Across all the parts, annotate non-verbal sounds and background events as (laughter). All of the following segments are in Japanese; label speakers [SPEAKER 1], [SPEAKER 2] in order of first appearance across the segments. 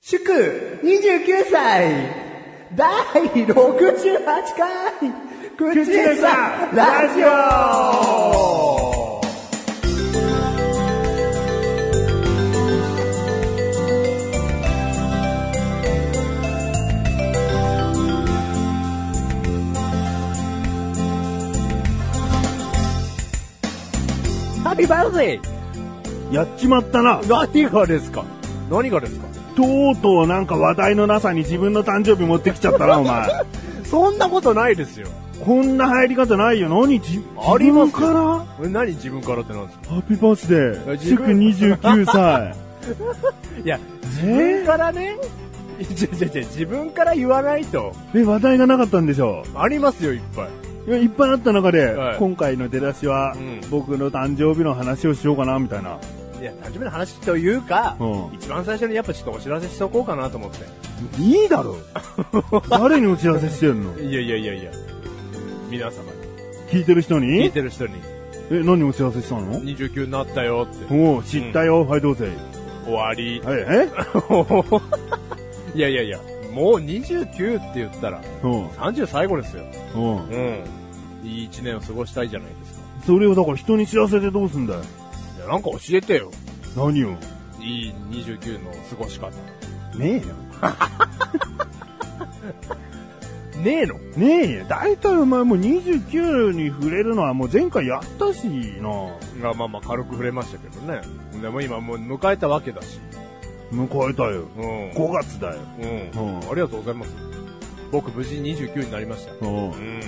[SPEAKER 1] 祝29歳第68回口
[SPEAKER 2] 口で
[SPEAKER 1] で
[SPEAKER 2] さ
[SPEAKER 1] さ
[SPEAKER 2] ラ
[SPEAKER 1] ラ
[SPEAKER 2] ジ
[SPEAKER 1] ジ
[SPEAKER 2] オ
[SPEAKER 1] オハッピーバースデー
[SPEAKER 2] やっちまったな
[SPEAKER 1] 何がですか何がですか
[SPEAKER 2] とうとうなんか話題のなさに自分の誕生日持ってきちゃったな、
[SPEAKER 1] (laughs)
[SPEAKER 2] お前。
[SPEAKER 1] そんなことないですよ。
[SPEAKER 2] こんな入り方ないよ。何じ、
[SPEAKER 1] あります
[SPEAKER 2] 自分から
[SPEAKER 1] よ何自分からってなんですか
[SPEAKER 2] ハッピーバース
[SPEAKER 1] いや
[SPEAKER 2] デー。
[SPEAKER 1] 自
[SPEAKER 2] 祝
[SPEAKER 1] 分
[SPEAKER 2] 29歳。
[SPEAKER 1] (laughs) いや、自分からね、いやいやいや自分から言わないと。
[SPEAKER 2] え、話題がなかったんでしょ
[SPEAKER 1] ありますよ、いっぱい。
[SPEAKER 2] いやいっぱいあった中で、
[SPEAKER 1] はい
[SPEAKER 2] 今回の出だしは、
[SPEAKER 1] うん
[SPEAKER 2] 僕の誕生日の話をしようかな、みたいな。
[SPEAKER 1] いや、誕生日の話というか、 (laughs)
[SPEAKER 2] うん
[SPEAKER 1] 一番最初にやっぱちょっとお知らせしとこうかなと思って。
[SPEAKER 2] いいだろ誰にお知らせしてんの
[SPEAKER 1] いやいやいやいや、皆様に、
[SPEAKER 2] 聞いてる人
[SPEAKER 1] 聞い
[SPEAKER 2] に
[SPEAKER 1] てる人に、
[SPEAKER 2] え、何お知らせしたの
[SPEAKER 1] 29になったよって、
[SPEAKER 2] おう知ったよ。はい、どうぜ。
[SPEAKER 1] 終わり。 (laughs)
[SPEAKER 2] はい、え
[SPEAKER 1] いやいやいや、もう29って言ったら、
[SPEAKER 2] うん。
[SPEAKER 1] 30最後ですよ。
[SPEAKER 2] うん。
[SPEAKER 1] うん。いい1年を過ごしたいじゃないですか。
[SPEAKER 2] それをだから人に知らせてどうすんだよ。
[SPEAKER 1] いや、なんか教えてよ。
[SPEAKER 2] 何を。
[SPEAKER 1] いい29の過ごし方。
[SPEAKER 2] ね
[SPEAKER 1] ねえの
[SPEAKER 2] えよ。ねえよ。だいたいお前もう29に触れるのはもう前回やったしな。
[SPEAKER 1] がまあまあ軽く触れましたけどね。でも今もう迎えたわけだし。
[SPEAKER 2] 迎えたよ。
[SPEAKER 1] うん。
[SPEAKER 2] 5月だよ。
[SPEAKER 1] うん。
[SPEAKER 2] うん
[SPEAKER 1] ありがとうございます。僕無事29になりました。
[SPEAKER 2] うん
[SPEAKER 1] うん。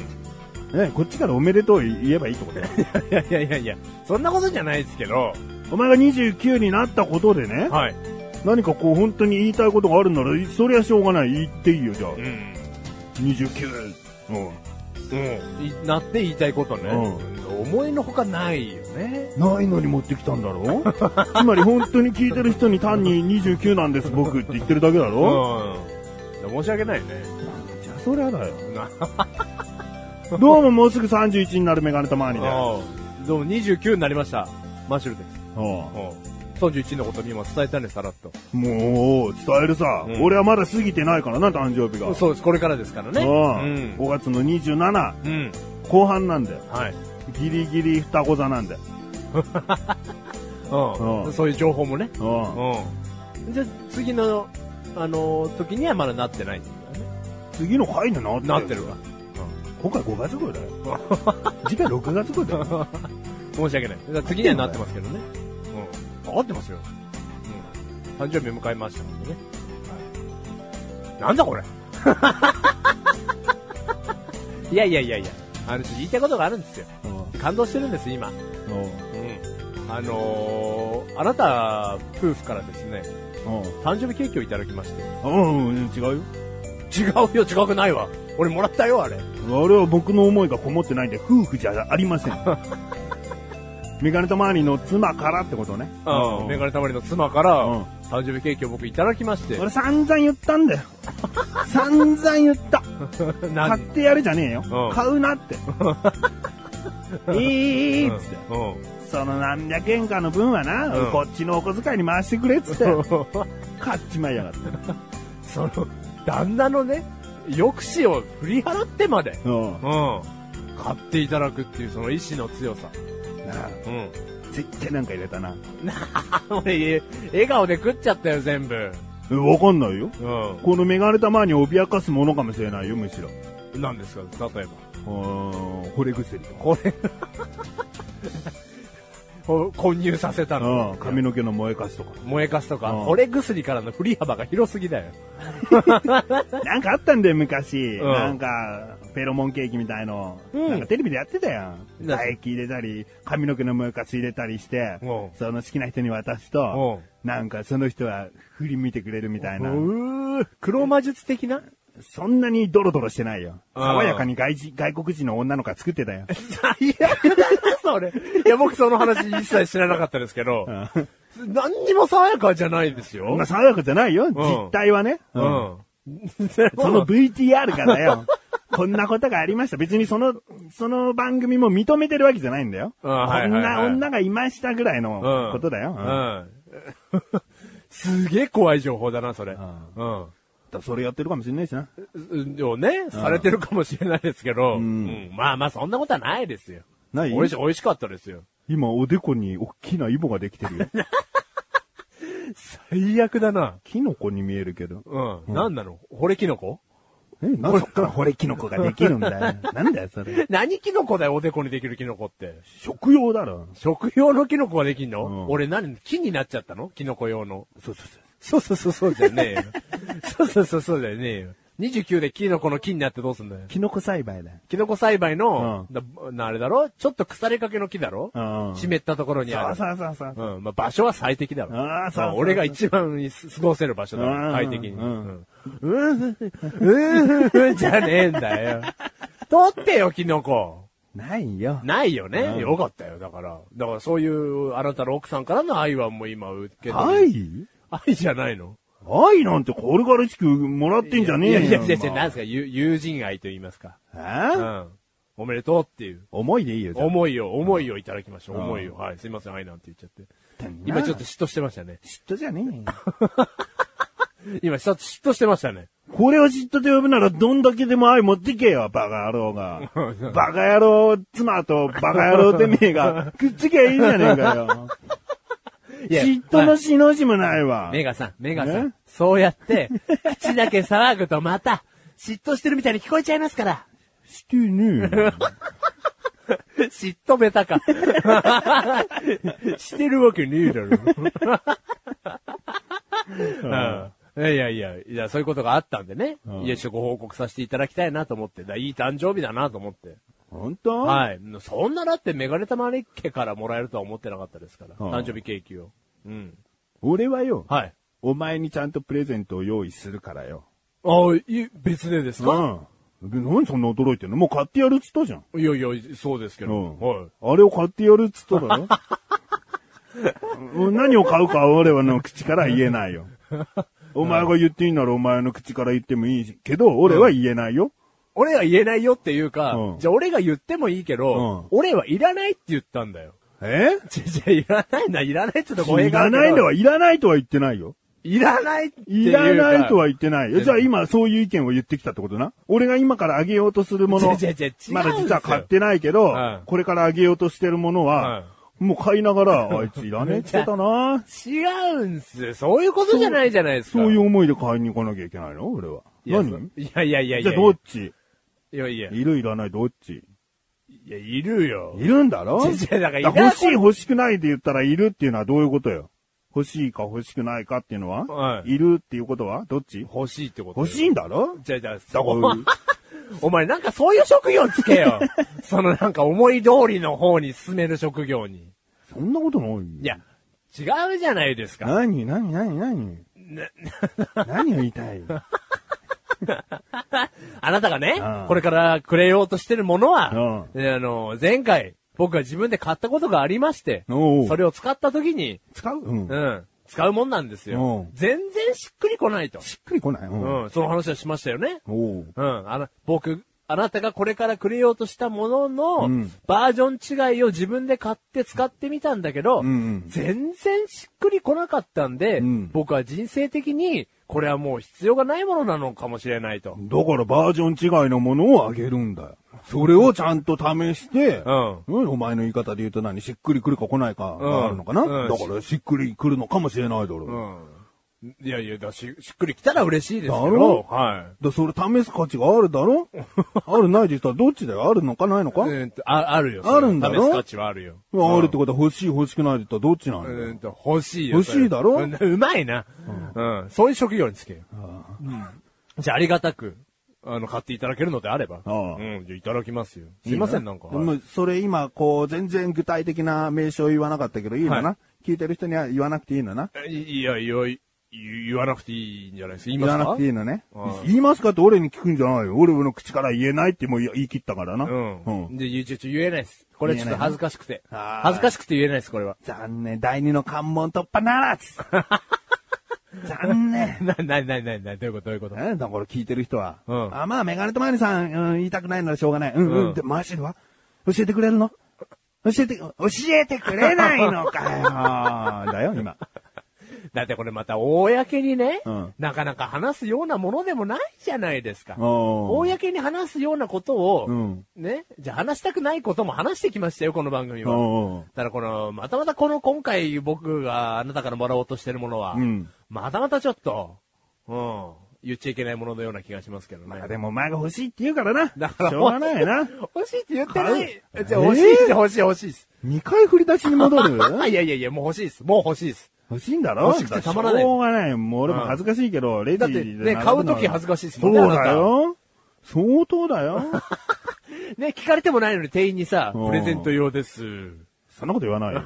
[SPEAKER 1] い
[SPEAKER 2] ねこっちからおめでとう言えばいいってことだよ。
[SPEAKER 1] やいやいやいや、そんなことじゃないですけど。
[SPEAKER 2] (laughs) お前が29になったことでね、
[SPEAKER 1] はい。
[SPEAKER 2] 何かこう本当に言いたいことがあるんなら、いそりゃしょうがない。言っていいよ、じゃあ
[SPEAKER 1] う。ん。
[SPEAKER 2] 29。う
[SPEAKER 1] うん。いなって言いたいことね。
[SPEAKER 2] う
[SPEAKER 1] 思いのほかないよね。
[SPEAKER 2] ん。ないのに持ってきたんだろ (laughs) つまり本当に聞いてる人に単に29なんです、僕って言ってるだけだ
[SPEAKER 1] う
[SPEAKER 2] ろ、
[SPEAKER 1] ん。申し訳ないね。
[SPEAKER 2] じゃあそりゃだよ。
[SPEAKER 1] な
[SPEAKER 2] どうももうすぐ31になるメガネたまわりだよ。
[SPEAKER 1] うんどうも29になりました。マシュルです。
[SPEAKER 2] うん
[SPEAKER 1] うん。31のことに今伝えたんです、さらっと。
[SPEAKER 2] もう、伝えるさ、
[SPEAKER 1] うん
[SPEAKER 2] 俺はまだ過ぎてないからな、誕生日が。
[SPEAKER 1] そうです、これからですからね。
[SPEAKER 2] うん、
[SPEAKER 1] う
[SPEAKER 2] 5月の27、
[SPEAKER 1] ん。うん。
[SPEAKER 2] 後半なんだよ。
[SPEAKER 1] はい。
[SPEAKER 2] ギリギリ双子座なんだよ。
[SPEAKER 1] う。
[SPEAKER 2] うんん
[SPEAKER 1] そういう情報もね。
[SPEAKER 2] うん
[SPEAKER 1] うん。じゃあ、次の、あのー時にはまだなってないんだよね。
[SPEAKER 2] 次の回になって
[SPEAKER 1] なってるわ。
[SPEAKER 2] 今回5月
[SPEAKER 1] (laughs)
[SPEAKER 2] 号だよ。次回6月号だよ。
[SPEAKER 1] 申し訳ない。だから次にはなってますけどね。うん。合ってますよ。うん。誕生日迎えましたのでね。なんだこれ (laughs) いやいやいやいや。あの、言いたいことがあるんですよ。
[SPEAKER 2] うん
[SPEAKER 1] 感動してるんです、今。うん。あのーあなた、夫婦からですね、誕生日ケーキをいただきまして。
[SPEAKER 2] うん、うん、違うよ。
[SPEAKER 1] 違うよ、違くないわ。俺もらったよ、あれ。
[SPEAKER 2] あれは僕の思いがこもってないんで、夫婦じゃあり
[SPEAKER 1] (laughs)
[SPEAKER 2] ません。メガネとマーニーの妻からってことね。
[SPEAKER 1] うん、メガネたまりの妻から、
[SPEAKER 2] うん
[SPEAKER 1] 誕生日ケーキを僕いただきまして、
[SPEAKER 2] 俺散々言っ
[SPEAKER 1] (laughs)
[SPEAKER 2] たんだよ。散々言った。買
[SPEAKER 1] な
[SPEAKER 2] っ
[SPEAKER 1] ん
[SPEAKER 2] てやるじゃねえよ。
[SPEAKER 1] うん
[SPEAKER 2] 買う
[SPEAKER 1] (laughs)
[SPEAKER 2] なって。いいいいっつって。
[SPEAKER 1] うん。
[SPEAKER 2] その何百円かの分はな、
[SPEAKER 1] うん
[SPEAKER 2] こっちのお小遣いに回してくれっつって。買っちま
[SPEAKER 1] (laughs)
[SPEAKER 2] いやがって。
[SPEAKER 1] その、旦那のね、抑止を振り払ってまで、
[SPEAKER 2] うん
[SPEAKER 1] うん。買っていただくっていうその意志の強さ。
[SPEAKER 2] なあ
[SPEAKER 1] (laughs) うん。
[SPEAKER 2] 絶対なんか入れたな。
[SPEAKER 1] 俺、笑顔で食っちゃったよ、全部。
[SPEAKER 2] えわかんないよ。
[SPEAKER 1] う
[SPEAKER 2] このメガネたまに脅かすものかもしれないよ、むしろ。
[SPEAKER 1] ん。なんですか、例えば。
[SPEAKER 2] うーん、惚れ薬とか。
[SPEAKER 1] これ、 (laughs) こ混入させた
[SPEAKER 2] う
[SPEAKER 1] の
[SPEAKER 2] ん、。髪の毛の燃えかしとか。
[SPEAKER 1] 燃えかすとか、
[SPEAKER 2] うん
[SPEAKER 1] これ薬からの振り幅が広すぎだよ。
[SPEAKER 2] (laughs) なんかあったんだよ、昔。
[SPEAKER 1] うん
[SPEAKER 2] なんか、フェロモンケーキみたいの。
[SPEAKER 1] うん
[SPEAKER 2] なんかテレビでやってたやん。
[SPEAKER 1] な
[SPEAKER 2] 唾液入れたり、髪の毛の燃えかし入れたりして
[SPEAKER 1] うん、
[SPEAKER 2] その好きな人に渡すと
[SPEAKER 1] う、
[SPEAKER 2] なんかその人は振り見てくれるみたいな。
[SPEAKER 1] うー、黒魔術的な
[SPEAKER 2] そんなにドロドロしてないよ。
[SPEAKER 1] うん
[SPEAKER 2] 爽やかに外人外国人の女の子が作ってたよ。
[SPEAKER 1] (laughs) 最悪だな、それ。いや、僕その話一切知らなかったですけど、
[SPEAKER 2] うん
[SPEAKER 1] 何にも爽やかじゃないですよ。
[SPEAKER 2] まあ、爽やかじゃないよ。実態はね。
[SPEAKER 1] う
[SPEAKER 2] うん
[SPEAKER 1] ん。
[SPEAKER 2] そ
[SPEAKER 1] (laughs) そ
[SPEAKER 2] の
[SPEAKER 1] の、
[SPEAKER 2] VTR がだよ。こんなことがありました。別にその、その番組も認めてるわけじゃないんだよ。
[SPEAKER 1] うんはいはいはい
[SPEAKER 2] こんな女がいましたぐらいのことだよ。
[SPEAKER 1] うん。 (laughs) すげえ怖い情報だな、それ。う
[SPEAKER 2] うん
[SPEAKER 1] ん。
[SPEAKER 2] だそれやってるかもしれないしな。
[SPEAKER 1] うんでもね、されてるかもしれないですけど、
[SPEAKER 2] う
[SPEAKER 1] う
[SPEAKER 2] ん
[SPEAKER 1] んまあまあそんなことはないですよ。
[SPEAKER 2] ない
[SPEAKER 1] 美味し美味しかったですよ。
[SPEAKER 2] 今、おでこに大きなイボができてるよ。
[SPEAKER 1] 最悪だな。
[SPEAKER 2] キノコに見えるけど。
[SPEAKER 1] うん。
[SPEAKER 2] うん
[SPEAKER 1] なんなの惚れキノコ (laughs)
[SPEAKER 2] え、なんでそっから惚れキノコができるんだよ。なんだよ、それ。
[SPEAKER 1] 何キノコだよ、おでこにできるキノコって。
[SPEAKER 2] 食用だろ。
[SPEAKER 1] 食用のキノコができんの、
[SPEAKER 2] うん
[SPEAKER 1] 俺何木になっちゃったのキノコ用の。
[SPEAKER 2] そうそうそう。
[SPEAKER 1] そうそうそうそうじゃねえよ。 (laughs) そうそうそうそうじゃねえよ。29でキノコの木になってどうすんだよ。
[SPEAKER 2] キノコ栽培だ。
[SPEAKER 1] キノコ栽培の、
[SPEAKER 2] う
[SPEAKER 1] だなあれだろちょっと腐れかけの木だろ、
[SPEAKER 2] うん
[SPEAKER 1] 湿ったところにあ
[SPEAKER 2] そう
[SPEAKER 1] る。
[SPEAKER 2] そうそうそう。
[SPEAKER 1] うん。まあ、場所は最適だろ。
[SPEAKER 2] あーそうそうそう
[SPEAKER 1] 俺が一番いす過ごせる場所だ
[SPEAKER 2] う
[SPEAKER 1] ろ。
[SPEAKER 2] ん
[SPEAKER 1] 快適に。う
[SPEAKER 2] うんん。
[SPEAKER 1] うん、うん、うんうん、じゃねえんだよ。取ってよ、キノコ。
[SPEAKER 2] ないよ。
[SPEAKER 1] ないよ
[SPEAKER 2] う
[SPEAKER 1] ね。
[SPEAKER 2] ん
[SPEAKER 1] よかったよ、だから。だからそういう、あなたの奥さんからの愛はもう今受け取る。
[SPEAKER 2] 愛
[SPEAKER 1] 愛じゃないの
[SPEAKER 2] 愛なんてこれから一級もらってんじゃねえよ。
[SPEAKER 1] いやいやいや、な
[SPEAKER 2] お前
[SPEAKER 1] んすか、友友人愛と言いますか。う
[SPEAKER 2] ああ
[SPEAKER 1] ん。おめでとうっていう。
[SPEAKER 2] 思いでいいよ。
[SPEAKER 1] 思いを、思いをいただきましょう。
[SPEAKER 2] うん
[SPEAKER 1] 思いを。はい。すいません、愛なんて言っちゃって。
[SPEAKER 2] い
[SPEAKER 1] 今ちょっと。嫉妬してましたね。
[SPEAKER 2] 嫉妬じゃねえよ。
[SPEAKER 1] 今ちょっと嫉妬してましたね。
[SPEAKER 2] これを嫉妬と呼ぶならどんだけでも愛持ってけよ、バカ野
[SPEAKER 1] (laughs)
[SPEAKER 2] 郎が。バカ野郎妻とバカ野郎てめえ
[SPEAKER 1] (laughs)
[SPEAKER 2] が、くっつけばいいじゃねえかよ。
[SPEAKER 1] いや
[SPEAKER 2] 嫉妬の死の字もないわ。
[SPEAKER 1] メガさん、メガさん
[SPEAKER 2] ね。
[SPEAKER 1] そうやっ
[SPEAKER 2] (laughs)
[SPEAKER 1] て、口だけ騒ぐとまた、嫉妬してるみたいに聞こえちゃいますから。
[SPEAKER 2] してねえよ。
[SPEAKER 1] (laughs) 嫉妬ベタか。 (laughs) してるわけねえだろ。 (laughs) うん。いやいや、いや、そういうことがあったんでね。
[SPEAKER 2] うん
[SPEAKER 1] いや、ちょっとご報告させていただきたいなと思って。だいい誕生日だなと思って。
[SPEAKER 2] 本当
[SPEAKER 1] はい。そんなだってメガネたまり家からもらえるとは思ってなかったですから。
[SPEAKER 2] うん
[SPEAKER 1] 誕生日ケーキを。うん。
[SPEAKER 2] 俺はよ、
[SPEAKER 1] はい。
[SPEAKER 2] お前にちゃんとプレゼントを用意するからよ。
[SPEAKER 1] ああ、い、別でですか、
[SPEAKER 2] うん。何そんな驚いてんのもう買ってやるっつったじゃん。
[SPEAKER 1] いやいや、そうですけ
[SPEAKER 2] う
[SPEAKER 1] ど。
[SPEAKER 2] ん。
[SPEAKER 1] はい。
[SPEAKER 2] あれを買ってやるっつった
[SPEAKER 1] (laughs)
[SPEAKER 2] だろうん何を買うかは俺はの口から言えないよ。お前が言っていいならお前の口から言ってもいいけど、俺は言えないよ。
[SPEAKER 1] 俺は言えないよっていうか、
[SPEAKER 2] うん
[SPEAKER 1] じゃあ俺が言ってもいいけど、俺はいらないって言ったんだよ。
[SPEAKER 2] え
[SPEAKER 1] じゃ、じゃ、いらないな、いらないって言うと語弊
[SPEAKER 2] い
[SPEAKER 1] があ
[SPEAKER 2] ら
[SPEAKER 1] るけど
[SPEAKER 2] ないのは、いらないとは言ってないよ。
[SPEAKER 1] いらないっていう
[SPEAKER 2] い
[SPEAKER 1] から
[SPEAKER 2] ないとは言ってないよ。
[SPEAKER 1] え
[SPEAKER 2] じゃあ今そういう意見を言ってきたってことな。俺が今からあげようとするもの
[SPEAKER 1] (laughs) 違う違う違う、
[SPEAKER 2] まだ実は買ってないけど
[SPEAKER 1] うん、
[SPEAKER 2] これからあげようとしてるもの
[SPEAKER 1] うん
[SPEAKER 2] は、もう買いながら、あいついらねえって言ってたな
[SPEAKER 1] 違うんすよ。そういうことじゃないじゃないですか。
[SPEAKER 2] そういう思いで買いに行かなきゃいけないの俺は。
[SPEAKER 1] いや。
[SPEAKER 2] 何
[SPEAKER 1] いやいやいやい
[SPEAKER 2] じ
[SPEAKER 1] や
[SPEAKER 2] ゃあどっち
[SPEAKER 1] いやいや。い
[SPEAKER 2] いるいらないどっち
[SPEAKER 1] や、いるよ。
[SPEAKER 2] いるんだろ
[SPEAKER 1] 違う違うだからいら
[SPEAKER 2] だから欲しい欲しくないで言ったらいるっていうのはどういうことよ欲しいか欲しくないかっていうのは、
[SPEAKER 1] はい
[SPEAKER 2] いるっていうことはどっち
[SPEAKER 1] 欲しいってこと。
[SPEAKER 2] 欲しいんだろ
[SPEAKER 1] じゃあじゃあ、
[SPEAKER 2] だ
[SPEAKER 1] お
[SPEAKER 2] から
[SPEAKER 1] 前、お前なんかそういう職業つけよ。そのなんか思い通りの方に進める職業に。
[SPEAKER 2] そんなことないよ。
[SPEAKER 1] いや、違うじゃないですか。
[SPEAKER 2] 何何何何何を言いたい
[SPEAKER 1] あなたがね
[SPEAKER 2] う、ん
[SPEAKER 1] これからくれようとしてるものは
[SPEAKER 2] う、
[SPEAKER 1] えーあの、前回、僕が自分で買ったことがありまして、
[SPEAKER 2] おう
[SPEAKER 1] それを使った時に、
[SPEAKER 2] 使ううん。
[SPEAKER 1] う
[SPEAKER 2] しっ
[SPEAKER 1] ん、使うもんなんです
[SPEAKER 2] う
[SPEAKER 1] よ
[SPEAKER 2] ん。
[SPEAKER 1] 全然しっくりこないと。
[SPEAKER 2] くりこない。う。
[SPEAKER 1] うんん、その話はしましたよね。
[SPEAKER 2] お
[SPEAKER 1] う
[SPEAKER 2] う
[SPEAKER 1] ん、あの、僕、あなたがこれからくれようとしたものの、
[SPEAKER 2] うん
[SPEAKER 1] バージョン違いを自分で買って使ってみたんだけど、
[SPEAKER 2] うんうん
[SPEAKER 1] 全然しっくりこなかったんで、
[SPEAKER 2] うん
[SPEAKER 1] 僕は人生的に、これはもう必要がないものなのかもしれないと。
[SPEAKER 2] だからバージョン違いのものをあげるんだよ。それをちゃんと試して、
[SPEAKER 1] うん
[SPEAKER 2] うんお前の言い方で言うと何しっくりくるか来ないかがあるのかな、
[SPEAKER 1] うんうん
[SPEAKER 2] だからしっくりくるのかもしれないだろう。
[SPEAKER 1] うん。いやいや、だし、しっくりきたら嬉しいですけ
[SPEAKER 2] だ
[SPEAKER 1] ど
[SPEAKER 2] ろ、
[SPEAKER 1] は
[SPEAKER 2] だからそれ試す価値がある
[SPEAKER 1] (laughs)
[SPEAKER 2] だろあるないで言ったらどっちだよあるのかないの
[SPEAKER 1] い。
[SPEAKER 2] か、
[SPEAKER 1] うんと、あ、あるよ。
[SPEAKER 2] あるんだろ
[SPEAKER 1] それは試す価値はあるよ。
[SPEAKER 2] あるってことは欲しい欲しくないで言ったらどっちなの、
[SPEAKER 1] うんと、欲しいよ。
[SPEAKER 2] 欲しいだろ
[SPEAKER 1] それうんうまいな。うん。そういう職業につけよ。うん。じゃあ、ありがたく、あの、買っていただけるのであれば。
[SPEAKER 2] ああ
[SPEAKER 1] うん。じゃあいただきますよ。すいません、なんか。
[SPEAKER 2] でもそれ今、こう、全然具体的な名称言わなかったけど、いいのな、
[SPEAKER 1] は
[SPEAKER 2] 聞いてる人には言わなくていいのな
[SPEAKER 1] えいや、いや、言言わなくていいんじゃないですか。言い
[SPEAKER 2] 言
[SPEAKER 1] ますか
[SPEAKER 2] わなくていいのね
[SPEAKER 1] は。い
[SPEAKER 2] 言いますかって俺に聞くんじゃないよ。俺の口から言えないってもう言い切ったからな。
[SPEAKER 1] うん。で、言う、ちょ、ちょ言えないです。これちょっと恥ずかしくて。
[SPEAKER 2] 言えないのああ
[SPEAKER 1] 恥ずかしくて言えないです、これは。 (laughs)
[SPEAKER 2] 残念、第二の関門突破ならず残念。
[SPEAKER 1] な、な、な、な、な、どういうこと、どういうこと。
[SPEAKER 2] なんだこれ聞いてる人は。
[SPEAKER 1] うん
[SPEAKER 2] あ、まあ、メガネとマリさん、うん、言いたくないならしょうがない。うん、うん。
[SPEAKER 1] うん
[SPEAKER 2] で、マジでは教えてくれるの
[SPEAKER 1] (laughs)
[SPEAKER 2] 教えて、教えてくれないのかよ。だよ、今。
[SPEAKER 1] だってこれまた公にね、
[SPEAKER 2] うん
[SPEAKER 1] なかなか話すようなものでもないじゃないですか。
[SPEAKER 2] お
[SPEAKER 1] 公に話すようなことを、
[SPEAKER 2] うん
[SPEAKER 1] ね、じゃあ話したくないことも話してきましたよ、この番組は。
[SPEAKER 2] お
[SPEAKER 1] だからこの、またまたこの今回僕があなたからもらおうとしてるものは、
[SPEAKER 2] うん
[SPEAKER 1] またまたちょっと、うん、言っちゃいけないもののような気がしますけどね。
[SPEAKER 2] でもお前が欲しいって言うからな。
[SPEAKER 1] だから
[SPEAKER 2] しょうがないよな。
[SPEAKER 1] 欲しいって言ってない。
[SPEAKER 2] 買う
[SPEAKER 1] じゃあ欲しいって欲しい欲しいです。
[SPEAKER 2] 2回振り出しに戻る
[SPEAKER 1] いやいやいや、もう欲しいです。もう欲しいです。
[SPEAKER 2] 欲しいんだろ
[SPEAKER 1] 欲しくてたまらない
[SPEAKER 2] しょうがない。もう俺も恥ずかしいけど、レジ
[SPEAKER 1] だってね
[SPEAKER 2] で並ぶの
[SPEAKER 1] 買
[SPEAKER 2] は
[SPEAKER 1] う時恥ずかしいですも
[SPEAKER 2] そ
[SPEAKER 1] んね
[SPEAKER 2] うだよ。相当だよ。 (laughs)
[SPEAKER 1] ね、聞かれてもないのに店員にさ、
[SPEAKER 2] うん
[SPEAKER 1] プレゼント用です。
[SPEAKER 2] そんなこと言わないよ。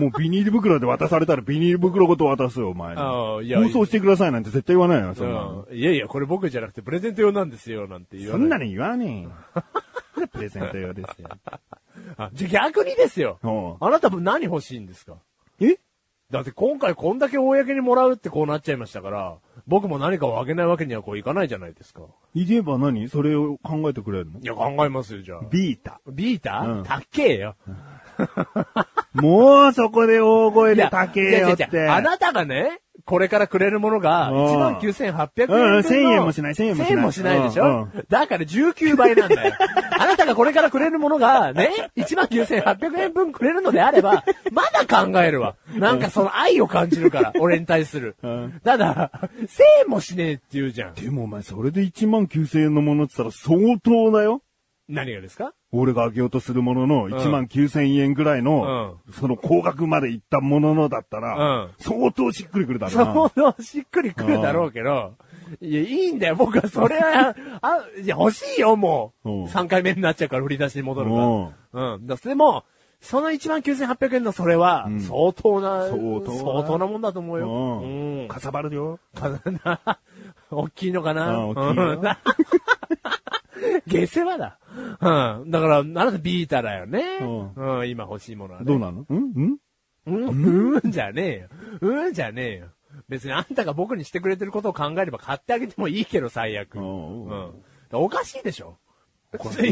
[SPEAKER 2] もうビニール袋で渡されたらビニール袋ごと渡すよ、お前に。
[SPEAKER 1] ああいや
[SPEAKER 2] 放送してくださいなんて絶対言わないよ、そんなの。
[SPEAKER 1] うん。いやいや、これ僕じゃなくてプレゼント用なんですよ、なんて言わ
[SPEAKER 2] そんな
[SPEAKER 1] ない。
[SPEAKER 2] に言わ
[SPEAKER 1] (laughs)
[SPEAKER 2] ねえよ。プレゼント用ですよ。
[SPEAKER 1] あじゃあ逆にですよ。
[SPEAKER 2] おう
[SPEAKER 1] あなたも何欲しいんですか
[SPEAKER 2] え
[SPEAKER 1] だって今回こんだけ公にもらうってこうなっちゃいましたから、僕も何かをあげないわけにはこういかないじゃないですか。
[SPEAKER 2] 言えば何それを考えてくれるの
[SPEAKER 1] いや、考えますよ、じゃあ。
[SPEAKER 2] ビータ。
[SPEAKER 1] ビーター、
[SPEAKER 2] うん
[SPEAKER 1] たっけえよ。
[SPEAKER 2] もうそこで大声
[SPEAKER 1] い
[SPEAKER 2] で
[SPEAKER 1] や
[SPEAKER 2] 高えよって。
[SPEAKER 1] 違う違う違うあなたがね、これからくれるものが、
[SPEAKER 2] うん
[SPEAKER 1] 1万9800円分の。
[SPEAKER 2] うん1000円もしない1000円もしない
[SPEAKER 1] 1000でしょ、
[SPEAKER 2] うん
[SPEAKER 1] だから19倍なん
[SPEAKER 2] (laughs)
[SPEAKER 1] だよ。あなたがこれからくれるものが、ね、19800円分くれるのであれ
[SPEAKER 2] (laughs)
[SPEAKER 1] ば、まだ考えるわ。なんかその愛を感じるから、俺に対する。
[SPEAKER 2] うん
[SPEAKER 1] ただ、1000円もしねえって言うじゃん。
[SPEAKER 2] でもお前それで1万9000円のものって言ったら相当だよ。
[SPEAKER 1] 何がですか
[SPEAKER 2] 俺があげようとするものの、1万9000円ぐらいの、その高額までいったもののだったら、
[SPEAKER 1] うん
[SPEAKER 2] 相当しっくりくるだろうな。
[SPEAKER 1] そのしっくりくるだろうけど、いや、いいんだよ、僕はそれは、あ、いや、欲しいよ、もう。
[SPEAKER 2] うん
[SPEAKER 1] 3回目になっちゃうから、振り出しに戻る
[SPEAKER 2] うん
[SPEAKER 1] から。うん。だでも、その19,800円のそれは、相当な、
[SPEAKER 2] 相当な
[SPEAKER 1] 相当なもんだと思うよ。
[SPEAKER 2] う
[SPEAKER 1] うん
[SPEAKER 2] ん。。かさばるよ。
[SPEAKER 1] かな、 (laughs) 大きいのかな。
[SPEAKER 2] あ大きいよ
[SPEAKER 1] うん下世話だ。うん。だから、あなたビータだよね。
[SPEAKER 2] うん
[SPEAKER 1] うん、今欲しいものはね。
[SPEAKER 2] どうなのうんうん
[SPEAKER 1] うん、うんじゃねえよ。うんじゃねえよ。別にあんたが僕にしてくれてることを考えれば買ってあげてもいいけど、最悪。
[SPEAKER 2] うん
[SPEAKER 1] うん。おかしいでしょ。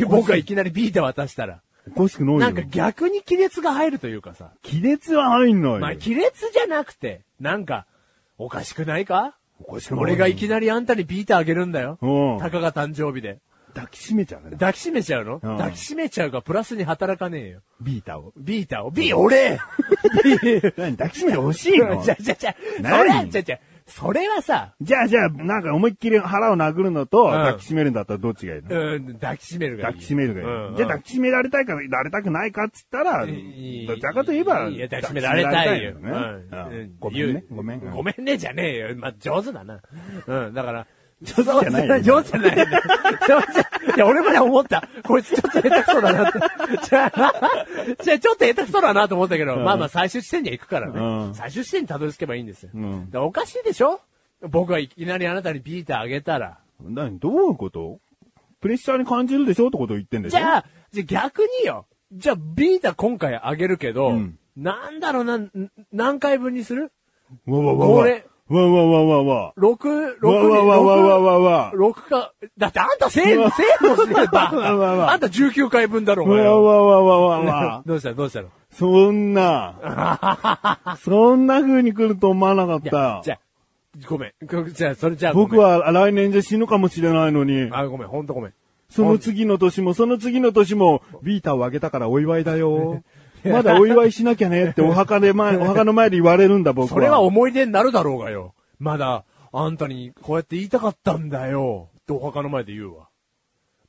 [SPEAKER 1] 僕がいきなりビータ渡したら。
[SPEAKER 2] おかしくないよ。
[SPEAKER 1] なんか逆に亀裂が入るというかさ。
[SPEAKER 2] 亀裂は入んないよ。
[SPEAKER 1] まあ、亀裂じゃなくて、なんか、おかしくないか
[SPEAKER 2] おかしくないよ
[SPEAKER 1] 俺がいきなりあんたにビータあげるんだよ。
[SPEAKER 2] うん
[SPEAKER 1] たかが誕生日で。
[SPEAKER 2] 抱きしめちゃうね。
[SPEAKER 1] 抱きしめちゃうの、
[SPEAKER 2] うん
[SPEAKER 1] 抱きしめちゃうがプラスに働かねえよ。
[SPEAKER 2] ビータを。
[SPEAKER 1] ビータを。ビー、俺ビー
[SPEAKER 2] (laughs) 何抱きしめて欲しい
[SPEAKER 1] (laughs)
[SPEAKER 2] の
[SPEAKER 1] じゃじゃじゃ、それは、
[SPEAKER 2] 何
[SPEAKER 1] じゃじゃ、それはさ、
[SPEAKER 2] じゃあじゃあ、なんか思いっきり腹を殴るのと、
[SPEAKER 1] ん
[SPEAKER 2] 抱きしめるんだったらどっちがいいの
[SPEAKER 1] うん、抱きしめるがいい。
[SPEAKER 2] 抱きしめるがいい。
[SPEAKER 1] うん
[SPEAKER 2] じゃあ抱きしめられたいか、られたくないかっつったら、
[SPEAKER 1] うんいい
[SPEAKER 2] どちらかといえば、
[SPEAKER 1] いや、抱きしめられたいよ。
[SPEAKER 2] 抱きしめられたいよね
[SPEAKER 1] うん
[SPEAKER 2] う
[SPEAKER 1] うんん
[SPEAKER 2] ごめんね。ごめん。
[SPEAKER 1] 言う
[SPEAKER 2] うん
[SPEAKER 1] ごめんね、じゃねえよ。まあ、上手だな。うん、だ
[SPEAKER 2] (laughs)
[SPEAKER 1] から、上手
[SPEAKER 2] ゃないよ
[SPEAKER 1] 上手じゃないんだよ。上手じゃいや、俺まで思った。こいつちょっと下手くそだなって。じゃあ、じゃあちょっと下手くそだなと思ったけど、まあまあ最終地点には行くからね。
[SPEAKER 2] うん
[SPEAKER 1] 最終地点にたどり着けばいいんですよ。
[SPEAKER 2] うん
[SPEAKER 1] でおかしいでしょ僕はいきなりあなたにビーターあげたら。
[SPEAKER 2] 何どういうことプレッシャーに感じるでしょってことを言ってんでし
[SPEAKER 1] じ
[SPEAKER 2] ょ
[SPEAKER 1] ゃ
[SPEAKER 2] あ、
[SPEAKER 1] あ、じゃあ逆によ。じゃあ、ビータ今回あげるけど、
[SPEAKER 2] うん
[SPEAKER 1] なんだろうな、ん何回分にする
[SPEAKER 2] わわわわ。
[SPEAKER 1] これ
[SPEAKER 2] わわわわわ。
[SPEAKER 1] ?6、
[SPEAKER 2] わ
[SPEAKER 1] 六
[SPEAKER 2] わわわわわわ。
[SPEAKER 1] 6か、だってあんた1000円、1000円もしねえば。
[SPEAKER 2] わわわ
[SPEAKER 1] あんた19回分だろ、お
[SPEAKER 2] わ
[SPEAKER 1] 前は。
[SPEAKER 2] わわわわわわ
[SPEAKER 1] どうしたのどうしたの
[SPEAKER 2] そんな。
[SPEAKER 1] (laughs)
[SPEAKER 2] そんな風に来ると思わなかっ
[SPEAKER 1] い
[SPEAKER 2] た。
[SPEAKER 1] じゃあ、ごめん。ごじゃあ、それじゃあ、
[SPEAKER 2] 僕
[SPEAKER 1] ごめん。
[SPEAKER 2] は来年じゃ死ぬかもしれないのに、
[SPEAKER 1] あ、ごめん、ほんとごめん。
[SPEAKER 2] その次の年もその次の年もビーターをあげたからお祝いだよ。まだお祝いしなきゃねってお墓で
[SPEAKER 1] (laughs)
[SPEAKER 2] 前、お墓の前で言われるんだ僕は。
[SPEAKER 1] それは思い出になるだろうがよ。まだ、あんたにこうやって言いたかったんだよ。ってお墓の前で言うわ。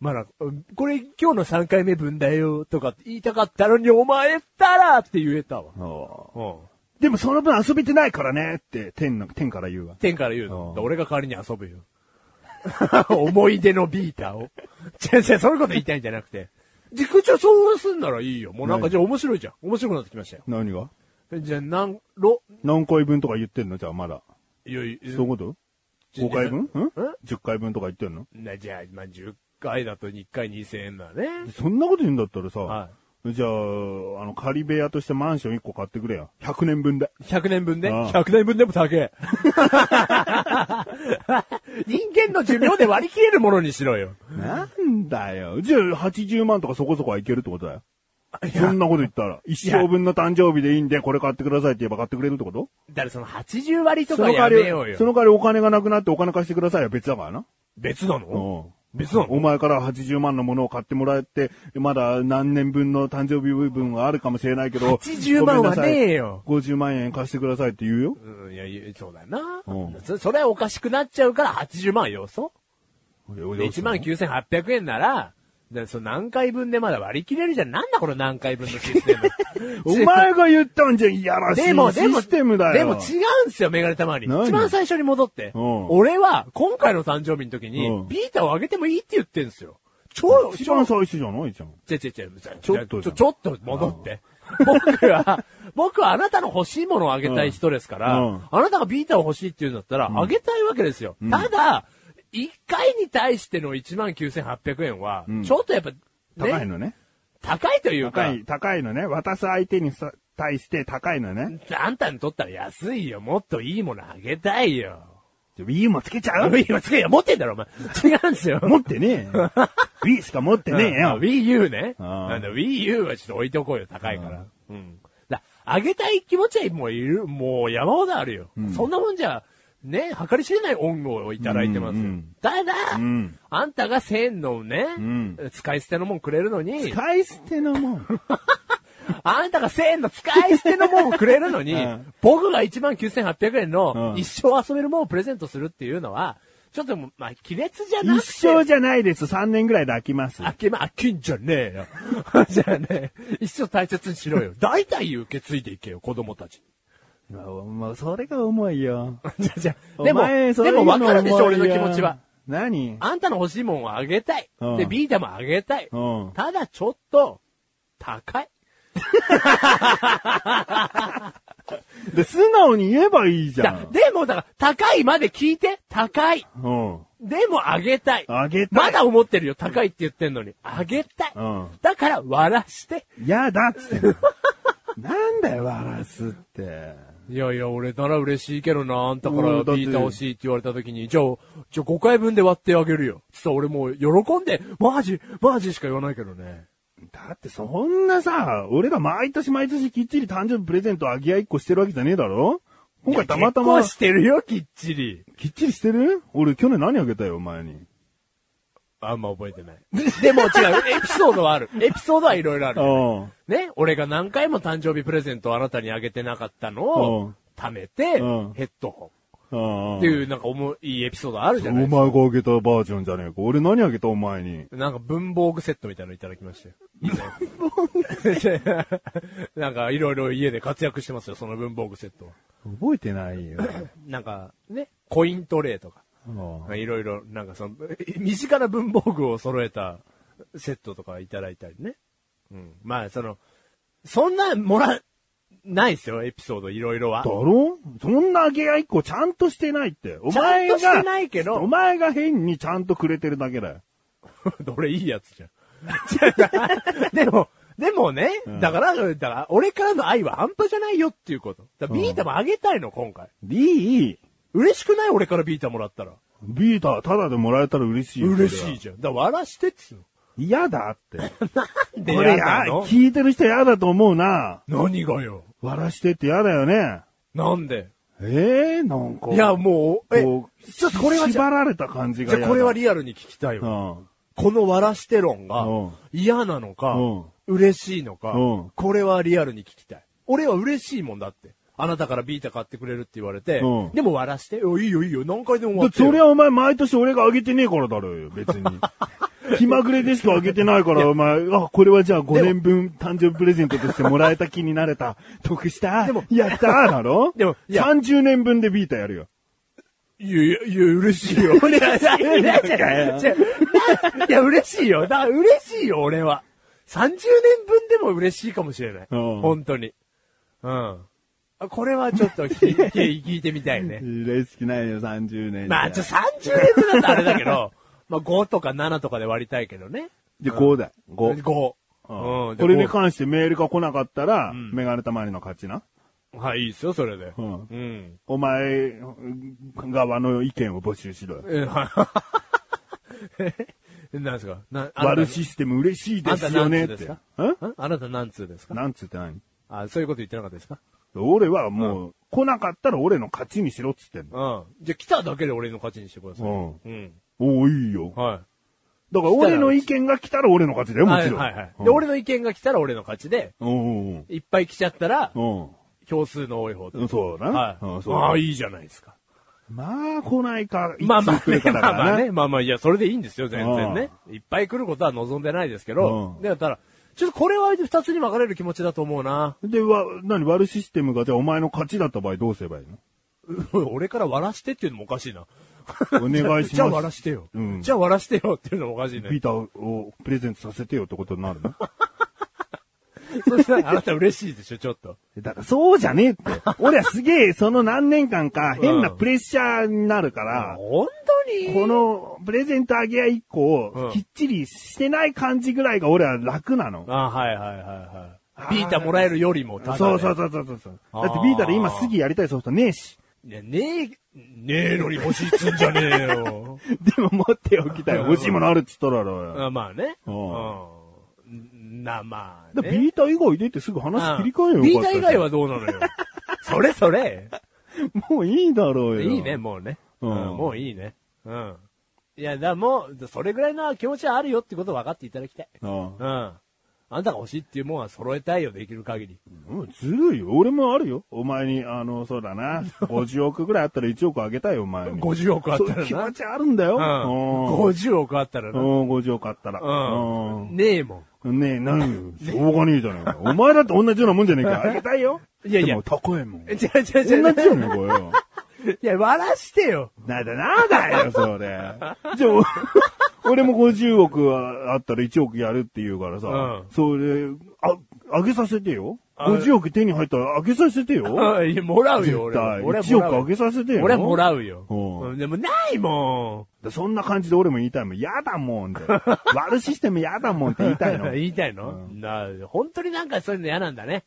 [SPEAKER 1] まだ、うんこれ今日の3回目分だよ。とかって言いたかったのにお前ったらって言えたわ。
[SPEAKER 2] おう
[SPEAKER 1] うん。
[SPEAKER 2] でもその分遊びてないからねって天の、天から言うわ。
[SPEAKER 1] 天から言う
[SPEAKER 2] う
[SPEAKER 1] の
[SPEAKER 2] ん。
[SPEAKER 1] で俺が代わりに遊ぶよ。 (laughs) 思い出のビーターを。違う違う、そういうこと言いたいんじゃなくて。じゃあ、じゃあそうすんならいいよ。もうなんか、
[SPEAKER 2] 何
[SPEAKER 1] じゃあ面白いじゃん。面白くなってきましたよ。
[SPEAKER 2] 何が
[SPEAKER 1] じゃあ、なん、ろ、
[SPEAKER 2] 何回分とか言ってんのじゃあまだ。
[SPEAKER 1] いやいや
[SPEAKER 2] そういうこと ?5 回分ん
[SPEAKER 1] え
[SPEAKER 2] ?10 回分とか言ってんの
[SPEAKER 1] な、じゃあ、まあ、10回だと1回2000円だね。
[SPEAKER 2] そんなこと言うんだったらさ、
[SPEAKER 1] は
[SPEAKER 2] じゃあ、あの、仮部屋としてマンション1個買ってくれよ。100年分で。
[SPEAKER 1] 100年分で、
[SPEAKER 2] ああ
[SPEAKER 1] ?100 年分でも高え。 (laughs) 人間の寿命で割り切れるものにしろよ。
[SPEAKER 2] なんだよ。じゃあ、80万とかそこそこはいけるってことだよ。そんなこと言ったら。一生分の誕生日でいいんで、これ買ってくださいって言えば買ってくれるってこと
[SPEAKER 1] だからその80割と
[SPEAKER 2] そ
[SPEAKER 1] か
[SPEAKER 2] の代
[SPEAKER 1] や
[SPEAKER 2] わ
[SPEAKER 1] めよう
[SPEAKER 2] り、
[SPEAKER 1] よ。
[SPEAKER 2] その代わりお金がなくなってお金貸してくださいは別だからな。
[SPEAKER 1] 別な
[SPEAKER 2] う
[SPEAKER 1] の
[SPEAKER 2] ん。
[SPEAKER 1] 別なの
[SPEAKER 2] お前から80万のものを買ってもらって、まだ何年分の誕生日分はあるかもしれないけど。
[SPEAKER 1] 80万はねえよ
[SPEAKER 2] ごめんなさい50万円貸してくださいって言うよ。
[SPEAKER 1] うん、いやいや、そうだよな、
[SPEAKER 2] うん。
[SPEAKER 1] そ。それはおかしくなっちゃうから80万よそで19,800円なら、でその何回分でまだ割り切れるじゃん。なんだこの何回分のシステム
[SPEAKER 2] (laughs)
[SPEAKER 1] (laughs)
[SPEAKER 2] お前が言ったんじゃん、いやらしい
[SPEAKER 1] でも、でも、
[SPEAKER 2] システムだよ。
[SPEAKER 1] でも違うんですよ、メガネたまに。
[SPEAKER 2] 何
[SPEAKER 1] 一番最初に戻って。
[SPEAKER 2] うん
[SPEAKER 1] 俺は、今回の誕生日の時に、
[SPEAKER 2] うん
[SPEAKER 1] ビータをあげてもいいって言ってんすよ。超、
[SPEAKER 2] 一
[SPEAKER 1] 超
[SPEAKER 2] 番、最初じゃないじゃん。
[SPEAKER 1] ちょ、ちょ、ちょ、ちょ、
[SPEAKER 2] ちょっとじ
[SPEAKER 1] ち
[SPEAKER 2] ゃ
[SPEAKER 1] ょ、
[SPEAKER 2] ん
[SPEAKER 1] ちょっと戻って。僕は、僕はあなたの欲しいものをあげたい人ですから、
[SPEAKER 2] うんうん
[SPEAKER 1] あなたがビータを欲しいって言うんだったら、あげたいわけですよ。ただ、1回に対しての19,800円は、
[SPEAKER 2] ん
[SPEAKER 1] ちょっとやっぱ、ね
[SPEAKER 2] 高いのね。
[SPEAKER 1] 高いという
[SPEAKER 2] 高
[SPEAKER 1] か、
[SPEAKER 2] い、高いのね。渡す相手にさ対して高いのね。
[SPEAKER 1] あんたにとったら安いよ。もっといいものあげたいよ。
[SPEAKER 2] ウィーもつけちゃ
[SPEAKER 1] あ
[SPEAKER 2] う
[SPEAKER 1] の Wii はつけよ、持ってんだろ、お前。違うんですよ。
[SPEAKER 2] 持っ
[SPEAKER 1] (laughs)
[SPEAKER 2] てねえ。ウィーしか持ってねえ
[SPEAKER 1] あ
[SPEAKER 2] よ。
[SPEAKER 1] Wii U ね。
[SPEAKER 2] うん
[SPEAKER 1] なんだ、Wii U はちょっと置いておこうよ、高いから。うん。だ、あげたい気持ちはもういる、もう山ほどあるよ。そんなもんじゃ、ね、計り知れない恩をいただいてますよ。
[SPEAKER 2] うんうん
[SPEAKER 1] ただ、
[SPEAKER 2] ん
[SPEAKER 1] あんたが1000のね、
[SPEAKER 2] ん
[SPEAKER 1] 使い捨てのもんくれるのに、
[SPEAKER 2] 使い捨てのもん。
[SPEAKER 1] あんたが1000の使い捨てのもんをくれるのに、
[SPEAKER 2] (laughs) うん
[SPEAKER 1] 僕が19,800円
[SPEAKER 2] う
[SPEAKER 1] の
[SPEAKER 2] ん
[SPEAKER 1] 一生遊べるもんをプレゼントするっていうのは、ちょっともう、まあ、亀裂じゃなく
[SPEAKER 2] 一
[SPEAKER 1] て。
[SPEAKER 2] 生じゃないです。3年ぐらいで飽きます。
[SPEAKER 1] あけま、あけんじゃねえよ。 (laughs) じゃあね、一生大切にしろよ。代々受け継いでいけよ、子供たち (laughs) に。
[SPEAKER 2] もうそれが重いよ。
[SPEAKER 1] じゃあじゃあ (laughs) でも、
[SPEAKER 2] お前
[SPEAKER 1] で
[SPEAKER 2] そういう
[SPEAKER 1] も分かるでしょ、
[SPEAKER 2] 重い
[SPEAKER 1] 俺
[SPEAKER 2] よ
[SPEAKER 1] の気持ちは。。
[SPEAKER 2] 何
[SPEAKER 1] あんたの欲しいもんはあげたい。
[SPEAKER 2] うん
[SPEAKER 1] で、ビータもあげたい。
[SPEAKER 2] うん
[SPEAKER 1] ただちょっと、高い。
[SPEAKER 2] で、素直に言えばいいじゃ
[SPEAKER 1] だ
[SPEAKER 2] ん。
[SPEAKER 1] でも、だから、高いまで聞いて、高い。
[SPEAKER 2] うん。
[SPEAKER 1] でも、あげたい。
[SPEAKER 2] あげたい
[SPEAKER 1] まだ思ってるよ、高いって言ってんのに。あげたい。
[SPEAKER 2] うん
[SPEAKER 1] だから、割らして。
[SPEAKER 2] やだっつってん (laughs) の。なんだよ、笑わすって。
[SPEAKER 1] いやいや、俺なら嬉しいけどな、あんたか
[SPEAKER 2] う
[SPEAKER 1] ら
[SPEAKER 2] んだって
[SPEAKER 1] ビータ欲しいって言われた時に、じゃあ、じゃあ5回分で割ってあげるよ。つったら俺もう喜んで、マジ、マジしか言わないけどね。
[SPEAKER 2] だってそんなさ、俺が毎年毎年きっちり誕生日プレゼントあげ合いっこしてるわけじゃねえだろ今回たまた
[SPEAKER 1] いや
[SPEAKER 2] ま、
[SPEAKER 1] 結構してるよ、きっちり。
[SPEAKER 2] きっちりしてる俺去年何あげたよ、お前に。
[SPEAKER 1] あんま覚えて
[SPEAKER 2] (laughs)
[SPEAKER 1] ない。でも違う、エピソードはある。エピソードはいろいろある。
[SPEAKER 2] うん。
[SPEAKER 1] ね、俺が何回も誕生日プレゼントをあなたにあげてなかったのを
[SPEAKER 2] うん、
[SPEAKER 1] 貯めて、ヘ
[SPEAKER 2] うん
[SPEAKER 1] ッドホ
[SPEAKER 2] うん。
[SPEAKER 1] ン。っていう、なんか重いエピソードあるじゃない
[SPEAKER 2] お
[SPEAKER 1] ですか。
[SPEAKER 2] 前があげたバージョンじゃねえか。俺何あげたお前に。
[SPEAKER 1] なんか文房具セットみたいなのいただきましたよ。 (laughs) なんかいろいろ家で活躍してますよ、その文房具セットは。
[SPEAKER 2] 覚えてな
[SPEAKER 1] (laughs)
[SPEAKER 2] いよ。
[SPEAKER 1] なんかね、コイントレーとか、
[SPEAKER 2] うん
[SPEAKER 1] いろいろ、なんかその、身近な文房具を揃えたセットとかいただいたりね。うん。まあその、そんなもら、ないですよ、エピソードいろいろは
[SPEAKER 2] だ。ろそんなあげ合いっこちゃんとしてないって。お前が、
[SPEAKER 1] ちゃんとしてないけど
[SPEAKER 2] お前が変にちゃんとくれてるだけだよ。
[SPEAKER 1] (laughs) どれいいやつじゃん。 (laughs) でも、でもね、だから、だから、俺からの愛は半端じゃないよっていうこと。だからビータもあげたいの、今回。
[SPEAKER 2] D、
[SPEAKER 1] 嬉しくない俺からビータもらったら。
[SPEAKER 2] ビータータダでもらえたら嬉しいよ。
[SPEAKER 1] 嬉しいじゃん。だから笑してっつう
[SPEAKER 2] い。嫌
[SPEAKER 1] (laughs)
[SPEAKER 2] だって。
[SPEAKER 1] の。
[SPEAKER 2] これや、聞いてる人嫌だと思うな。
[SPEAKER 1] 何がよ。
[SPEAKER 2] 笑らしてって嫌だよね。
[SPEAKER 1] なんで
[SPEAKER 2] ええなんか。
[SPEAKER 1] いや、もう、え、
[SPEAKER 2] こう
[SPEAKER 1] ちょっとこれはじゃ
[SPEAKER 2] 縛られた感じが
[SPEAKER 1] じ
[SPEAKER 2] 嫌
[SPEAKER 1] ゃ
[SPEAKER 2] だ。
[SPEAKER 1] あこれはリアルに聞きたいわ。この笑して論が
[SPEAKER 2] うん
[SPEAKER 1] 嫌なのか
[SPEAKER 2] うん、
[SPEAKER 1] 嬉しいのか
[SPEAKER 2] うん、
[SPEAKER 1] これはリアルに聞きたい。俺は嬉しいもんだって。あなたからビータ買ってくれるって言われて
[SPEAKER 2] うん、
[SPEAKER 1] でも笑して、おいいよいいよ、何回でも
[SPEAKER 2] うん。
[SPEAKER 1] 笑
[SPEAKER 2] だ
[SPEAKER 1] ってよ。
[SPEAKER 2] そりゃお前毎年俺があげてねえからだろうよ、別 (laughs) に。気まぐれでしかあげてないから、お前、あ、これはじゃあ5年分誕生日プレゼントとしてもらえた気になれた。得した。
[SPEAKER 1] でも
[SPEAKER 2] (laughs) やったーだろ
[SPEAKER 1] でもいや
[SPEAKER 2] 30年分でビータやるよ。
[SPEAKER 1] いやいや、いや、嬉しいよ。嬉しいよ。いや、いや、嬉しいよ。だから嬉しいよ、俺は。30年分でも嬉しいかもしれない。
[SPEAKER 2] うん
[SPEAKER 1] 本当に。うん。あこれはちょっと聞い聞い聞いてみたいね。
[SPEAKER 2] 嬉しくないよ、30年
[SPEAKER 1] まあ、ちょ、30年分だとあれだけど、 (laughs) まあ、5とか7とかで割りたいけどね。
[SPEAKER 2] じゃあ5だ。5。
[SPEAKER 1] 5。う
[SPEAKER 2] う
[SPEAKER 1] んん。
[SPEAKER 2] これに
[SPEAKER 1] か。
[SPEAKER 2] 関してメールが来なかったら、メガネたまりの勝ちな。
[SPEAKER 1] はい、いいですよ、それで。
[SPEAKER 2] う
[SPEAKER 1] うんん。
[SPEAKER 2] お前側の意見を募集しろよ。
[SPEAKER 1] (laughs) うん。なんですかなあなた
[SPEAKER 2] 割るシステム嬉しいですよねって。ん
[SPEAKER 1] あなた何通ですかんあなた何通ですか
[SPEAKER 2] なんつって何
[SPEAKER 1] あそういうこと言ってなかったですか
[SPEAKER 2] 俺はもう、来なかったら俺の勝ちにしろっつってんの。
[SPEAKER 1] うん。じゃあ来ただけで俺の勝ちにしてください。
[SPEAKER 2] うん。
[SPEAKER 1] うん。
[SPEAKER 2] おーいいよ。
[SPEAKER 1] は
[SPEAKER 2] だから俺の意見が来たら俺の勝ちだ
[SPEAKER 1] い。
[SPEAKER 2] よ、もちろん。
[SPEAKER 1] はいはいはい。
[SPEAKER 2] うん
[SPEAKER 1] で、俺の意見が来たら俺の勝ちで、
[SPEAKER 2] うんうん
[SPEAKER 1] いっぱい来ちゃったら、
[SPEAKER 2] うん。
[SPEAKER 1] 票数の多い方で
[SPEAKER 2] うん。そうだな。
[SPEAKER 1] はい。
[SPEAKER 2] うん、そう
[SPEAKER 1] まあ
[SPEAKER 2] だ
[SPEAKER 1] いいじゃないですか。
[SPEAKER 2] まあ、来ないか、い
[SPEAKER 1] まあま
[SPEAKER 2] つ
[SPEAKER 1] あ
[SPEAKER 2] 来
[SPEAKER 1] ね
[SPEAKER 2] る、かだ
[SPEAKER 1] ま
[SPEAKER 2] か
[SPEAKER 1] あまあ
[SPEAKER 2] ら
[SPEAKER 1] ね、
[SPEAKER 2] ね。
[SPEAKER 1] まあまあ、いや、それでいいんですよ、全然ね。いっぱい来ることは望んでないですけど
[SPEAKER 2] う、ん
[SPEAKER 1] で、だから、ちょっとこれは二つに分かれる気持ちだと思うな。 (laughs)
[SPEAKER 2] で、わ、なに、割るシステムが、じゃあお前の勝ちだった場合どうすればいいの
[SPEAKER 1] 俺から割らしてっていうのもおかしいな。
[SPEAKER 2] お願いしま
[SPEAKER 1] (laughs)
[SPEAKER 2] す。
[SPEAKER 1] じゃあ割らしてよ
[SPEAKER 2] う。ん
[SPEAKER 1] じゃあ割らしてよっていうのもおかしいね
[SPEAKER 2] ビ。ーターをプレゼントさせてよってことになるの
[SPEAKER 1] そしたらあなた嬉しいでしょ、ちょっ
[SPEAKER 2] (laughs)
[SPEAKER 1] と。
[SPEAKER 2] (laughs) だからそうじゃねえって。俺はすげえ、その何年間か変なプレッシャーになるから、
[SPEAKER 1] 本当に
[SPEAKER 2] このプレゼントあげ合い以降、
[SPEAKER 1] うん
[SPEAKER 2] きっちりしてない感じぐらいが俺は楽なの。
[SPEAKER 1] あ、はいはいはい
[SPEAKER 2] あ
[SPEAKER 1] は
[SPEAKER 2] ー
[SPEAKER 1] い。ビータもらえるよりも、ただで
[SPEAKER 2] そうそうそうそうそう。
[SPEAKER 1] あ
[SPEAKER 2] だ
[SPEAKER 1] ー
[SPEAKER 2] ってビータで今すぐやりたいソフトねえ
[SPEAKER 1] (laughs)
[SPEAKER 2] し。
[SPEAKER 1] いや、ねえ、ねえのに欲しいっつんじゃねえ
[SPEAKER 2] (laughs)
[SPEAKER 1] よ。
[SPEAKER 2] でも持っておきたい。 (laughs) 欲しいものあるっつったらよ。
[SPEAKER 1] あまあね。
[SPEAKER 2] うん
[SPEAKER 1] うん。な、まあ、
[SPEAKER 2] だ
[SPEAKER 1] ね。
[SPEAKER 2] ビータ以外出てすぐ話切り替えよ
[SPEAKER 1] うんビータ以外
[SPEAKER 2] は。
[SPEAKER 1] はどうな
[SPEAKER 2] (laughs)
[SPEAKER 1] のよ。それそれ。
[SPEAKER 2] もういいだろうよ。
[SPEAKER 1] いいね、。もうね。
[SPEAKER 2] う
[SPEAKER 1] うんん、もういいね。うん。いや、だ、もう、それぐらいの気持ちはあるよってことを分かっていただきたい。
[SPEAKER 2] あ
[SPEAKER 1] うん。あんたが欲しいっていうもんは揃えたいよ、できる限り。
[SPEAKER 2] うん、ずるいよ。俺もあるよ。お前に、あの、そうだな。50億
[SPEAKER 1] (laughs)
[SPEAKER 2] ぐらいあったら1億あげたいよ、お前に。
[SPEAKER 1] 50億あっ
[SPEAKER 2] そう
[SPEAKER 1] た
[SPEAKER 2] いう
[SPEAKER 1] ら
[SPEAKER 2] 気
[SPEAKER 1] な
[SPEAKER 2] 持。ちあるんだ
[SPEAKER 1] う
[SPEAKER 2] よ。うん
[SPEAKER 1] ん。50億あったら
[SPEAKER 2] う
[SPEAKER 1] な。
[SPEAKER 2] ん、50億あったら。
[SPEAKER 1] うん。
[SPEAKER 2] う
[SPEAKER 1] ねえ
[SPEAKER 2] (laughs)
[SPEAKER 1] もん。
[SPEAKER 2] ん。ねえ、何よ。しょうがねえじゃねえか。お前だって同じようなもんじゃねえ
[SPEAKER 1] (laughs)
[SPEAKER 2] か。あげたいよ。
[SPEAKER 1] いやいや
[SPEAKER 2] でも高いもん。
[SPEAKER 1] え
[SPEAKER 2] 同
[SPEAKER 1] 違う違う
[SPEAKER 2] じ
[SPEAKER 1] 違う。
[SPEAKER 2] よね、こ
[SPEAKER 1] (laughs)
[SPEAKER 2] れよ。
[SPEAKER 1] いや、笑わしてよ。
[SPEAKER 2] なんだ、なんだよ、それ。 (laughs) じゃあお、俺も50億あったら1億やるって言うからさ、
[SPEAKER 1] うん
[SPEAKER 2] それ、あ、あげさせてよ。
[SPEAKER 1] あ
[SPEAKER 2] 50億手に入ったらあげさせてよ。
[SPEAKER 1] うんいやもらう
[SPEAKER 2] 絶対。
[SPEAKER 1] よ、 (laughs) 俺は。俺は
[SPEAKER 2] 1
[SPEAKER 1] もら
[SPEAKER 2] 億
[SPEAKER 1] う
[SPEAKER 2] あげさせてよ。
[SPEAKER 1] 俺はも
[SPEAKER 2] う。
[SPEAKER 1] らうよ。
[SPEAKER 2] うん
[SPEAKER 1] うんでもないも
[SPEAKER 2] そんな感じで俺も言いたいもん。やだも
[SPEAKER 1] (laughs)
[SPEAKER 2] んって。悪システムやだもん (laughs) って言いたいの
[SPEAKER 1] ん。。 (laughs) 言いたいのな本当になんかそういうの嫌なんだね。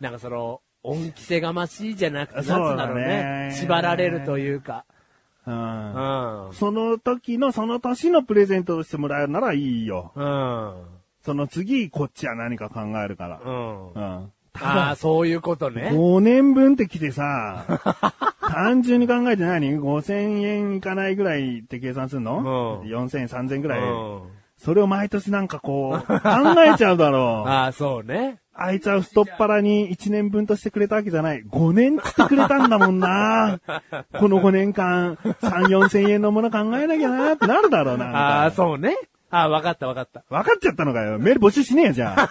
[SPEAKER 1] なんかその、恩着せがましいじゃなくて、なんつうんだろう
[SPEAKER 2] そうだね
[SPEAKER 1] ね。縛られるというか。
[SPEAKER 2] うん
[SPEAKER 1] うん。
[SPEAKER 2] その時のその年のプレゼントをしてもらうならいいよ。
[SPEAKER 1] うん。
[SPEAKER 2] その次、こっちは何か考えるから
[SPEAKER 1] う。
[SPEAKER 2] (laughs)
[SPEAKER 1] ん。
[SPEAKER 2] うん。
[SPEAKER 1] ああ、そういうことね。
[SPEAKER 2] 5年分って来てさ、 (laughs) 単純に考えて何 ?5000 円いかないぐらいって計算するの、
[SPEAKER 1] うん
[SPEAKER 2] ?4000 円、3000円ぐ
[SPEAKER 1] う
[SPEAKER 2] らい、
[SPEAKER 1] ん。
[SPEAKER 2] それを毎年なんかこう、考えちゃう
[SPEAKER 1] (laughs)
[SPEAKER 2] だろう。
[SPEAKER 1] ああ、そうね。
[SPEAKER 2] あいつは太っ腹に1年分としてくれたわけじゃない。5年つってくれたんだも
[SPEAKER 1] (laughs)
[SPEAKER 2] んな。この5年間、3、4000円のもの考えなきゃなってなるだろうな。
[SPEAKER 1] ああ、そうね。ああ、わかったわかった。 (laughs)
[SPEAKER 2] 分かっちゃったのかよ。メール募集しねえよ、じゃあ。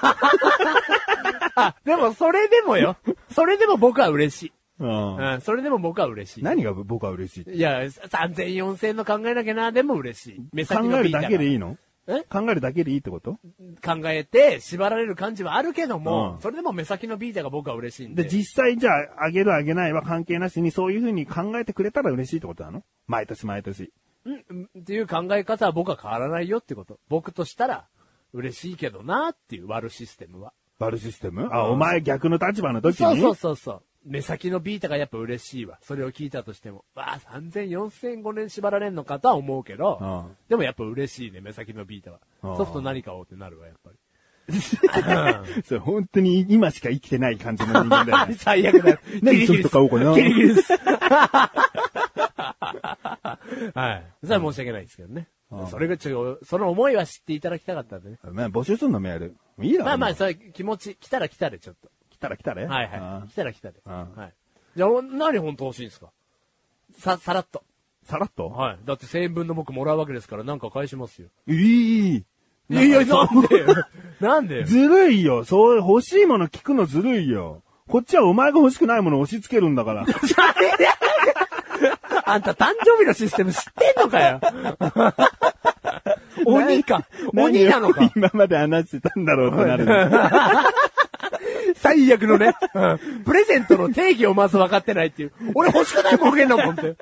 [SPEAKER 1] あ、でもそれでもよ。それでも僕は嬉しい。 (laughs)
[SPEAKER 2] うん
[SPEAKER 1] うん、それでも僕は嬉しい。
[SPEAKER 2] 何が僕は嬉しいって
[SPEAKER 1] いや、3000、4000の考えなきゃな、でも嬉しい。目
[SPEAKER 2] 考
[SPEAKER 1] 先の
[SPEAKER 2] え
[SPEAKER 1] ビー
[SPEAKER 2] る
[SPEAKER 1] タ
[SPEAKER 2] だけで
[SPEAKER 1] い
[SPEAKER 2] いいの
[SPEAKER 1] え
[SPEAKER 2] 考えるだけでいいってこと
[SPEAKER 1] 考えて、縛られる感じはあるけども、
[SPEAKER 2] うん
[SPEAKER 1] それでも目先のビータが僕は嬉しいんで。
[SPEAKER 2] で、実際じゃあ、あげるあげないは関係なしに、そういうふうに考えてくれたら嬉しいってことなの毎年毎年。
[SPEAKER 1] うんうん、っていう考え方は僕は変わらないよってこと。僕としたら、嬉しいけどなっていう割るシステムは。
[SPEAKER 2] バルシステムあ、お前逆の立場の時に。
[SPEAKER 1] そうそうそうそう。目先のビータがやっぱ嬉しいわ。それを聞いたとしても。わあ、3000、4000、5年縛られんのかとは思うけど、
[SPEAKER 2] うん
[SPEAKER 1] でもやっぱ嬉しいね、目先のビータは。
[SPEAKER 2] うん
[SPEAKER 1] ソフト何かをってなるわ、やっぱり。
[SPEAKER 2] それ本当に今しか生きてない感じの人間だよね。
[SPEAKER 1] (laughs) 最悪だよ。
[SPEAKER 2] 何ソフト買おうかな
[SPEAKER 1] ギリギリです。はい。それは申し訳ないですけどね。それがちょ、その思いは知っていただきたかったんでね。
[SPEAKER 2] (laughs) まあ、募集するのメール。いいだろ。
[SPEAKER 1] まあまあ、
[SPEAKER 2] も
[SPEAKER 1] それ気持ち、来たら来たで、ちょっと。
[SPEAKER 2] う来たら来たら
[SPEAKER 1] はい
[SPEAKER 2] あ
[SPEAKER 1] はい。
[SPEAKER 2] ー
[SPEAKER 1] 来たら来たで。
[SPEAKER 2] うん
[SPEAKER 1] はい。じゃあ、お何本当欲しいんですかさ、さらっと。
[SPEAKER 2] さらっと
[SPEAKER 1] はい。だって1000円分の僕もらうわけですから、なんか返しますよ。
[SPEAKER 2] いい。
[SPEAKER 1] いやいや、なんでなんで
[SPEAKER 2] ずるいよ。そう、欲しいもの聞くのずるいよ。こっちはお前が欲しくないものを押し付けるんだから。
[SPEAKER 1] (laughs) あんた誕生日のシステム知ってんのか (laughs) よ鬼か。鬼なのか
[SPEAKER 2] 何を。今まで話してたんだろうとなる。
[SPEAKER 1] (laughs) 最悪のね、うんプレゼントの定義をまず分かってないっていう。俺欲しくない冒険だもんって。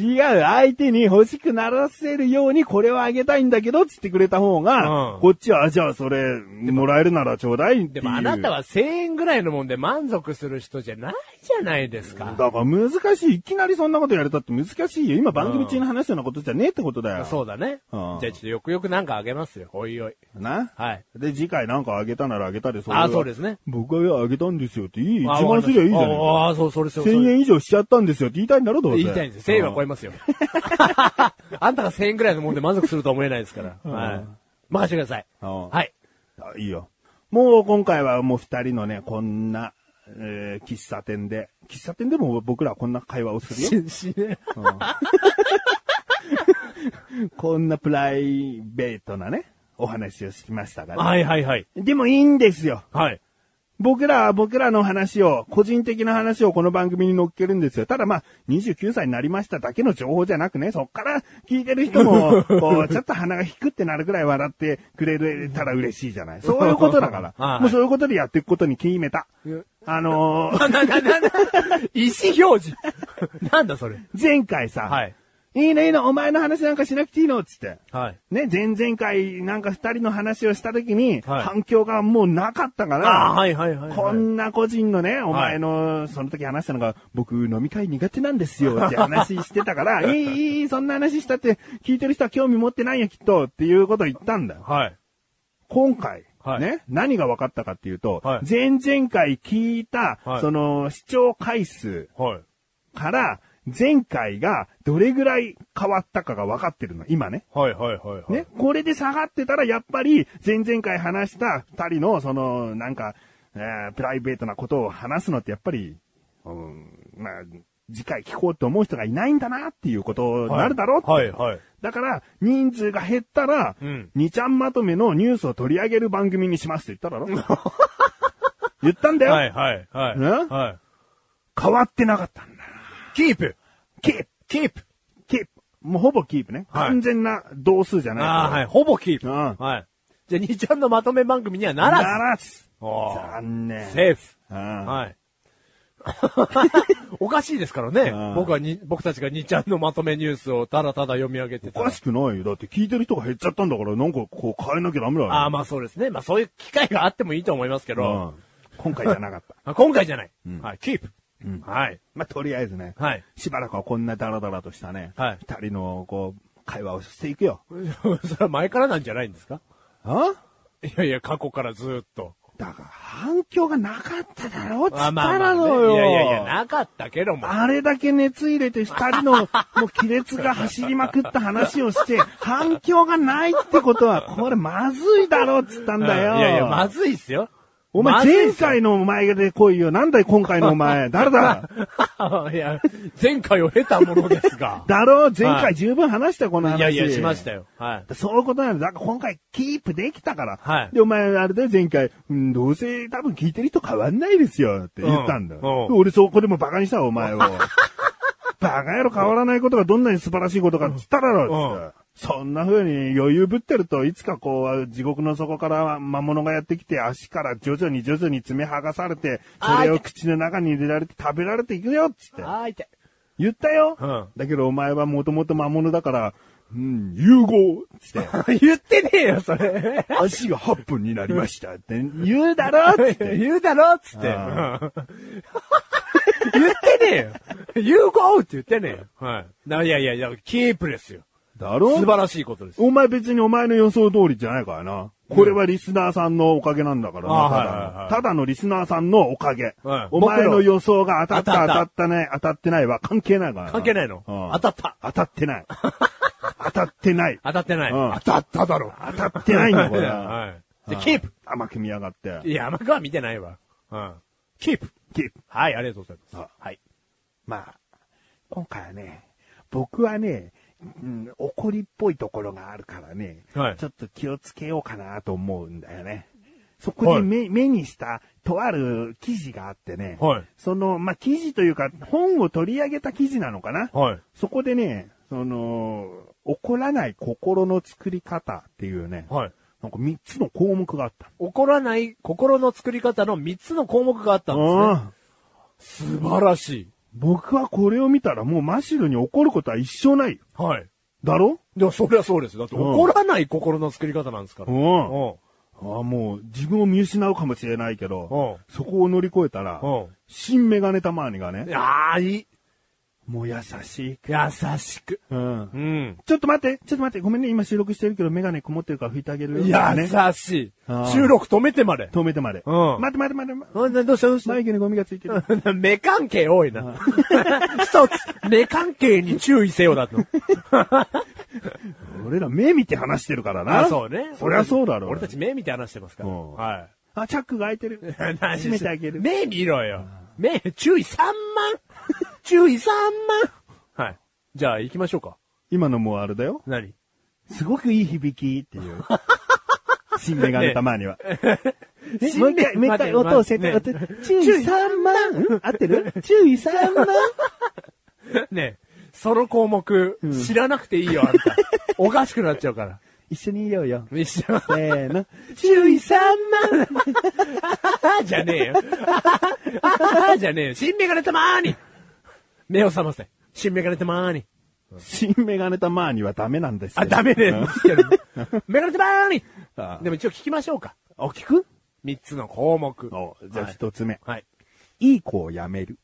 [SPEAKER 2] 違う、相手に欲しくならせるようにこれをあげたいんだけど、つってくれた方が、
[SPEAKER 1] うん
[SPEAKER 2] こっちは、あじゃあそれ、もらえるならちょうだいってい
[SPEAKER 1] (laughs) で
[SPEAKER 2] う。
[SPEAKER 1] もあなたは1000円ぐらいのもんで満足する人じゃないじゃないですか。
[SPEAKER 2] だから難しい。いきなりそんなことやれたって難しいよ。今番組中に話したようなことじゃねえってことだよ。
[SPEAKER 1] そうだね。じ
[SPEAKER 2] うん
[SPEAKER 1] ゃあちょっとよくよくなんかあげますよ。おいおい。
[SPEAKER 2] な。
[SPEAKER 1] はい。
[SPEAKER 2] で、次回なんかあげたならあげたで、そ
[SPEAKER 1] あそうですね。
[SPEAKER 2] 僕はあげたんですよっていい。一
[SPEAKER 1] あ
[SPEAKER 2] 万すりゃいいじゃない
[SPEAKER 1] ああ、そう、それそれ。それ
[SPEAKER 2] 1000円以上しちゃったんですよって言いたいんだろ、どうせ。
[SPEAKER 1] 言いたいんですよ。1000円は超え
[SPEAKER 2] ま
[SPEAKER 1] ますよ。 (laughs) あんたが1000円ぐらいのもんで満足するとは思えないですから。はい。任せてください。
[SPEAKER 2] うん
[SPEAKER 1] はい。
[SPEAKER 2] あいいよ。もう今回はもう二人のね、こんな、えー、喫茶店で。喫茶店でも僕らはこんな会話をするよ。こんなプライベートなね、お話をしましたか
[SPEAKER 1] (laughs)
[SPEAKER 2] ら。
[SPEAKER 1] はいはいはい。
[SPEAKER 2] でもいいんですよ。
[SPEAKER 1] はい。
[SPEAKER 2] 僕らは僕らの話を、個人的な話をこの番組に乗っけるんですよ。ただまあ、29歳になりましただけの情報じゃなくね、そっから聞いてる
[SPEAKER 1] (laughs)
[SPEAKER 2] 人も、こう、ちょっと鼻が引くってなるくらい笑ってくれたら嬉しいじゃない。そういうことだか
[SPEAKER 1] (laughs) は
[SPEAKER 2] ら。
[SPEAKER 1] い
[SPEAKER 2] もうそういうことでやっていくことに決めた。あのー
[SPEAKER 1] な、な、な、な、意思表示。なんだそれ。
[SPEAKER 2] 前回さ、
[SPEAKER 1] はい。
[SPEAKER 2] いいのいいの、お前の話なんかしなくていいのっつって。
[SPEAKER 1] はい。
[SPEAKER 2] ね、前々回なんか二人の話をした時に、
[SPEAKER 1] はい
[SPEAKER 2] 反響がもうなかったから、
[SPEAKER 1] ああ、はいはいはいはい。
[SPEAKER 2] こんな個人のね、お前の、その時話したのが、僕飲み会苦手なんですよ
[SPEAKER 1] (laughs)
[SPEAKER 2] って話してたから、いいいい、いい、そんな話したって聞いてる人は興味持ってないよきっとっていうことを言ったんだよ。
[SPEAKER 1] はい。
[SPEAKER 2] 今回、
[SPEAKER 1] はい
[SPEAKER 2] ね、何が分かったかっていうと、
[SPEAKER 1] はい
[SPEAKER 2] 前々回聞いた、
[SPEAKER 1] はい
[SPEAKER 2] その視聴回数
[SPEAKER 1] はい。
[SPEAKER 2] から、前回がどれぐらい変わったかが分かってるの、今ね。
[SPEAKER 1] はいはいはいはい。
[SPEAKER 2] ね、これで下がってたら、やっぱり、前々回話した二人の、その、なんか、えープライベートなことを話すのって、やっぱり、うん、まあ、次回聞こうと思う人がいないんだなっていうことに
[SPEAKER 1] はい。
[SPEAKER 2] なるだろうって
[SPEAKER 1] はいはい。
[SPEAKER 2] だから、人数が減ったら、
[SPEAKER 1] うん
[SPEAKER 2] 2ちゃんまとめのニュースを取り上げる番組にしますって言っただ
[SPEAKER 1] (laughs)
[SPEAKER 2] ろ言ったんだよ、
[SPEAKER 1] はいはいはい。
[SPEAKER 2] ね
[SPEAKER 1] は
[SPEAKER 2] 変わってなかったんだな。
[SPEAKER 1] い。キープ
[SPEAKER 2] キープ
[SPEAKER 1] キープ
[SPEAKER 2] キープもうほぼキープね。
[SPEAKER 1] はい
[SPEAKER 2] 完全な同数じゃない。
[SPEAKER 1] ああ、はい。ほぼキープ。
[SPEAKER 2] うん
[SPEAKER 1] はい。じゃあ、兄ちゃんのまとめ番組にはなら
[SPEAKER 2] な
[SPEAKER 1] ず。
[SPEAKER 2] らず
[SPEAKER 1] おー
[SPEAKER 2] 残念。
[SPEAKER 1] セーフ。
[SPEAKER 2] うん
[SPEAKER 1] はい。おかしいですからね
[SPEAKER 2] うん。
[SPEAKER 1] 僕はに、僕たちが兄ちゃんのまとめニュースをただただ読み上げてた
[SPEAKER 2] お
[SPEAKER 1] ら
[SPEAKER 2] か。しくないよ。だって聞いてる人が減っちゃったんだから、なんかこう変えなきゃダメだよ。
[SPEAKER 1] ああ、まあそうですね。まあそういう機会があってもいいと思いますけ
[SPEAKER 2] う
[SPEAKER 1] ど。
[SPEAKER 2] ん今回じゃなかった。 (laughs)
[SPEAKER 1] あ今回じゃない。
[SPEAKER 2] ん
[SPEAKER 1] はい。キープ。
[SPEAKER 2] うん
[SPEAKER 1] はい。
[SPEAKER 2] まあ、とりあえずね。
[SPEAKER 1] はい。 (laughs)
[SPEAKER 2] しばらくはこんなダラダラとしたね。
[SPEAKER 1] はい
[SPEAKER 2] 二人の、こう、会話をしていくよ。
[SPEAKER 1] それは前からなんじゃないんですか
[SPEAKER 2] あ
[SPEAKER 1] いやいや、過去からずーっと。
[SPEAKER 2] だから、反響がなかっただろっつっ
[SPEAKER 1] あ
[SPEAKER 2] た
[SPEAKER 1] まあま
[SPEAKER 2] ら
[SPEAKER 1] あね
[SPEAKER 2] のよ。
[SPEAKER 1] いやいやいや、なかったけども。
[SPEAKER 2] あれだけ熱入れて二人
[SPEAKER 1] (laughs)
[SPEAKER 2] の、もう亀裂が走りまくった話をして、反響がないってことは、これまずいだろっつったんだよ。
[SPEAKER 1] いやいや、まずいっすよ。
[SPEAKER 2] お
[SPEAKER 1] ま
[SPEAKER 2] 前
[SPEAKER 1] ずい
[SPEAKER 2] 前
[SPEAKER 1] っすよ
[SPEAKER 2] 回のお前で来いよ。なんだよ今回のお前。
[SPEAKER 1] (laughs)
[SPEAKER 2] 誰だ。
[SPEAKER 1] いや、前回を経たものですが (laughs)
[SPEAKER 2] だろう前
[SPEAKER 1] は
[SPEAKER 2] 回
[SPEAKER 1] い
[SPEAKER 2] 十分話したよこの話。
[SPEAKER 1] いやいや、しましたよ。はい。
[SPEAKER 2] そういうことなんだ。だから今回キープできたから。
[SPEAKER 1] はい
[SPEAKER 2] で、お前、あれだよ、前回、うん、どうせ多分聞いてる人変わんないですよ、って言ったんだ。
[SPEAKER 1] うんうん
[SPEAKER 2] で俺そこでもバカにしたわ、お
[SPEAKER 1] (laughs)
[SPEAKER 2] 前を。バカ野郎変わらないことがどんなに素晴らしいことかっつっただろ、
[SPEAKER 1] う
[SPEAKER 2] つって。そんな風に余裕ぶってると、いつかこう、地獄の底から魔物がやってきて、足から徐々に徐々に爪剥がされて、それを口の中に入れられて食べられていくよ、つって。
[SPEAKER 1] あー、痛い。
[SPEAKER 2] 言ったよ、
[SPEAKER 1] うん
[SPEAKER 2] だけどお前はもともと魔物だから、うん、融合つって、
[SPEAKER 1] (laughs) 言ってねえよ、それ。
[SPEAKER 2] 足が8分になりましたって言うだろつって。
[SPEAKER 1] (laughs) 言うだろっつって。う
[SPEAKER 2] あ
[SPEAKER 1] ん (laughs) 言ってねえよ。融合って言ってねえよ。はい。ないやいやいや、キープですよ。
[SPEAKER 2] だ
[SPEAKER 1] 素晴
[SPEAKER 2] ろ
[SPEAKER 1] らしいことです。
[SPEAKER 2] お前別にお前の予想通りじゃないからな。これはリスナーさんのおかげなんだからな
[SPEAKER 1] あ
[SPEAKER 2] ただ
[SPEAKER 1] はいはいは
[SPEAKER 2] の
[SPEAKER 1] い
[SPEAKER 2] ただのリスナーさんのおかげ。
[SPEAKER 1] はい
[SPEAKER 2] お前の予想が当たった
[SPEAKER 1] 僕の
[SPEAKER 2] 当たったね、当たってないは関係ないからな。
[SPEAKER 1] 関係ないの
[SPEAKER 2] うん
[SPEAKER 1] 当たった。
[SPEAKER 2] 当たっ
[SPEAKER 1] (laughs)
[SPEAKER 2] てない。当たってない。
[SPEAKER 1] 当たってない。
[SPEAKER 2] うん
[SPEAKER 1] 当たっただろ。
[SPEAKER 2] 当たってないんだ、これ。
[SPEAKER 1] (laughs) はい。じゃあ、キープ。
[SPEAKER 2] 甘く見やがって。
[SPEAKER 1] いや、甘くは見てないわ。うん。キープ。
[SPEAKER 2] キープ。
[SPEAKER 1] はい、ありがとうございま
[SPEAKER 2] あ
[SPEAKER 1] す。はい。
[SPEAKER 2] まあ、今回はね、僕はね、うん、怒りっぽいところがあるからね、
[SPEAKER 1] はい
[SPEAKER 2] ちょっと気をつけようかなと思うんだよね。そこに目,、目にした、とある記事があってね、
[SPEAKER 1] はい
[SPEAKER 2] その、まあ、記事というか、本を取り上げた記事なのかな、
[SPEAKER 1] はい。
[SPEAKER 2] そこでね、その、怒らない心の作り方っていうね、
[SPEAKER 1] はい。
[SPEAKER 2] なんか3つの項目があった。
[SPEAKER 1] 怒らない心の作り方の3つの項目があったんで
[SPEAKER 2] うん
[SPEAKER 1] すね。素晴らしい。
[SPEAKER 2] 僕はこれを見たらもうマシルに怒ることは一生ない。
[SPEAKER 1] はい。
[SPEAKER 2] だろ
[SPEAKER 1] でもそりゃそうです。だって
[SPEAKER 2] うん
[SPEAKER 1] 怒らない心の作り方なんですから。
[SPEAKER 2] んあ
[SPEAKER 1] うん。
[SPEAKER 2] あもう自分を見失うかもしれないけど、
[SPEAKER 1] う
[SPEAKER 2] そこを乗り越えたら、
[SPEAKER 1] うん
[SPEAKER 2] 新メガネたまにがね
[SPEAKER 1] い、やー、いい。
[SPEAKER 2] もう優しい。
[SPEAKER 1] 優しく。
[SPEAKER 2] うん
[SPEAKER 1] うん。
[SPEAKER 2] ちょっと待って、ちょっと待って、ごめんね、今収録してるけどメガネこもってるから拭いてあげるよ。
[SPEAKER 1] 優
[SPEAKER 2] ね。
[SPEAKER 1] しい
[SPEAKER 2] あ。ー
[SPEAKER 1] 収録止めてまで。
[SPEAKER 2] 止めてまで。
[SPEAKER 1] うん
[SPEAKER 2] 待って待って待ってま。
[SPEAKER 1] うん、どうしたどうした
[SPEAKER 2] 眉毛にゴミがついてる。
[SPEAKER 1] (laughs) 目関係多いな。 (laughs) 一つ、目関係に注意せよだと。
[SPEAKER 2] 俺ら目見て話してるからな。
[SPEAKER 1] (laughs) あ、そうね。
[SPEAKER 2] そりゃそうだろうよ
[SPEAKER 1] (laughs) 俺たち目見て話してますから。
[SPEAKER 2] うん
[SPEAKER 1] は
[SPEAKER 2] あ、チャックが開いてる。
[SPEAKER 1] い。 (laughs) 何
[SPEAKER 2] 閉めてあげる。
[SPEAKER 1] 目見ろよ。目、注意3万 (laughs) 注意3万はい。じゃあ行きましょうか。
[SPEAKER 2] 今のもうあれだよ。
[SPEAKER 1] 何
[SPEAKER 2] すごくいい響きっ
[SPEAKER 1] (laughs)
[SPEAKER 2] ていう。新メガネたまには。
[SPEAKER 1] ね
[SPEAKER 2] もう一回、もう一回音を教えて。
[SPEAKER 1] ね
[SPEAKER 2] 音注意3万合って
[SPEAKER 1] (laughs)
[SPEAKER 2] る注意3万
[SPEAKER 1] ねえ、その項目、知らなくていいよ、あん (laughs) た。おかしくなっちゃうから。
[SPEAKER 2] 一緒にいようよ。
[SPEAKER 1] 一緒。
[SPEAKER 2] せーの。
[SPEAKER 1] 注意3万じゃねえよ。じゃねえよ。新メガネたまーに目を覚ませ。新メガネたまーに。
[SPEAKER 2] 新メガネたまにはダメなんですよ
[SPEAKER 1] あ、ダメね。ですけどメガネたまーに
[SPEAKER 2] ああ
[SPEAKER 1] でも一応聞きましょうか。
[SPEAKER 2] あ、聞く
[SPEAKER 1] 三つの項目。
[SPEAKER 2] おじゃあ
[SPEAKER 1] はい
[SPEAKER 2] 一つ目。
[SPEAKER 1] はい。
[SPEAKER 2] いい子をやめる。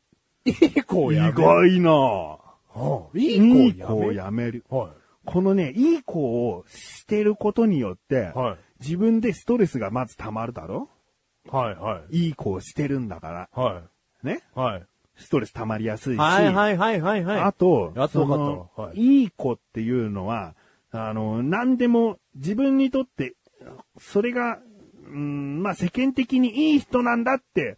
[SPEAKER 1] いい子をやめ。
[SPEAKER 2] 外な
[SPEAKER 1] はあ
[SPEAKER 2] い
[SPEAKER 1] い
[SPEAKER 2] い
[SPEAKER 1] い
[SPEAKER 2] 子
[SPEAKER 1] 子を
[SPEAKER 2] を
[SPEAKER 1] や
[SPEAKER 2] やめる。
[SPEAKER 1] め。は
[SPEAKER 2] このね、いい子をしてることによって、
[SPEAKER 1] はい
[SPEAKER 2] 自分でストレスがまず溜まるだろ
[SPEAKER 1] い。はい、はい。
[SPEAKER 2] いい子をしてるんだから、
[SPEAKER 1] は
[SPEAKER 2] ね。
[SPEAKER 1] い。はい。
[SPEAKER 2] ストレス溜まりやすいし、
[SPEAKER 1] はい、はい、はい、はい、はい。
[SPEAKER 2] あと、
[SPEAKER 1] やつ
[SPEAKER 2] そ
[SPEAKER 1] 分かった
[SPEAKER 2] の
[SPEAKER 1] わ。はい。
[SPEAKER 2] いい子っていうのは、あの、何でも自分にとって、それが、うん、まあ世間的にいい人なんだって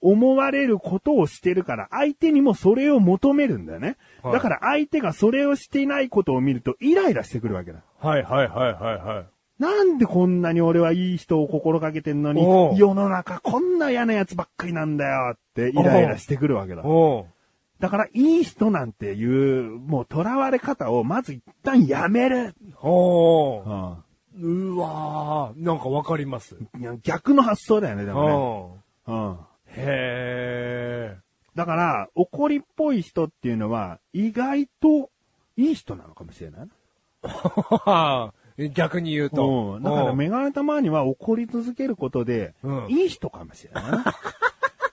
[SPEAKER 2] 思われることをしてるから、相手にもそれを求めるんだよね。
[SPEAKER 1] はい
[SPEAKER 2] だから相手がそれをしていないことを見るとイライラしてくるわけだ。
[SPEAKER 1] はい、はい、はい、はい、はい。
[SPEAKER 2] なんでこんなに俺はいい人を心がけてんの
[SPEAKER 1] おう
[SPEAKER 2] に、世の中こんな嫌な奴ばっかりなんだよってイライラしてくるわけだ。
[SPEAKER 1] おう
[SPEAKER 2] だから、いい人なんていう、もう囚われ方をまず一旦やめる。
[SPEAKER 1] お
[SPEAKER 2] う
[SPEAKER 1] うんうわーなんかわかります。
[SPEAKER 2] いや逆の発想だよね、で
[SPEAKER 1] う
[SPEAKER 2] もね。
[SPEAKER 1] ん。
[SPEAKER 2] うん
[SPEAKER 1] へ
[SPEAKER 2] だから、怒りっぽい人っていうのは、意外といい人なのかもしれない。
[SPEAKER 1] ー。 (laughs) 逆に言うと。
[SPEAKER 2] うんだから、
[SPEAKER 1] うん
[SPEAKER 2] メガネたまには怒り続けることで、
[SPEAKER 1] うん
[SPEAKER 2] いい人かもしれないな。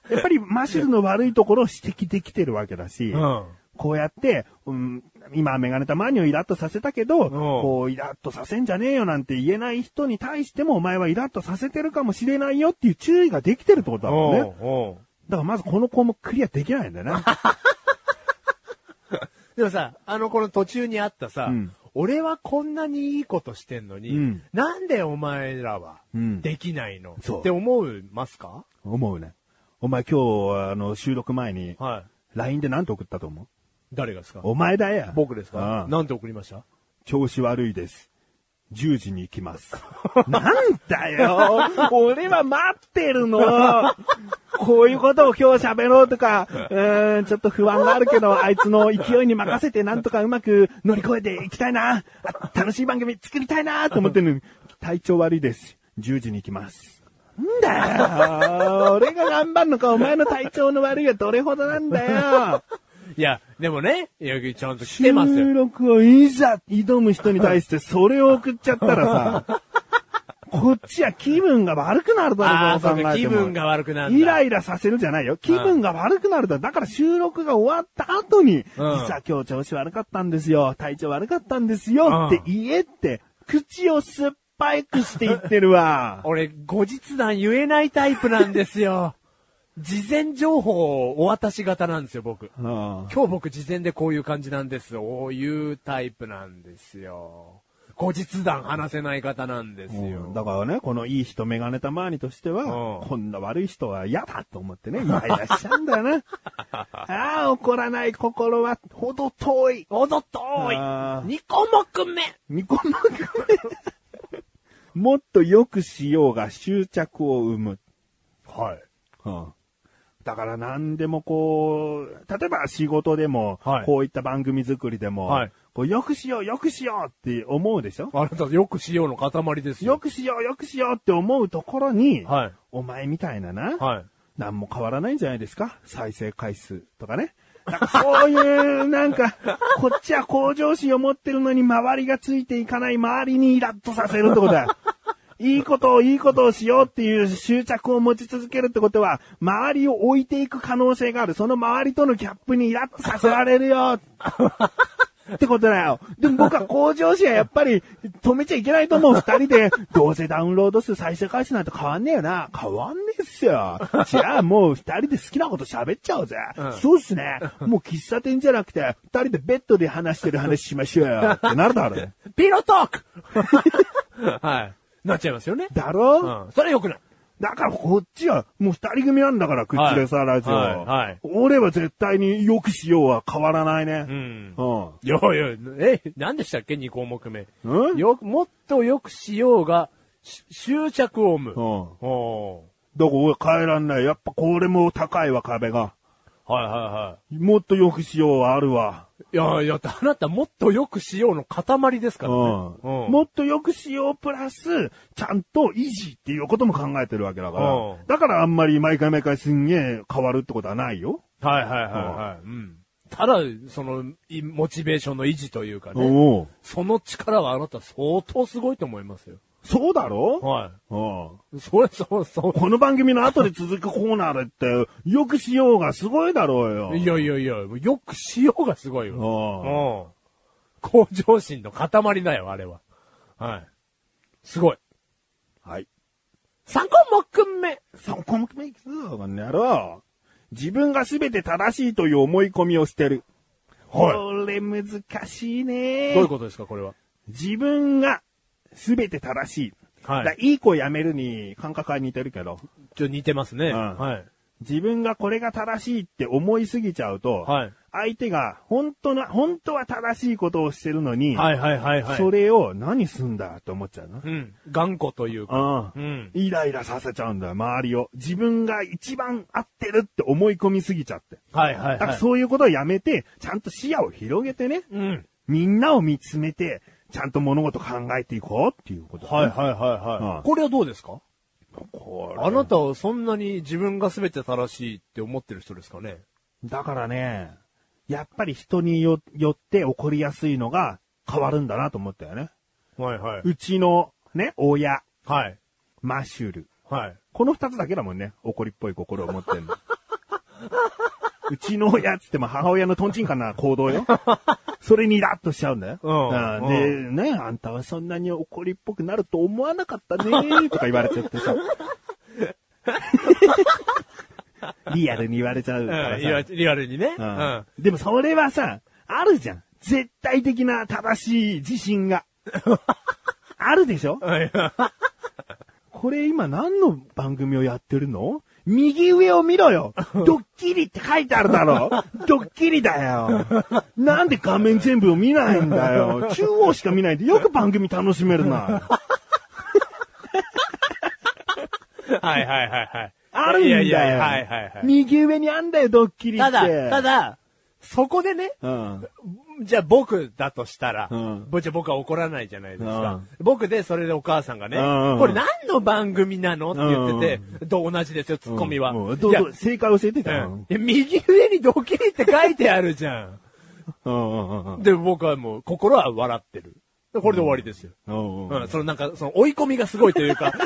[SPEAKER 2] やっぱり、マシルの悪いところを指摘できてるわけだし、
[SPEAKER 1] うん。
[SPEAKER 2] こうやって、うん、今メガネたまにをイラッとさせたけど、こうイラッとさせんじゃねえよなんて言えない人に対してもお前はイラッとさせてるかもしれないよっていう注意ができてるってことだもんね。
[SPEAKER 1] おうおう
[SPEAKER 2] だからまずこの項目クリアできないんだよ
[SPEAKER 1] (laughs)
[SPEAKER 2] ね。
[SPEAKER 1] でもさ、あの、この途中にあったさ、
[SPEAKER 2] うん
[SPEAKER 1] 俺はこんなにいいことしてんのに、
[SPEAKER 2] うん
[SPEAKER 1] なんでお前らは
[SPEAKER 2] うん
[SPEAKER 1] できないの、
[SPEAKER 2] そう
[SPEAKER 1] って思いますか
[SPEAKER 2] 思うね。お前今日、あの、収録前に、
[SPEAKER 1] はい。
[SPEAKER 2] LINE で何て送ったと思う
[SPEAKER 1] 誰がですか
[SPEAKER 2] お前だよ。
[SPEAKER 1] 僕ですか
[SPEAKER 2] うん
[SPEAKER 1] なんて送りました
[SPEAKER 2] 調子悪いです。10時に行きます。 (laughs) なんだよ俺は待ってるのこういうことを今日喋ろうとか、うーん、ちょっと不安があるけど、あいつの勢いに任せてなんとかうまく乗り越えていきたいなあ楽しい番組作りたいなと思ってるのに、体調悪いです。10時に行きます。んだよ俺が頑張るのか、お前の体調の悪いはどれほどなんだよ
[SPEAKER 1] いや、でもね、いやちゃんと来てますよ
[SPEAKER 2] 収。録をいざ挑む人に対してそれを送っちゃったら
[SPEAKER 1] (laughs)
[SPEAKER 2] さ、こっちは気分が悪くな
[SPEAKER 1] あ
[SPEAKER 2] るだろ
[SPEAKER 1] あ、そう
[SPEAKER 2] どう考
[SPEAKER 1] か、
[SPEAKER 2] え
[SPEAKER 1] 気
[SPEAKER 2] ても
[SPEAKER 1] 分が悪くなるんだ。
[SPEAKER 2] イライラさせるじゃないよ。気分が悪くなるだろ。だから収録が終わった後に、実は今日調子悪かったんですよ。体調悪かったんですよ。って言えって、口を酸っぱいくして言って
[SPEAKER 1] (laughs)
[SPEAKER 2] るわ。
[SPEAKER 1] 俺、後日談言えないタイプなんですよ。事前情報をお渡し型なんですよ、僕。
[SPEAKER 2] うん
[SPEAKER 1] 今日僕事前でこういう感じなんです。おいうタイプなんですよ。後日談話せない方なんです
[SPEAKER 2] うん
[SPEAKER 1] よ。
[SPEAKER 2] だからね、このいい人メガネたまーにとしては、
[SPEAKER 1] うん
[SPEAKER 2] こんな悪い人は嫌だと思ってね、イライラしちゃうんだ
[SPEAKER 1] (laughs)
[SPEAKER 2] よな。ああ、怒らない心はほど遠い。
[SPEAKER 1] おどっと多い
[SPEAKER 2] あー
[SPEAKER 1] 二項目目
[SPEAKER 2] ニコマクもっと良くしようが執着を生む。
[SPEAKER 1] はい。
[SPEAKER 2] うんだから何でもこう、例えば仕事でも、
[SPEAKER 1] はい
[SPEAKER 2] こういった番組作りでも、
[SPEAKER 1] はい
[SPEAKER 2] こうよくしよう、よくしようって思うでしょ
[SPEAKER 1] あなた、よくしようの塊ですよ。
[SPEAKER 2] よくしよう、よくしようって思うところに、
[SPEAKER 1] はい
[SPEAKER 2] お前みたいなな、
[SPEAKER 1] はい。
[SPEAKER 2] 何も変わらないんじゃないですか再生回数とかね。なんかそういう、なんか、 (laughs) こっちは向上心を持ってるのに周りがついていかない周りにイラッとさせるってことだよ。いいことをいいことをしようっていう執着を持ち続けるってことは、周りを置いていく可能性がある。その周りとのギャップにイラッとさせられるよ。ってことだよ。でも僕は向上心はやっぱり止めちゃいけないと思う。二人で、どうせダウンロード数再生回数なんて変わんねえよな。変わんねえっすよ。じゃあもう二人で好きなこと喋っちゃおうぜ。
[SPEAKER 1] ん
[SPEAKER 2] そうっすね。もう喫茶店じゃなくて、二人でベッドで話してる話しましょうよ。ってなるだろう。
[SPEAKER 1] ピロトーク (laughs) はい。なっちゃいますよね。
[SPEAKER 2] だろ、
[SPEAKER 1] うん。それは良くない。
[SPEAKER 2] だからこっちは、もう二人組なんだから、口でさ、
[SPEAKER 1] はい
[SPEAKER 2] ラジオ。
[SPEAKER 1] はいはい
[SPEAKER 2] 俺は絶対によくしようは変わらないね。
[SPEAKER 1] ん。
[SPEAKER 2] うん。
[SPEAKER 1] いやいや、え、何でしたっけ ?2 項目目。
[SPEAKER 2] うん
[SPEAKER 1] よ、もっとよくしようが、し執着を生む。
[SPEAKER 2] うん。
[SPEAKER 1] お
[SPEAKER 2] だから俺変えらんない。やっぱこれも高いわ、壁が。
[SPEAKER 1] ーはいは
[SPEAKER 2] もっと良くしようはあるわ。
[SPEAKER 1] いはい。いやいや、あなたもっとよくしようの塊です
[SPEAKER 2] う
[SPEAKER 1] からね。
[SPEAKER 2] ん。もっと良くしようプラス、ちゃんと維持っていうことも考えてるわけだから。
[SPEAKER 1] うん
[SPEAKER 2] だからあんまり毎回毎回すんげえ変わるってことはないよ。
[SPEAKER 1] はいはいはいはい。うん。ただ、その、いモチベーションの維持というかね。
[SPEAKER 2] おう
[SPEAKER 1] その力はあなた相当すごいと思いますよ。
[SPEAKER 2] そうだろ、
[SPEAKER 1] は
[SPEAKER 2] うん
[SPEAKER 1] い。それ、そう、そ
[SPEAKER 2] この番組の後で続くコーナーだって、良くしようがすごいだろうよ。
[SPEAKER 1] う。いやいやいや、よくしようがすごいよ。
[SPEAKER 2] う
[SPEAKER 1] うんん。向上心の塊だよ、あれは。はい。すごい。
[SPEAKER 2] はい。
[SPEAKER 1] 3項目目。
[SPEAKER 2] 3項目目いくぞ、この野郎。自分が全て正しいという思い込みを捨てる。
[SPEAKER 1] は
[SPEAKER 2] これ難しいね
[SPEAKER 1] い。どういうことですか、これは。
[SPEAKER 2] 自分が全て正しい。
[SPEAKER 1] はい
[SPEAKER 2] だいい子やめるに感覚は似てるけど、
[SPEAKER 1] ちょ、似てますね。
[SPEAKER 2] うん
[SPEAKER 1] はい。
[SPEAKER 2] 自分がこれが正しいって思いすぎちゃうと、
[SPEAKER 1] はい
[SPEAKER 2] 相手が本当な、本当は正しいことをしてるのに、
[SPEAKER 1] はいはいはいはい。
[SPEAKER 2] それを何すんだって思っちゃうな。
[SPEAKER 1] うん。頑固というか。
[SPEAKER 2] ああ
[SPEAKER 1] うん。
[SPEAKER 2] イライラさせちゃうんだよ、周りを。自分が一番合ってるって思い込みすぎちゃって。
[SPEAKER 1] はいはい
[SPEAKER 2] だから
[SPEAKER 1] はい。
[SPEAKER 2] そういうことをやめて、ちゃんと視野を広げてね、
[SPEAKER 1] うん。
[SPEAKER 2] みんなを見つめて、ちゃんと物事考えていこうっていうことだね、
[SPEAKER 1] はいはいはい
[SPEAKER 2] うん
[SPEAKER 1] はい。これはどうですか
[SPEAKER 2] これ
[SPEAKER 1] あなたはそんなに自分が全て正しいって思ってる人ですかね
[SPEAKER 2] だからね、やっぱり人によよって起こりやすいのが変わるんだなと思ったよね。
[SPEAKER 1] はいは。
[SPEAKER 2] うちのね、親、
[SPEAKER 1] はい。
[SPEAKER 2] マシュル。
[SPEAKER 1] はい。
[SPEAKER 2] この二つだけだもんね、怒りっぽい心を持ってん (laughs) の。うちの親っつっても母親のトンチンカンな行動よ。それにイラッとしちゃうんだよ。
[SPEAKER 1] うん
[SPEAKER 2] うんで、ね、あんたはそんなに怒りっぽくなると思わなかったねとか言われちゃ (laughs) ってさ。リアルに言われちゃうからさ。
[SPEAKER 1] リアリアルにね。う
[SPEAKER 2] うん
[SPEAKER 1] ん。
[SPEAKER 2] でもそれはさ、あるじゃん。絶対的な正しい自信
[SPEAKER 1] (laughs)
[SPEAKER 2] が。あるでしょ
[SPEAKER 1] はい
[SPEAKER 2] これ今何の番組をやってるの右上を見
[SPEAKER 1] (laughs)
[SPEAKER 2] ろよドッキリって書いてあるだろドッキリだよなんで画面全部を見ないんだよ中央しか見ないでよく番組楽しめるな
[SPEAKER 1] はいはいはい。
[SPEAKER 2] あるんだよ
[SPEAKER 1] いやいやいやはいはいはい。
[SPEAKER 2] 右上にあんだよドッキリって
[SPEAKER 1] ただ、ただ、そこでね、
[SPEAKER 2] うん。
[SPEAKER 1] じゃあ僕だとしたら、
[SPEAKER 2] うん
[SPEAKER 1] ぼじゃあ僕は怒らないじゃないです
[SPEAKER 2] う
[SPEAKER 1] か
[SPEAKER 2] ん。
[SPEAKER 1] 僕でそれでお母さんがね、
[SPEAKER 2] うんうん
[SPEAKER 1] これ何の番組なのって言ってて、どう同じですよ、ツッコミは。
[SPEAKER 2] うんうんどう
[SPEAKER 1] いや
[SPEAKER 2] どう正解教えてた
[SPEAKER 1] うん
[SPEAKER 2] よ
[SPEAKER 1] いや右上にドッキリって書いてあるじゃん。
[SPEAKER 2] うんうんうんうん
[SPEAKER 1] で、僕はもう心は笑ってる。でこれで終わりですよ。
[SPEAKER 2] うんうん
[SPEAKER 1] うん、そのなんか、その追い込みがすごいというか、な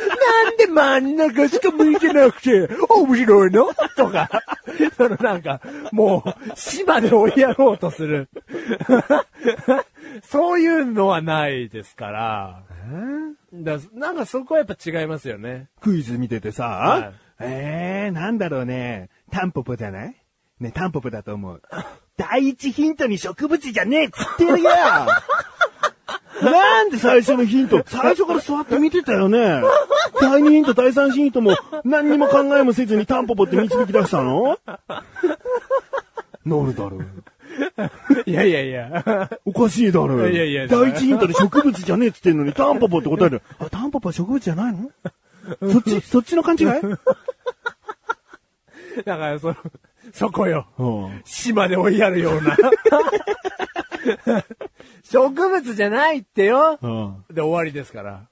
[SPEAKER 1] んで真ん中しか向いてなくて、面白いのとか、そのなんか、もう、死まで追いやろうとする。 (laughs) そういうのはないですから。だなんかそこはやっぱ違いますよね。
[SPEAKER 2] クイズ見ててさ、
[SPEAKER 1] はい
[SPEAKER 2] えー、なんだろうね。タンポポじゃないね、タンポポだと思う。第一ヒントに植物じゃねえっつって
[SPEAKER 1] (laughs)
[SPEAKER 2] るよなんで最初のヒント、最初から座って見てたよね。第二ヒント、第三ヒントも何にも考えもせずにタンポポって導き出したのなるだろう。
[SPEAKER 1] いやいやいや。
[SPEAKER 2] おかしいだろ
[SPEAKER 1] いやいや
[SPEAKER 2] 第一ヒントで植物じゃねえっつってんのに、タンポポって答える。あ、
[SPEAKER 1] (laughs)
[SPEAKER 2] タンポポは植物じゃないのそっち、そっちの勘違い
[SPEAKER 1] だから、その、そこよ。
[SPEAKER 2] うん。
[SPEAKER 1] 島で追いやるような。 (laughs) 植物じゃないってよ。
[SPEAKER 2] うん。
[SPEAKER 1] で、終わりですから。うん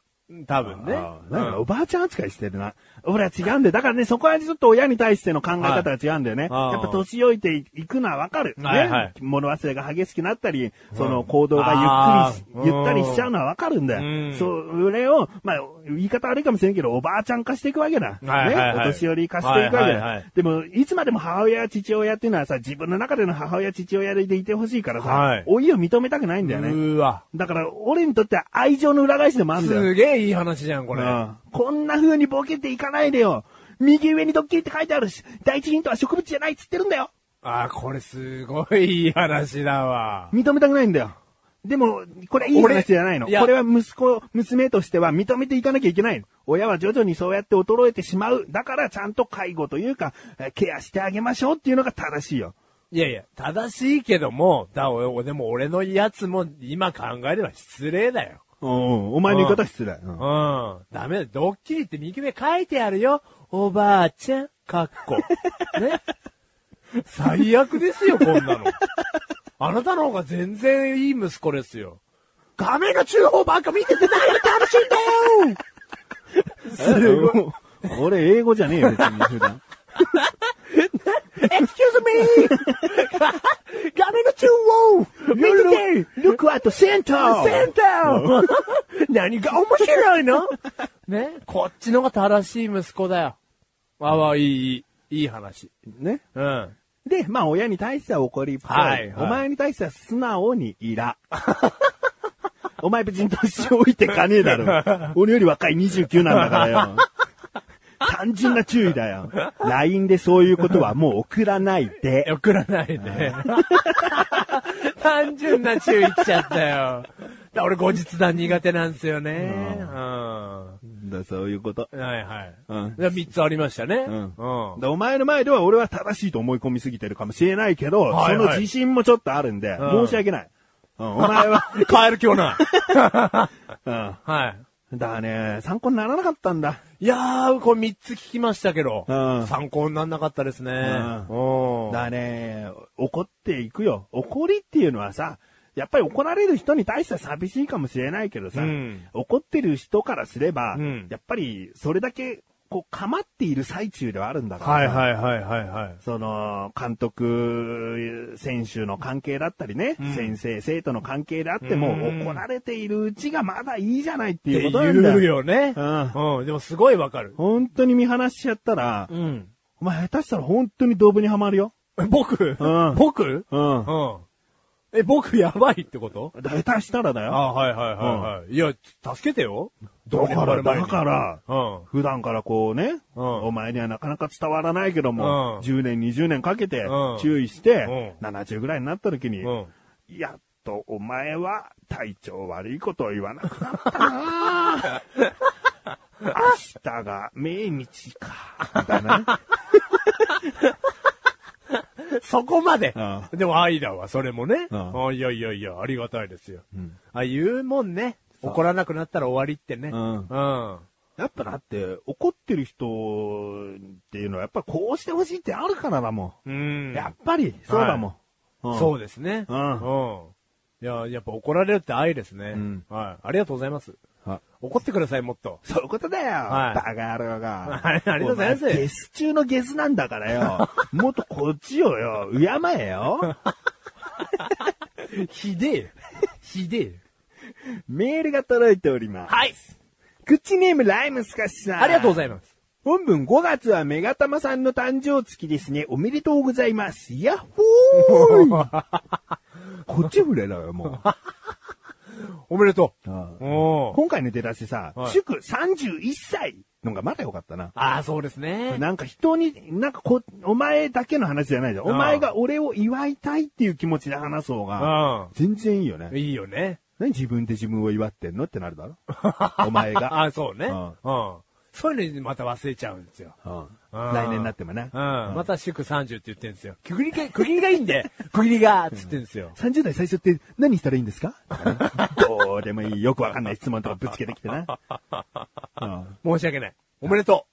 [SPEAKER 1] 多分ね。
[SPEAKER 2] あーなんかおばあちゃん扱いしてるな。俺は違うんで、だからね、そこはちょっと親に対しての考え方が違うんだよね。
[SPEAKER 1] はい
[SPEAKER 2] やっぱ年老いていくのはわかる。ね、
[SPEAKER 1] はいはい
[SPEAKER 2] 物忘れが激しくなったり、その行動がゆっ
[SPEAKER 1] あー
[SPEAKER 2] くりし、ゆったりしちゃうのはわかるんだ
[SPEAKER 1] う
[SPEAKER 2] よ。
[SPEAKER 1] ん
[SPEAKER 2] それを、まあ、言い方悪いかもしれんけど、おばあちゃん化していくわけだ。
[SPEAKER 1] はいはいはい
[SPEAKER 2] ね、お年寄り化していくわけ
[SPEAKER 1] はいは
[SPEAKER 2] だ。
[SPEAKER 1] いはい
[SPEAKER 2] でも、いつまでも母親や父親っていうのはさ、自分の中での母親、父親でいてほしいからさ、
[SPEAKER 1] はい
[SPEAKER 2] 老いを認めたくないんだよ
[SPEAKER 1] う
[SPEAKER 2] ね。
[SPEAKER 1] ーわ。
[SPEAKER 2] だから、俺にとっては愛情の裏返しでもあるんだよ。
[SPEAKER 1] すげえいい話じゃん、これ。
[SPEAKER 2] うんこんな風にボケていかないでよ。右上にドッキリって書いてあるし、第一ヒントは植物じゃないっつってるんだよ。
[SPEAKER 1] あー、これすごいいい話だわ。
[SPEAKER 2] 認めたくないんだよ。でも、これいい
[SPEAKER 1] 俺
[SPEAKER 2] 話じゃないの。
[SPEAKER 1] いや
[SPEAKER 2] これは息子、娘としては認めていかなきゃいけないの。親は徐々にそうやって衰えてしまう。だからちゃんと介護というか、えーケアしてあげましょうっていうのが正しいよ。
[SPEAKER 1] いやいや、正しいけども、だ、おでも俺のやつも今考えれば失礼だよ。
[SPEAKER 2] うん、お前の言い方は失礼。うん
[SPEAKER 1] うん。ダメだ。ドッキリって右目書いてあるよ。おばあちゃん、かっこ。ね。 (laughs) 最悪ですよ、こんなの。あなたの方が全然いい息子ですよ。画面の中央ばっか見てて何が楽しいんだよすごい。
[SPEAKER 2] 俺英語じゃねえよ、別に普 (laughs) 段。
[SPEAKER 1] Excuse me! 画面の中央見てて
[SPEAKER 2] Look at center!
[SPEAKER 1] セ
[SPEAKER 2] (laughs)
[SPEAKER 1] ンター何が面白いのねこっちのが正しい息子だよ。わわ、いい、いい、いい話。
[SPEAKER 2] ね。
[SPEAKER 1] うん。
[SPEAKER 2] で、まあ親に対しては怒りっぽい。
[SPEAKER 1] はいはい
[SPEAKER 2] お前に対しては素直にイラ。 (laughs) お前別に年老いてかねえ
[SPEAKER 1] (laughs)
[SPEAKER 2] だろ。俺より若い29なんだからよ。単純な注意だよ。LINE でそういうことはもう送らないで。
[SPEAKER 1] 送らないで。単純な注意来ちゃったよ。だ俺後日談苦手なんですよね。うん。は
[SPEAKER 2] だそういうこと
[SPEAKER 1] い。はい。
[SPEAKER 2] うん
[SPEAKER 1] で三つありましたね。
[SPEAKER 2] うん
[SPEAKER 1] うん。
[SPEAKER 2] でお前の前では俺は正しいと思い込みすぎてるかもしれないけど、
[SPEAKER 1] はいはい
[SPEAKER 2] その自信もちょっとあるんで、
[SPEAKER 1] うん
[SPEAKER 2] 申し訳ない。うん、お前は、
[SPEAKER 1] 帰る気は
[SPEAKER 2] (laughs)
[SPEAKER 1] ない。
[SPEAKER 2] うん。
[SPEAKER 1] はい。
[SPEAKER 2] だからね、参考にならなかったんだ。
[SPEAKER 1] いやー、これ三つ聞きましたけど、
[SPEAKER 2] うん
[SPEAKER 1] 参考にならなかったですね。うん
[SPEAKER 2] だね、怒っていくよ。怒りっていうのはさ、やっぱり怒られる人に対しては寂しいかもしれないけどさ、
[SPEAKER 1] うん
[SPEAKER 2] 怒ってる人からすれば、
[SPEAKER 1] うん
[SPEAKER 2] やっぱりそれだけ、こう、構っている最中ではあるんだから
[SPEAKER 1] はい
[SPEAKER 2] さ
[SPEAKER 1] はいはいはいはい。
[SPEAKER 2] その、監督、選手の関係だったりね、
[SPEAKER 1] うん
[SPEAKER 2] 先生、生徒の関係であっても、
[SPEAKER 1] うん
[SPEAKER 2] 怒られているうちがまだいいじゃないって
[SPEAKER 1] っ
[SPEAKER 2] いう
[SPEAKER 1] て
[SPEAKER 2] ことなんだ
[SPEAKER 1] 言う
[SPEAKER 2] よ。
[SPEAKER 1] よね。
[SPEAKER 2] うん
[SPEAKER 1] うん。でもすごいわかる。
[SPEAKER 2] 本当に見放しちゃったら、
[SPEAKER 1] うん。
[SPEAKER 2] お前下手したら本当にドブにはまるよ。
[SPEAKER 1] 僕
[SPEAKER 2] うん
[SPEAKER 1] 僕
[SPEAKER 2] うん。
[SPEAKER 1] うん。え、僕やばいってこと
[SPEAKER 2] 下手したらだよ。
[SPEAKER 1] あはいはいはいはい。いや、助けてよ。
[SPEAKER 2] だ
[SPEAKER 1] どうにも
[SPEAKER 2] か
[SPEAKER 1] な
[SPEAKER 2] ら、
[SPEAKER 1] る前に
[SPEAKER 2] だから、
[SPEAKER 1] うん。
[SPEAKER 2] 普段からこうね、
[SPEAKER 1] うん
[SPEAKER 2] お前にはなかなか伝わらないけど
[SPEAKER 1] う
[SPEAKER 2] も、
[SPEAKER 1] ん
[SPEAKER 2] 10年、20年かけて
[SPEAKER 1] うん
[SPEAKER 2] 注意して、
[SPEAKER 1] う
[SPEAKER 2] 70ぐらいになった時に、
[SPEAKER 1] うん。
[SPEAKER 2] やっとお前は体調悪いことを言わなくなったな明日が命日か。みたいなね。
[SPEAKER 1] そこまで
[SPEAKER 2] う
[SPEAKER 1] でも愛だわ、それもね。
[SPEAKER 2] うん
[SPEAKER 1] あいやいやいや、ありがたいですよ。
[SPEAKER 2] ん
[SPEAKER 1] あ、言うもんね。
[SPEAKER 2] そう
[SPEAKER 1] 怒らなくなったら終わりってね。
[SPEAKER 2] う
[SPEAKER 1] う
[SPEAKER 2] ん
[SPEAKER 1] ん。
[SPEAKER 2] やっぱだって、怒ってる人っていうのはやっぱこうしてほしいってあるからだも
[SPEAKER 1] うん
[SPEAKER 2] ん。やっぱり、そうだもん。
[SPEAKER 1] そううですね。
[SPEAKER 2] うん
[SPEAKER 1] うん。いや、やっぱ怒られるって愛ですね。
[SPEAKER 2] うん
[SPEAKER 1] はい。ありがとうございます。
[SPEAKER 2] ん。あ
[SPEAKER 1] 怒ってください、もっと。
[SPEAKER 2] そういうことだよ。
[SPEAKER 1] はい
[SPEAKER 2] バカ野郎が。
[SPEAKER 1] はいありがとうございます
[SPEAKER 2] お前ゲス中のゲスなんだか
[SPEAKER 1] (laughs)
[SPEAKER 2] らよ。もっとこっちをよ、敬えよ。
[SPEAKER 1] (laughs) ひでえ。 (laughs) ひでえ。
[SPEAKER 2] メールが届いております。
[SPEAKER 1] はい。
[SPEAKER 2] 口ネームライムスカシさん。
[SPEAKER 1] ありがとうご
[SPEAKER 2] いま
[SPEAKER 1] ざい
[SPEAKER 2] す。
[SPEAKER 1] ます。
[SPEAKER 2] 本文5月はメガタマさんの誕生月ですね。おめでとうございます。やっほーい
[SPEAKER 1] (laughs)
[SPEAKER 2] こっち触れろよ、もう。
[SPEAKER 1] おめでと
[SPEAKER 2] あ
[SPEAKER 1] う。 (laughs) おー
[SPEAKER 2] 今回の出だしさ、
[SPEAKER 1] はい
[SPEAKER 2] 祝31歳のがまだよかったな。
[SPEAKER 1] ああ、そうですね。
[SPEAKER 2] なんか人に、なんかこ、お前だけの話じゃないじゃん。
[SPEAKER 1] うん
[SPEAKER 2] お前が俺を祝いたいっていう気持ちで話そうが、
[SPEAKER 1] う
[SPEAKER 2] 全然いいよ
[SPEAKER 1] ん。
[SPEAKER 2] ね。
[SPEAKER 1] いいよね。
[SPEAKER 2] 何自分で自分を祝ってんのってな
[SPEAKER 1] (laughs)
[SPEAKER 2] るだろお前
[SPEAKER 1] あ
[SPEAKER 2] が。
[SPEAKER 1] あ、そうね。う
[SPEAKER 2] うんん。
[SPEAKER 1] そういうのにまた忘れちゃうんですよ。
[SPEAKER 2] うん
[SPEAKER 1] うん
[SPEAKER 2] 来年になってもね。
[SPEAKER 1] うん。また祝30って言ってんですよ。区切りが、区切りがいいん (laughs) で、区切りがっつってんですよ。
[SPEAKER 2] 30代最初って何したらいいんですかとか
[SPEAKER 1] (laughs)
[SPEAKER 2] ねどうでもいい、よくわかんない質問とかぶつけてきてな。うん
[SPEAKER 1] 申し訳ない。おめでと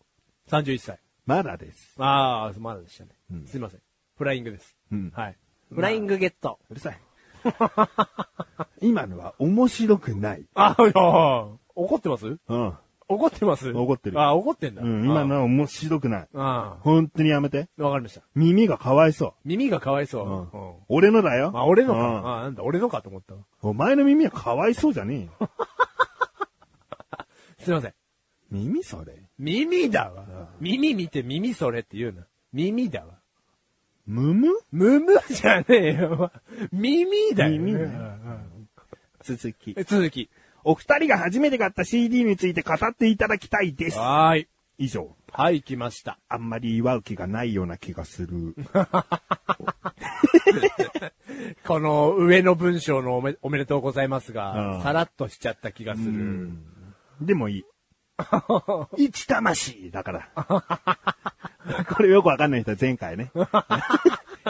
[SPEAKER 1] う。31歳。
[SPEAKER 2] まだです。
[SPEAKER 1] ああ、まだでしたね。
[SPEAKER 2] うん
[SPEAKER 1] すいません。フライングです。
[SPEAKER 2] うん
[SPEAKER 1] はい。フライングゲット。
[SPEAKER 2] うる
[SPEAKER 1] (laughs)
[SPEAKER 2] さい。今のは面白くない。
[SPEAKER 1] あ、いやー (laughs) 怒ってます
[SPEAKER 2] うん。
[SPEAKER 1] 怒ってます
[SPEAKER 2] 怒ってる
[SPEAKER 1] あ、怒ってんだ。
[SPEAKER 2] うん、今のは面白くない。
[SPEAKER 1] あ
[SPEAKER 2] 本当にやめて。
[SPEAKER 1] あ、わかりました。
[SPEAKER 2] 耳がかわいそ。
[SPEAKER 1] 耳がかわいう
[SPEAKER 2] うん
[SPEAKER 1] そう。うん。
[SPEAKER 2] 俺のだよ。
[SPEAKER 1] あ、俺の
[SPEAKER 2] う
[SPEAKER 1] か。
[SPEAKER 2] ん
[SPEAKER 1] あ、なんだ、俺のかと思ったわ
[SPEAKER 2] お前の耳はかわいそうじゃねえよ。
[SPEAKER 1] すいません。
[SPEAKER 2] 耳それ。
[SPEAKER 1] 耳だわ。耳見て耳それって言うな。耳だわ。
[SPEAKER 2] むむ
[SPEAKER 1] むむじゃねえよ。耳だよ。
[SPEAKER 2] 耳だよ
[SPEAKER 1] うん
[SPEAKER 2] 続き
[SPEAKER 1] う。ん続き。
[SPEAKER 2] お二人が初めて買った CD について語っていただきたいです。
[SPEAKER 1] はーい。
[SPEAKER 2] 以上。
[SPEAKER 1] はい、来ました。
[SPEAKER 2] あんまり祝う気がないような気がす
[SPEAKER 1] (laughs)
[SPEAKER 2] る。
[SPEAKER 1] この上の文章のおめおめでとうございますが、
[SPEAKER 2] うん
[SPEAKER 1] さらっとしちゃった気がする。
[SPEAKER 2] でも
[SPEAKER 1] (laughs)
[SPEAKER 2] いい。一魂だから。 (laughs) これよくわかんない人は前回
[SPEAKER 1] (laughs)
[SPEAKER 2] ね。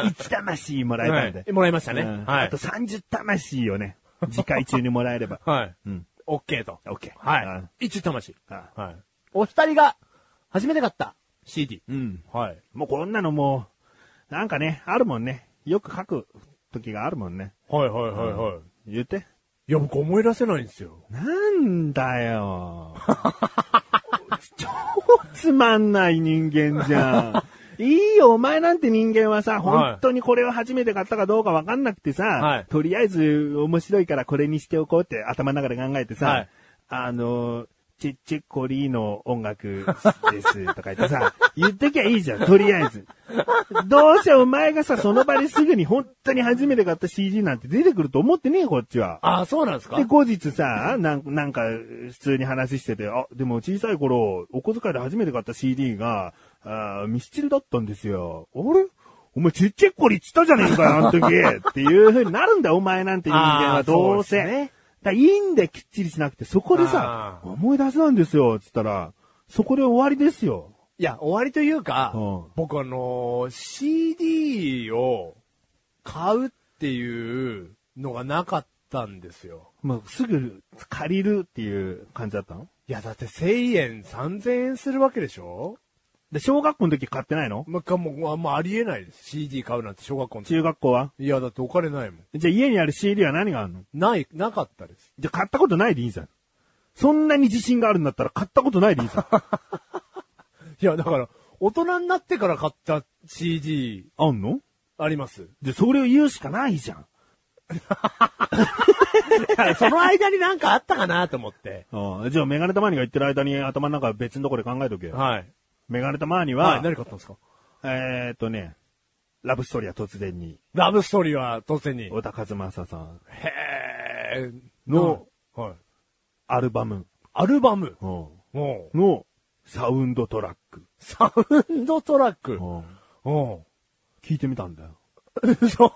[SPEAKER 2] 一魂もらえたんで。
[SPEAKER 1] はいもらいましたね
[SPEAKER 2] うん
[SPEAKER 1] はい。
[SPEAKER 2] あと30魂をね、次回中にもらえれば
[SPEAKER 1] (laughs) はい。
[SPEAKER 2] うん。
[SPEAKER 1] オッケーと。
[SPEAKER 2] OK。
[SPEAKER 1] はい。一魂。
[SPEAKER 2] あ
[SPEAKER 1] はい。お二人が、初めて買った CD。
[SPEAKER 2] うん。
[SPEAKER 1] はい。
[SPEAKER 2] もうこんなのもう、なんかね、あるもんね。よく書く時があるもんね。
[SPEAKER 1] はいはいはいはい。い
[SPEAKER 2] 言って。
[SPEAKER 1] や、僕思い出せないんですよ。
[SPEAKER 2] なんだよ。 (laughs) 超つまんない人間じゃ
[SPEAKER 1] (laughs)
[SPEAKER 2] ん。いいよ、お前なんて人間はさ、
[SPEAKER 1] はい
[SPEAKER 2] 本当にこれを初めて買ったかどうかわかんなくてさ、
[SPEAKER 1] はい
[SPEAKER 2] とりあえず面白いからこれにしておこうって頭の中で考えてさ、
[SPEAKER 1] はい
[SPEAKER 2] あの、チェッチェッコリーの音楽ですとか言っ
[SPEAKER 1] (laughs)
[SPEAKER 2] てさ、言ってきゃいいじゃん、とりあえず。どうせお前がさ、その場ですぐに本当に初めて買った CD なんて出てくると思ってねえよ、こっちは。
[SPEAKER 1] あ、そうなんですか
[SPEAKER 2] で、後日さ、なんなんか、普通に話してて、あ、でも小さい頃、お小遣いで初めて買った CD が、あーミスチルだったんですよ。あれお前ちっちゃい頃言ってたじゃねえかよ、あの時
[SPEAKER 1] (laughs)
[SPEAKER 2] っていう風になるんだよ、お前なんて人
[SPEAKER 1] あ
[SPEAKER 2] 間
[SPEAKER 1] ー
[SPEAKER 2] は。どう
[SPEAKER 1] そ
[SPEAKER 2] せ。
[SPEAKER 1] うですね
[SPEAKER 2] だからいいんできっちりしなくて、そこでさ、
[SPEAKER 1] あー
[SPEAKER 2] 思い出せなんですよ、つったら、そこで終わりですよ。
[SPEAKER 1] いや、終わりというか、
[SPEAKER 2] うん
[SPEAKER 1] 僕あのー CD を買うっていうのがなかったんですよ。
[SPEAKER 2] まあ、すぐ借りるっていう感じだったの
[SPEAKER 1] いや、だって1000円、3000円するわけでしょ
[SPEAKER 2] で、小学校の時買ってないの
[SPEAKER 1] まかもう、あんまありえないです。CD 買うなんて小学校の時。
[SPEAKER 2] 中学校はい
[SPEAKER 1] や、だってお金ないもん。
[SPEAKER 2] じゃあ家にある CD は何があるの
[SPEAKER 1] ない、なかったです。
[SPEAKER 2] じゃ、買ったことないでいいじゃん。そんなに自信があるんだったら買ったことないでいい (laughs) じゃん。
[SPEAKER 1] いや、だから、大人になってから買った CD
[SPEAKER 2] あんの
[SPEAKER 1] あります。
[SPEAKER 2] じゃ、それを言うしかないじゃん。
[SPEAKER 1] その間になんかあったかなと思って。
[SPEAKER 2] ああじゃあ、メガネたまにが言ってる間に頭の中別のところで考えとけよ。
[SPEAKER 1] はい。
[SPEAKER 2] メガネたまに
[SPEAKER 1] はい、
[SPEAKER 2] は、
[SPEAKER 1] 何買ったんですか
[SPEAKER 2] えーっとね、ラブストーリーは突然に、
[SPEAKER 1] ラブストーリーは当然に。
[SPEAKER 2] 小田和正さん、
[SPEAKER 1] へー
[SPEAKER 2] の、
[SPEAKER 1] はい。
[SPEAKER 2] アルバム
[SPEAKER 1] アルバム。
[SPEAKER 2] うん
[SPEAKER 1] おう
[SPEAKER 2] のサウンドトラック。
[SPEAKER 1] サウンドトラック
[SPEAKER 2] う。ん
[SPEAKER 1] お
[SPEAKER 2] 聞いてみたんだよ。
[SPEAKER 1] うそう。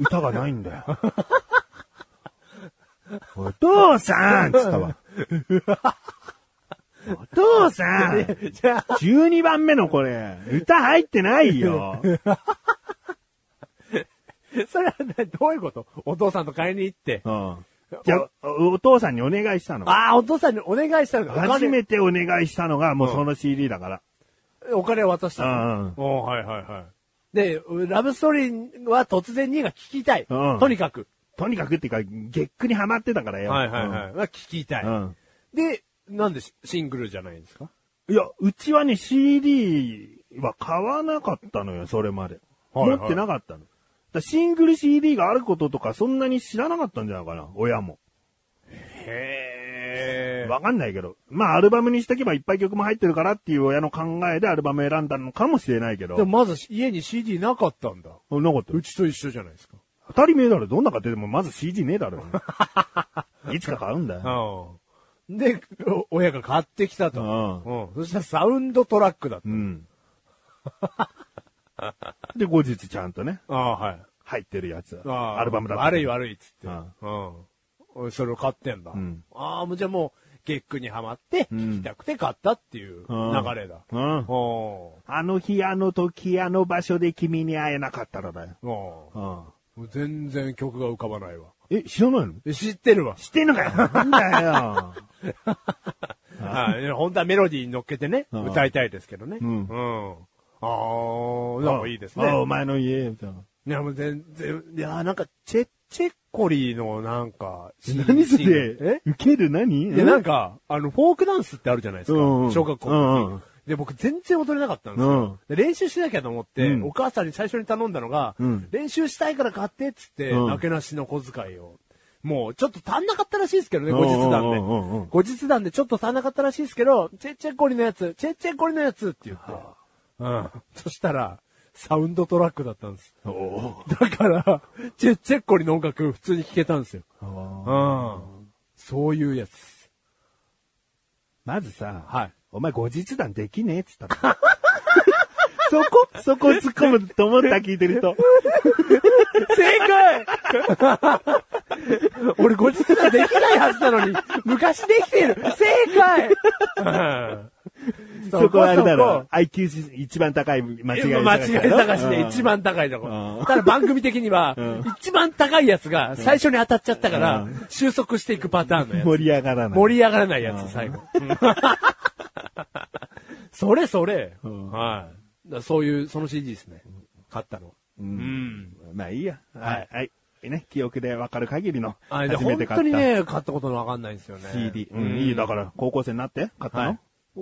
[SPEAKER 2] 歌がないんだ (laughs) よ。お父さんっつった (laughs) わ。お父さん
[SPEAKER 1] (laughs) じゃあ、
[SPEAKER 2] !12 番目のこれ、歌入ってな
[SPEAKER 1] (laughs)
[SPEAKER 2] いよ。
[SPEAKER 1] それはね、どういうことお父さんと買いに行って。
[SPEAKER 2] うんじゃあ、おお父さんにお願いしたの。
[SPEAKER 1] ああ、お父さんにお願いしたのか。
[SPEAKER 2] 初
[SPEAKER 1] て。
[SPEAKER 2] めてお願いしたのがもうその CD だから。
[SPEAKER 1] お金を渡した
[SPEAKER 2] うんうん
[SPEAKER 1] の。おうはいはいはい。で、ラブストーリーは突然にが聞きたい。
[SPEAKER 2] うん
[SPEAKER 1] とにかく。
[SPEAKER 2] とにかくっていうか、ゲックにハマってたからよ。
[SPEAKER 1] い。は聞きた
[SPEAKER 2] うん
[SPEAKER 1] い。
[SPEAKER 2] うん
[SPEAKER 1] で、なんでシシングルじゃないんですか
[SPEAKER 2] いや、うちはね、CD は買わなかったのよ、それまで。
[SPEAKER 1] はいはい
[SPEAKER 2] 持ってなかったの。だからシングル CD があることとか、そんなに知らなかったんじゃないかな、親も。
[SPEAKER 1] へ
[SPEAKER 2] わかんないけど。まあ、アルバムにしとけばいっぱい曲も入ってるからっていう親の考えでアルバム選んだのかもしれないけど。
[SPEAKER 1] でもまず家に CD なかったんだ。
[SPEAKER 2] そんなこと
[SPEAKER 1] う。ちと一緒じゃないですか。
[SPEAKER 2] 二人目だろ、どんなかってでもまず CD ねえ
[SPEAKER 1] (laughs)
[SPEAKER 2] だろ。いつか買うんだよ。
[SPEAKER 1] うん。で、お親が買ってきたと。
[SPEAKER 2] う
[SPEAKER 1] うん。そしたらサウンドトラックだった。
[SPEAKER 2] うん。で、後日ちゃんとね、
[SPEAKER 1] ああ、はい。
[SPEAKER 2] 入ってるやつ。
[SPEAKER 1] ああ
[SPEAKER 2] アルバムだった。
[SPEAKER 1] 悪い悪いっつって。
[SPEAKER 2] うん
[SPEAKER 1] うん。それを買ってんだ。
[SPEAKER 2] ん
[SPEAKER 1] ああ、もうじゃあもう、ゲックにはまって、
[SPEAKER 2] うん
[SPEAKER 1] 聞きたくて買ったっていう流れだ。
[SPEAKER 2] うん。うん
[SPEAKER 1] お
[SPEAKER 2] あの日、あの時、あの場所で君に会えなかったらだよ。
[SPEAKER 1] ーおー全然曲が浮かばないわ。
[SPEAKER 2] え、知らないの
[SPEAKER 1] え知ってるわ。
[SPEAKER 2] 知ってんのかよなんだよ。な。
[SPEAKER 1] はい。本当はメロディーに乗っけてね、
[SPEAKER 2] うん
[SPEAKER 1] 歌いたいですけどね。
[SPEAKER 2] うん
[SPEAKER 1] うん。あー、 (laughs) なんかいいです
[SPEAKER 2] あ
[SPEAKER 1] ね。
[SPEAKER 2] お前の家、みたいな。
[SPEAKER 1] いや、もう全然、いや、なんか、チェ、チェッコリーのなんか、
[SPEAKER 2] 何それ
[SPEAKER 1] え
[SPEAKER 2] ウケる何
[SPEAKER 1] (laughs) いや、なんか、あの、フォークダンスってあるじゃないですか。
[SPEAKER 2] うんうん
[SPEAKER 1] 小学校
[SPEAKER 2] う
[SPEAKER 1] の
[SPEAKER 2] ん
[SPEAKER 1] 時
[SPEAKER 2] うん
[SPEAKER 1] で、僕全然踊れなかったんです
[SPEAKER 2] う
[SPEAKER 1] よ
[SPEAKER 2] ん。
[SPEAKER 1] で練習しなきゃと思って、
[SPEAKER 2] うん
[SPEAKER 1] お母さんに最初に頼んだのが、
[SPEAKER 2] うん
[SPEAKER 1] 練習したいから買ってっつって、
[SPEAKER 2] うん
[SPEAKER 1] なけなしの小遣いを。もう、ちょっと足んなかったらしいですけどね、
[SPEAKER 2] うん
[SPEAKER 1] 後日
[SPEAKER 2] うんうんうんう
[SPEAKER 1] 談
[SPEAKER 2] ん
[SPEAKER 1] で。後日談でちょっと足んなかったらしいですけど、チェッチェッコリのやつ、チェッチェッコリのやつって言って。うん。そしたら、サウンドトラックだったんです。
[SPEAKER 2] おお
[SPEAKER 1] だから、チェッチェッコリの音楽普通に聴けたんですよ。う
[SPEAKER 2] ー
[SPEAKER 1] ん。そういうやつ。
[SPEAKER 2] まずさ、
[SPEAKER 1] はい
[SPEAKER 2] お前後日談できねえっつったの。 (laughs) そこ、そこ突っ込むと思った聞いて
[SPEAKER 1] (laughs)
[SPEAKER 2] る人。
[SPEAKER 1] 正解俺後日談できないはずなのに、昔できてる正解、うん
[SPEAKER 2] (laughs) そこはあれだ
[SPEAKER 1] そ
[SPEAKER 2] ろ
[SPEAKER 1] こ。
[SPEAKER 2] IQ 一番高い間違い
[SPEAKER 1] (laughs) 間違い探しで一
[SPEAKER 2] 番。
[SPEAKER 1] 番高いとこ
[SPEAKER 2] う
[SPEAKER 1] ろ
[SPEAKER 2] ん。
[SPEAKER 1] ただ番組的には
[SPEAKER 2] うん、
[SPEAKER 1] 一番高いやつが最初に当たっちゃったか
[SPEAKER 2] う
[SPEAKER 1] ら、収束していくパターンのやつ。
[SPEAKER 2] 盛り上がらない。
[SPEAKER 1] 盛り上がらないや
[SPEAKER 2] うん
[SPEAKER 1] つ、最後。それそれ。
[SPEAKER 2] ん
[SPEAKER 1] はい。だからそういう、その CD ですね。買ったの。
[SPEAKER 2] う。
[SPEAKER 1] うんん。
[SPEAKER 2] まあいいや。は
[SPEAKER 1] はい
[SPEAKER 2] い。はい。ね、記憶でわかる限りの。
[SPEAKER 1] あで
[SPEAKER 2] 初め
[SPEAKER 1] 本
[SPEAKER 2] て
[SPEAKER 1] 当
[SPEAKER 2] 買
[SPEAKER 1] に
[SPEAKER 2] った
[SPEAKER 1] ね、買ったことのわかんないんですよね。
[SPEAKER 2] CD。うん、いいよ。だから、高校生になって買った
[SPEAKER 1] は
[SPEAKER 2] の
[SPEAKER 1] い。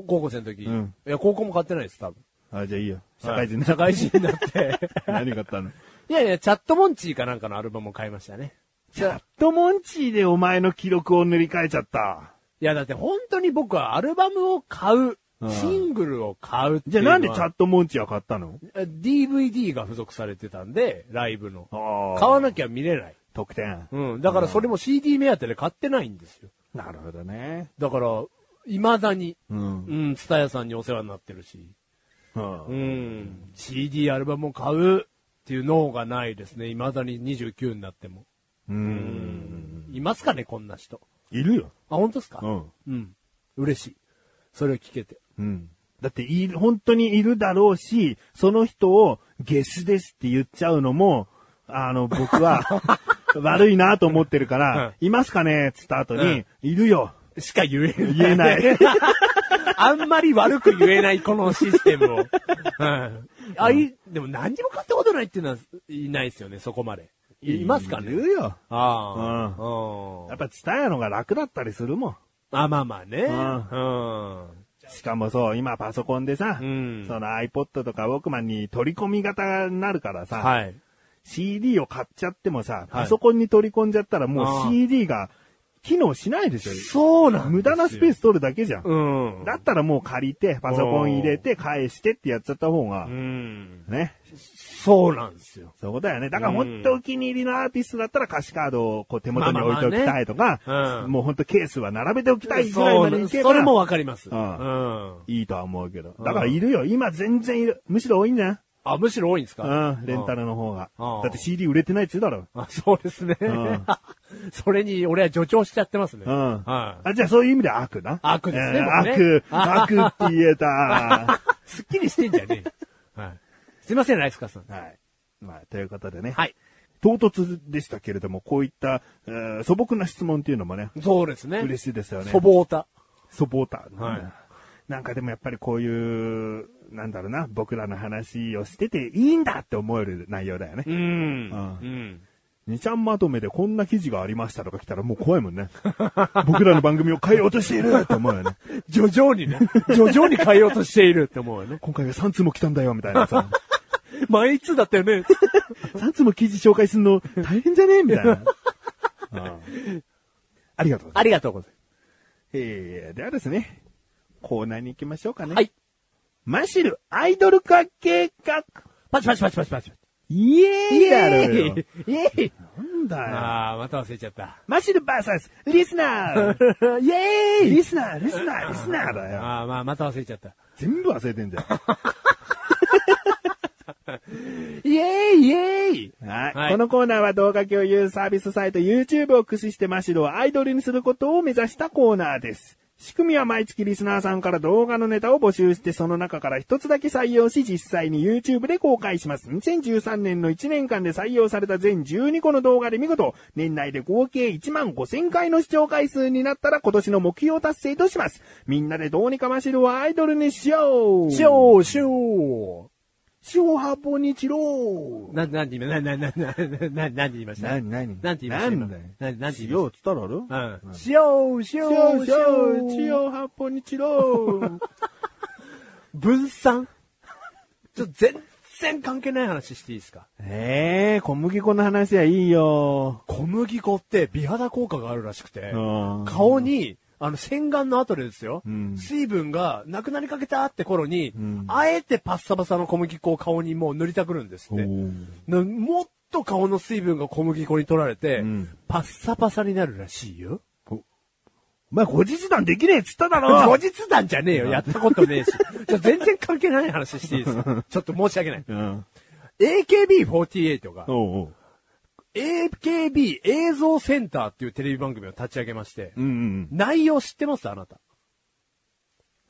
[SPEAKER 1] 高校生の時。
[SPEAKER 2] うん
[SPEAKER 1] いや、高校も買ってないです、多分。
[SPEAKER 2] あ、じゃあいいよ。社会
[SPEAKER 1] は
[SPEAKER 2] 人
[SPEAKER 1] い
[SPEAKER 2] ね。
[SPEAKER 1] 社会人になって。
[SPEAKER 2] (laughs) 何買ったの
[SPEAKER 1] いやいや、チャットモンチーかなんかのアルバムを買いましたね。
[SPEAKER 2] チャットモンチーでお前の記録を塗り替えちゃった。
[SPEAKER 1] いや、だって本当に僕はアルバムを買う
[SPEAKER 2] う。ん
[SPEAKER 1] シングルを買うってい
[SPEAKER 2] じゃ
[SPEAKER 1] う
[SPEAKER 2] あ
[SPEAKER 1] の
[SPEAKER 2] な
[SPEAKER 1] は
[SPEAKER 2] んでチャットモンチーは買ったの
[SPEAKER 1] DVD が付属されてたんで、ライブの。
[SPEAKER 2] ああ
[SPEAKER 1] 買わなきゃ見れない。
[SPEAKER 2] 特典。
[SPEAKER 1] うん。だからそれも CD 目当てで買ってないんですよ。
[SPEAKER 2] なるほどね。
[SPEAKER 1] だから、未だに、
[SPEAKER 2] うん。
[SPEAKER 1] うん、ツタヤさんにお世話になってるし、
[SPEAKER 2] うん
[SPEAKER 1] うん、CD アルバムを買うっていう脳がないですね。未だに29になっても。
[SPEAKER 2] うん。
[SPEAKER 1] いますかね、こんな人。
[SPEAKER 2] いるよ。
[SPEAKER 1] あ、本当ですか
[SPEAKER 2] うん。
[SPEAKER 1] うん。嬉しい。それを聞けて。
[SPEAKER 2] うん。だって、いる、本当にいるだろうし、その人をゲスですって言っちゃうのも、あの、
[SPEAKER 1] (laughs)
[SPEAKER 2] 僕は悪いなと思ってるから、いますかねっつった後に、
[SPEAKER 1] うん
[SPEAKER 2] いるよ。
[SPEAKER 1] しか言えない。
[SPEAKER 2] 言
[SPEAKER 1] (laughs)
[SPEAKER 2] えない。
[SPEAKER 1] あんまり悪く言えない、このシステ (laughs) ムを。うん。あい、でも何にも買ったことないっていうのは、いないですよね、そこまで。いいますかね
[SPEAKER 2] いるよ。
[SPEAKER 1] ああ。
[SPEAKER 2] やっ
[SPEAKER 1] うん。
[SPEAKER 2] ぱ、ツタヤのが楽だったりするもん。
[SPEAKER 1] あ、まあまあね。
[SPEAKER 2] んしかもそう、今パソコンでさ、
[SPEAKER 1] うん
[SPEAKER 2] その iPod とかウォークマンに取り込み型になるからさ、
[SPEAKER 1] うん。はい。
[SPEAKER 2] CD を買っちゃってもさ、パソコンに取り込んじゃったらも
[SPEAKER 1] あ
[SPEAKER 2] う
[SPEAKER 1] ー
[SPEAKER 2] CD が機能しないでしょ。
[SPEAKER 1] そうなん
[SPEAKER 2] 無駄なスペース取るだけじゃん。
[SPEAKER 1] うん。
[SPEAKER 2] だったらもう借りて、パソコン入れて、返してってやっちゃった方が
[SPEAKER 1] う、ん。
[SPEAKER 2] ね。
[SPEAKER 1] そうなんですよ。
[SPEAKER 2] そういうことだよね。だから本当お気に入りのアーティストだったら歌詞カードをこう手元に置いておきたいとか、
[SPEAKER 1] まあまあねうん
[SPEAKER 2] もう本当ケースは並べておきたいぐらい
[SPEAKER 1] そ
[SPEAKER 2] ま
[SPEAKER 1] う
[SPEAKER 2] でいけば
[SPEAKER 1] それもわかります。
[SPEAKER 2] う
[SPEAKER 1] うんん。
[SPEAKER 2] いいとは思うけど。だからいるよ。今全然いる。むしろ多いんじゃん。
[SPEAKER 1] あ、むしろ多いんですか
[SPEAKER 2] うん、レンタルの方が。
[SPEAKER 1] うん
[SPEAKER 2] だって CD 売れてないっつうだろ。
[SPEAKER 1] あ、そうですね
[SPEAKER 2] ん。
[SPEAKER 1] (laughs) それに、俺は助長しちゃってますね。
[SPEAKER 2] うん。
[SPEAKER 1] は
[SPEAKER 2] あ
[SPEAKER 1] い。、
[SPEAKER 2] じゃあそういう意味では悪な。
[SPEAKER 1] 悪ですね
[SPEAKER 2] えー
[SPEAKER 1] 僕ね
[SPEAKER 2] 悪、悪っ
[SPEAKER 1] (laughs)
[SPEAKER 2] て言えた。
[SPEAKER 1] すっきりしてんじゃねえ。はい。すいません、ライスカさん。
[SPEAKER 2] はい。まあ、ということでね。
[SPEAKER 1] はい。
[SPEAKER 2] 唐突でしたけれども、こういった、えー素朴な質問っていうのもね、
[SPEAKER 1] そうですね。
[SPEAKER 2] 嬉しいですよね。
[SPEAKER 1] 粗。暴た。
[SPEAKER 2] 素朴だ、
[SPEAKER 1] はい
[SPEAKER 2] なんかでもやっぱりこういう、なんだろうな、僕らの話をしてていいんだって思える内容だよね。
[SPEAKER 1] うん。
[SPEAKER 2] う
[SPEAKER 1] うん。
[SPEAKER 2] 二ちゃんまとめでこんな記事がありましたとか来たらもう怖いも
[SPEAKER 1] (laughs)
[SPEAKER 2] んね。僕らの番組を変えようとしているって思うよね。
[SPEAKER 1] 徐々にね、徐々に変えようとしているって思うよ
[SPEAKER 2] (laughs)
[SPEAKER 1] ね。
[SPEAKER 2] 今回は3通も来たんだよみたいなさ。
[SPEAKER 1] 毎日だったよね。
[SPEAKER 2] 3通も記事紹介するの大変じゃねみた
[SPEAKER 1] (laughs)
[SPEAKER 2] いな。うんありがとうございます
[SPEAKER 1] (laughs) ありがとうござい
[SPEAKER 2] えー、ではですね、コーナーに行きましょうかね。
[SPEAKER 1] ます。はい。。
[SPEAKER 2] マシルアイドル化計画
[SPEAKER 1] パチパチパチパチパチ。
[SPEAKER 2] イエーイだろうよ
[SPEAKER 1] イエーイ
[SPEAKER 2] なんだよ。
[SPEAKER 1] ああ、また忘れちゃった。
[SPEAKER 2] マシルバーサスリスナー
[SPEAKER 1] (laughs) イエーイ
[SPEAKER 2] リスナー、リスナー、リスナーだよ。
[SPEAKER 1] ああ、まあ、また忘れちゃった。
[SPEAKER 2] 全部忘れてんだよ。
[SPEAKER 1] (laughs) イエーイイエーイ
[SPEAKER 2] はい、
[SPEAKER 1] はい
[SPEAKER 2] このコーナーは動画共有サービスサイト YouTube を駆使してマシルをアイドルにすることを目指したコーナーです。仕組みは毎月リスナーさんから動画のネタを募集して、その中から一つだけ採用し、実際に YouTube で公開します。2013年の1年間で採用された全12個の動画で見事、年内で合計1万5000回の視聴回数になったら今年の目標達成とします。みんなでどうにかマシルをアイドルにしよう
[SPEAKER 1] しよう、しよ
[SPEAKER 2] 塩箱にちろ
[SPEAKER 1] う。な、なんて言いましたな、な、な、な、な、なんて言いました
[SPEAKER 2] な、なに
[SPEAKER 1] なんて言いました
[SPEAKER 2] なんだよ。
[SPEAKER 1] ななんて言いました
[SPEAKER 2] 塩っつったらある
[SPEAKER 1] うん。しよう、しよう、しよう、
[SPEAKER 2] 塩箱にちろう
[SPEAKER 1] 分散 (laughs) ちょ、全然関係ない話していいですか
[SPEAKER 2] ええ小麦粉の話はいいよ。
[SPEAKER 1] 小麦粉って美肌効果があるらしくて、
[SPEAKER 2] うん
[SPEAKER 1] 顔に、あの、洗顔の後でですよ、
[SPEAKER 2] うん
[SPEAKER 1] 水分がなくなりかけたって頃に、
[SPEAKER 2] ん
[SPEAKER 1] あえてパッサパサの小麦粉を顔にもう塗りたくるんですって。なもっと顔の水分が小麦粉に取られて、
[SPEAKER 2] うん
[SPEAKER 1] パッサパサになるらしいよ。
[SPEAKER 2] お前、後日談できねえっつっただろ
[SPEAKER 1] 後日談じゃねえよ。やったことねえし。ちょ全然関係ない話していいです
[SPEAKER 2] (laughs)
[SPEAKER 1] かちょっと申し訳ない。
[SPEAKER 2] うん。
[SPEAKER 1] AKB48 が、
[SPEAKER 2] おうおう
[SPEAKER 1] AKB 映像センターっていうテレビ番組を立ち上げまして、
[SPEAKER 2] うん
[SPEAKER 1] 内容知ってますあなた。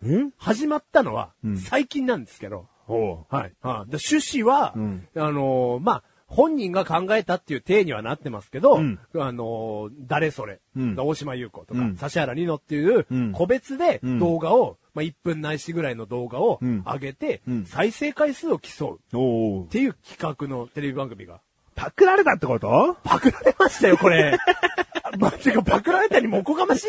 [SPEAKER 2] うん。え
[SPEAKER 1] 始まったのは
[SPEAKER 2] うん、
[SPEAKER 1] 最近なんですけど、
[SPEAKER 2] おう。
[SPEAKER 1] はい。はいで趣旨は、
[SPEAKER 2] うん
[SPEAKER 1] あのーまあ、本人が考えたっていう体にはなってますけど、
[SPEAKER 2] うん
[SPEAKER 1] あのー誰それ、
[SPEAKER 2] うん
[SPEAKER 1] 大島優子とか、
[SPEAKER 2] うん
[SPEAKER 1] 指原莉乃っていう
[SPEAKER 2] うん、
[SPEAKER 1] 個別で
[SPEAKER 2] うん
[SPEAKER 1] 動画を、まあ、1分ないしぐらいの動画を
[SPEAKER 2] うん
[SPEAKER 1] 上げて、
[SPEAKER 2] うん
[SPEAKER 1] 再生回数を競う
[SPEAKER 2] おう
[SPEAKER 1] っ。ていう企画のテレビ番組が。
[SPEAKER 2] パクられたってこと
[SPEAKER 1] パクられましたよ、こ (laughs) れ。まあ、てか、パクられたにもおこがまし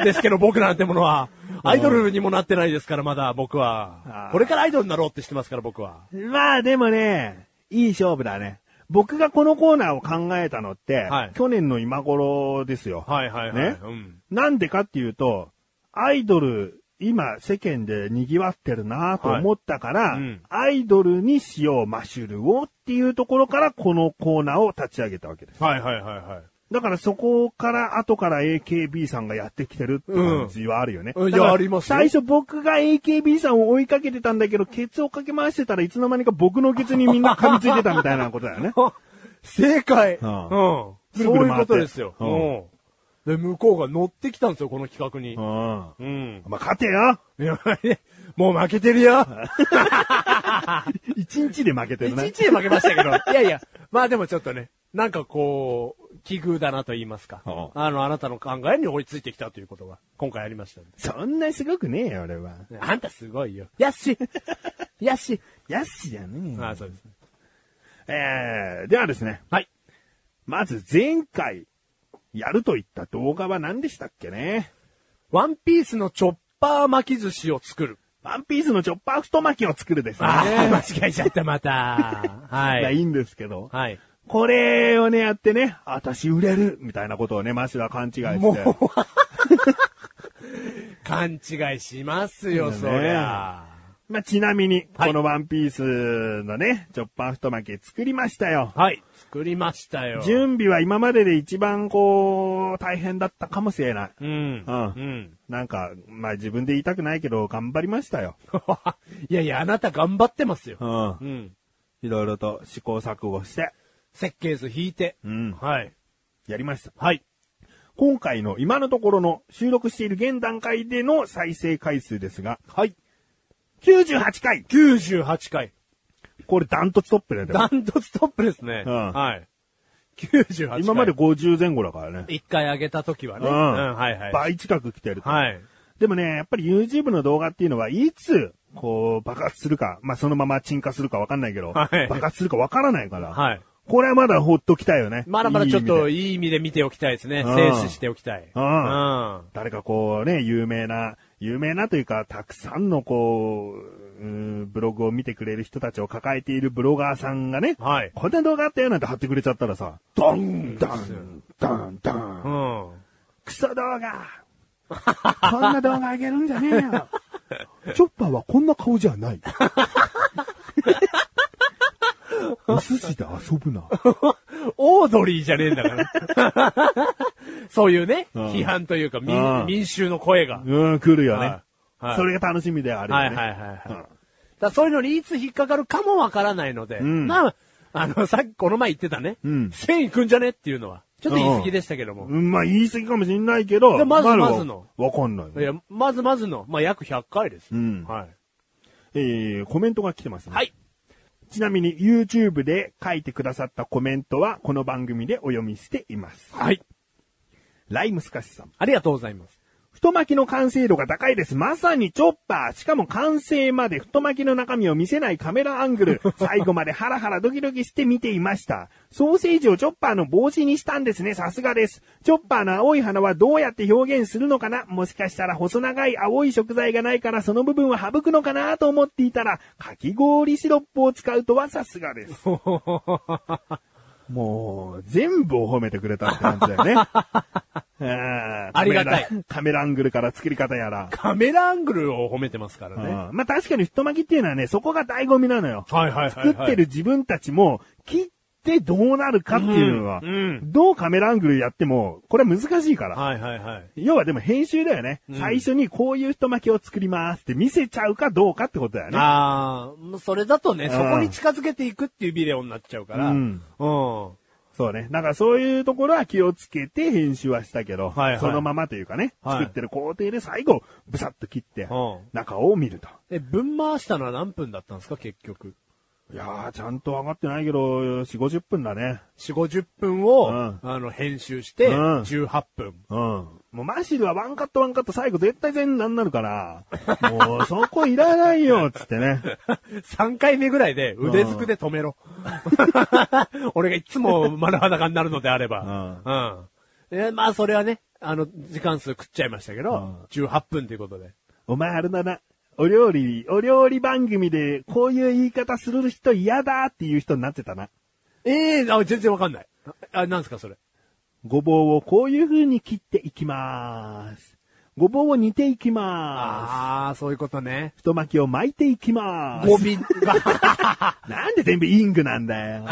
[SPEAKER 1] いですけど、僕なんてものは。アイドルにもなってないですから、まだ僕は
[SPEAKER 2] あー。
[SPEAKER 1] これからアイドルになろうってしてますから、僕は。
[SPEAKER 2] まあ、でもね、いい勝負だね。僕がこのコーナーを考えたのって、
[SPEAKER 1] はい
[SPEAKER 2] 去年の今頃ですよ。
[SPEAKER 1] はいはいはい。
[SPEAKER 2] ね
[SPEAKER 1] うん。
[SPEAKER 2] なんでかっていうと、アイドル、今世間で賑わってるなと思ったから、
[SPEAKER 1] いうん
[SPEAKER 2] アイドルにしよう、マシュルをっていうところからこのコーナーを立ち上げたわけです。
[SPEAKER 1] はいはいはいはい。
[SPEAKER 2] だからそこから後から AKB さんがやってきてるって感じはあるよね。
[SPEAKER 1] うんうんいや
[SPEAKER 2] だから
[SPEAKER 1] ありますよ。
[SPEAKER 2] 最初僕が AKB さんを追いかけてたんだけど、ケツをかけ回してたらいつの間にか僕のケツにみんな噛みついてたみたいなことだよ
[SPEAKER 1] (laughs)
[SPEAKER 2] ね
[SPEAKER 1] あ正解、う
[SPEAKER 2] うんん
[SPEAKER 1] そういうことですよ。
[SPEAKER 2] ぐ
[SPEAKER 1] う
[SPEAKER 2] るぐる
[SPEAKER 1] ん
[SPEAKER 2] 回
[SPEAKER 1] で、向こうが乗ってきたんですよ、この企画に
[SPEAKER 2] うん。。ま
[SPEAKER 1] うん。
[SPEAKER 2] あ、勝てよ
[SPEAKER 1] いやもう負けてる (laughs) よ。
[SPEAKER 2] 一日で負けて
[SPEAKER 1] 一
[SPEAKER 2] るね。
[SPEAKER 1] 日で負けましたけど。 (laughs) いやいや、まあでもちょっとね、なんかこう、奇遇だなと言いますか。
[SPEAKER 2] うん
[SPEAKER 1] あの、あなたの考えに追いついてきたということが、今回ありましたんで
[SPEAKER 2] そんなすごくねえよ、俺は。
[SPEAKER 1] あんたすごいよ。やっ (laughs) しやっし
[SPEAKER 2] やっしじゃねえよ
[SPEAKER 1] あそうです。
[SPEAKER 2] えー、ではですね、
[SPEAKER 1] はい。
[SPEAKER 2] まず前回やると言った動画は何でしたっけね
[SPEAKER 1] ワンピースのチョッパー巻き寿司を作る。
[SPEAKER 2] ワンピースのチョッパー太巻きを作るですね。
[SPEAKER 1] あ
[SPEAKER 2] (laughs)
[SPEAKER 1] あ、間違えちゃった、また。はい
[SPEAKER 2] や、
[SPEAKER 1] い。
[SPEAKER 2] いいんですけど。
[SPEAKER 1] はい。
[SPEAKER 2] これをね、やってね、私売れるみたいなことをね、マシュは勘違い
[SPEAKER 1] も
[SPEAKER 2] して。
[SPEAKER 1] う、 (laughs) 勘違いしますよ、そりゃ。
[SPEAKER 2] まあ、ちなみに、
[SPEAKER 1] はい
[SPEAKER 2] このワンピースのね、チョッパー太巻き作りましたよ。
[SPEAKER 1] はい。作りましたよ。
[SPEAKER 2] 準備は今までで一番こう、大変だったかもしれない。
[SPEAKER 1] うん。
[SPEAKER 2] う
[SPEAKER 1] うん。
[SPEAKER 2] なんか、まあ、自分で言いたくないけど、頑張りましたよ。
[SPEAKER 1] (laughs) いやいや、あなた頑張ってますよ。
[SPEAKER 2] ん
[SPEAKER 1] う。ん。
[SPEAKER 2] いろいろと試行錯誤して、
[SPEAKER 1] 設計図引いて。
[SPEAKER 2] うん
[SPEAKER 1] はい。
[SPEAKER 2] やりました。
[SPEAKER 1] はい。
[SPEAKER 2] 今回の今のところの収録している現段階での再生回数ですが、
[SPEAKER 1] はい。
[SPEAKER 2] 98回
[SPEAKER 1] 98回。
[SPEAKER 2] これダントツトップだよ。
[SPEAKER 1] ダントツトップですね。
[SPEAKER 2] うん
[SPEAKER 1] はい。98回。
[SPEAKER 2] 今まで50前後だからね。
[SPEAKER 1] 一回上げた時はね。はいはい。
[SPEAKER 2] 倍近く来てると。
[SPEAKER 1] はい。
[SPEAKER 2] でもね、やっぱり YouTube の動画っていうのは、いつ、こう、爆発するか、まあ、そのまま沈下するかわかんないけど、
[SPEAKER 1] はい
[SPEAKER 2] 爆発するかわからないから、
[SPEAKER 1] はい。
[SPEAKER 2] これはまだほっときたいよね。
[SPEAKER 1] まだまだちょっと
[SPEAKER 2] い
[SPEAKER 1] いい
[SPEAKER 2] い意味で
[SPEAKER 1] 意味で見ておきたいですね。
[SPEAKER 2] うん
[SPEAKER 1] 静止しておきたい。
[SPEAKER 2] うん
[SPEAKER 1] うん
[SPEAKER 2] 誰かこうね、有名な、有名なというか、たくさんのこう、うーんブログを見てくれる人たちを抱えているブロガーさんがね、
[SPEAKER 1] はい。
[SPEAKER 2] こんな動画あったよなんて貼ってくれちゃったらさ、
[SPEAKER 1] ドン
[SPEAKER 2] ダン、ダン、ダ
[SPEAKER 1] う
[SPEAKER 2] ン、
[SPEAKER 1] ん。
[SPEAKER 2] クソ動画こんな動画あげるんじゃねえよチョッパーはこんな顔じゃ
[SPEAKER 1] (laughs)
[SPEAKER 2] ない。お寿司で遊ぶな。
[SPEAKER 1] オードリーじゃねえんだから。
[SPEAKER 2] (laughs)
[SPEAKER 1] そういうね、
[SPEAKER 2] うん
[SPEAKER 1] 批判というか、
[SPEAKER 2] う
[SPEAKER 1] 民
[SPEAKER 2] ん
[SPEAKER 1] 民衆の声が。
[SPEAKER 2] うん、来るよ
[SPEAKER 1] は。
[SPEAKER 2] ね
[SPEAKER 1] いはい
[SPEAKER 2] それが楽しみであるよ
[SPEAKER 1] は
[SPEAKER 2] ね。
[SPEAKER 1] いはいはいはい。
[SPEAKER 2] うん
[SPEAKER 1] だからそういうのにいつ引っかかるかもわからないので、
[SPEAKER 2] ん
[SPEAKER 1] まあ、あの、さっきこの前言ってたね、
[SPEAKER 2] うん
[SPEAKER 1] 線いくんじゃねっていうのは。ちょっと言い過ぎでしたけども。
[SPEAKER 2] うん、まあ言い過ぎかもしんないけど。
[SPEAKER 1] でまず
[SPEAKER 2] あ
[SPEAKER 1] まずの
[SPEAKER 2] わかんない。
[SPEAKER 1] いや、まずまずの、まあ、約100回です。
[SPEAKER 2] うん
[SPEAKER 1] はい。
[SPEAKER 2] えー、コメントが来てますね。
[SPEAKER 1] はい。
[SPEAKER 2] ちなみに YouTube で書いてくださったコメントはこの番組でお読みしています。
[SPEAKER 1] はい。
[SPEAKER 2] ライムスカシさん。
[SPEAKER 1] ありがとうございます。 (laughs)
[SPEAKER 2] 太巻きの完成度が高いです。まさにチョッパー。しかも完成まで太巻きの中身を見せないカメラアン
[SPEAKER 1] (laughs)
[SPEAKER 2] グル。最後までハラハラドキドキして見ていました。ソーセージをチョッパーの帽子にしたんですね。さすがです。チョッパーの青い花はどうやって表現するのかなもしかしたら細長い青い食材がないからその部分は省くのかなと思っていたら、かき氷シロップを使うとはさすがです。もう、全部を褒めてくれたって感じだ
[SPEAKER 1] (laughs)
[SPEAKER 2] よね。あ
[SPEAKER 1] ありがたい。
[SPEAKER 2] カメラカメラアングルから作り方やら。
[SPEAKER 1] カメラアングルを褒めてますからね。
[SPEAKER 2] うんまあ確かに太巻きっていうのはね、そこが醍醐味なのよ。
[SPEAKER 1] はいはいはい、はい。
[SPEAKER 2] 作ってる自分たちも、切ってどうなるかっていうのは、
[SPEAKER 1] うんうん
[SPEAKER 2] どうカメラアングルやっても、これは難しいから。
[SPEAKER 1] はいはいはい。
[SPEAKER 2] 要はでも編集だよね、最初にこういう太巻きを作りますって見せちゃうかどうかってことだよね。
[SPEAKER 1] ああ、それだとね、
[SPEAKER 2] ん
[SPEAKER 1] そこに近づけていくっていうビデオになっちゃうから。
[SPEAKER 2] うん
[SPEAKER 1] うん
[SPEAKER 2] そうね。なんかそういうところは気をつけて編集はしたけど、
[SPEAKER 1] はいはい
[SPEAKER 2] そのままというかね、
[SPEAKER 1] はい
[SPEAKER 2] 作ってる工程で最後、ブサッと切って
[SPEAKER 1] うん、
[SPEAKER 2] 中を見ると。
[SPEAKER 1] え、分回したのは何分だったんですか、結局。
[SPEAKER 2] いやー、ちゃんと上がってないけど、4、50分だね。
[SPEAKER 1] 4、50分を、
[SPEAKER 2] うん
[SPEAKER 1] あの、編集して、
[SPEAKER 2] うん
[SPEAKER 1] 18分。 (laughs)
[SPEAKER 2] うん。もうマシルはワンカットワンカット最後絶対全なんなるから、もうそこいらないよ、つってね。
[SPEAKER 1] 3回目ぐらいで腕ずくで止め (laughs) ろ。俺がいつも丸裸になるのであれば。うん。えまあ、それはね、あの、時間数食っちゃいましたけど、18分ということで。
[SPEAKER 2] お前あれだな。お料理、お料理番組でこういう言い方する人嫌だっていう人になってたな。
[SPEAKER 1] ええあ、全然わかんない。あ、なんですか、それ。
[SPEAKER 2] ごぼうをこういう風に切っていきます。ごぼうを煮ていきます。
[SPEAKER 1] ああ、そういうことね。
[SPEAKER 2] 太巻きを巻いていきます。
[SPEAKER 1] 語尾 (laughs) が、
[SPEAKER 2] なんで全部イングなんだよ。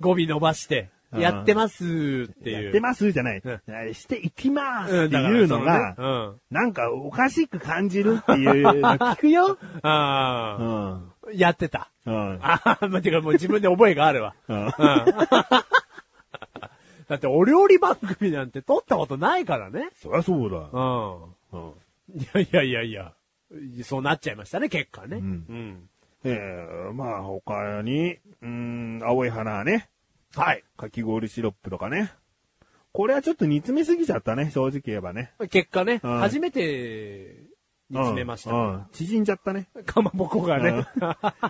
[SPEAKER 1] 語尾伸ばして、
[SPEAKER 2] うん
[SPEAKER 1] やってますっていう。
[SPEAKER 2] やってますじゃない。
[SPEAKER 1] う
[SPEAKER 2] していきます
[SPEAKER 1] うん
[SPEAKER 2] っていうの
[SPEAKER 1] だからそのね
[SPEAKER 2] が、なんかおかしく感じるっていうの聞くよ。
[SPEAKER 1] うん。あ
[SPEAKER 2] う
[SPEAKER 1] あ、
[SPEAKER 2] ん。
[SPEAKER 1] やってた。
[SPEAKER 2] うん。
[SPEAKER 1] ああ、まあ、てかもう自分で覚えがあるわ。
[SPEAKER 2] うん
[SPEAKER 1] (laughs) だってお料理番組なんて撮ったことないからね。
[SPEAKER 2] そりゃそうだ。
[SPEAKER 1] うん。
[SPEAKER 2] うん
[SPEAKER 1] いやいやいやいや。そうなっちゃいましたね、結果ね。うんん。
[SPEAKER 2] ええまあ他に、うん、青い花ね。
[SPEAKER 1] はい。
[SPEAKER 2] かき氷シロップとかね。これはちょっと煮詰めすぎちゃったね、正直言えばね。
[SPEAKER 1] 結果ね、
[SPEAKER 2] うん
[SPEAKER 1] 初めて煮詰めました。
[SPEAKER 2] うんうん縮んじゃったね。
[SPEAKER 1] かまぼこが (laughs) ね。
[SPEAKER 2] (laughs)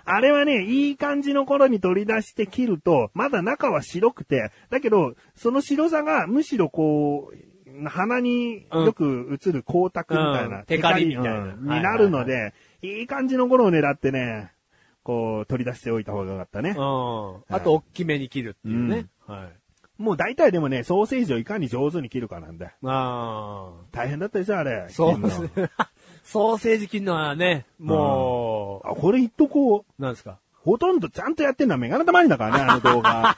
[SPEAKER 2] あれはね、いい感じの頃に取り出して切ると、まだ中は白くて、だけど、その白さがむしろこう、鼻によく映る光沢みたいな、
[SPEAKER 1] うんテカリみたいな
[SPEAKER 2] うん
[SPEAKER 1] はいはいはい
[SPEAKER 2] になるので、いい感じの頃を狙ってね、こう、取り出しておいた方がよかったね
[SPEAKER 1] うん。。あと、大きめに切るっていうね。はい。
[SPEAKER 2] もう大体でもね、ソーセージをいかに上手に切るかなんだよ。
[SPEAKER 1] あ
[SPEAKER 2] 大変だったでしょ、あれ。
[SPEAKER 1] あ。そ
[SPEAKER 2] 切
[SPEAKER 1] うで
[SPEAKER 2] るの
[SPEAKER 1] すね。 (laughs) ソーセージ切るのはね、も
[SPEAKER 2] あ、これ言っとこう。
[SPEAKER 1] う、なんですか。
[SPEAKER 2] ほとんどちゃんとやってんのはメガネたまりだから
[SPEAKER 1] (laughs)
[SPEAKER 2] ね、あの動画。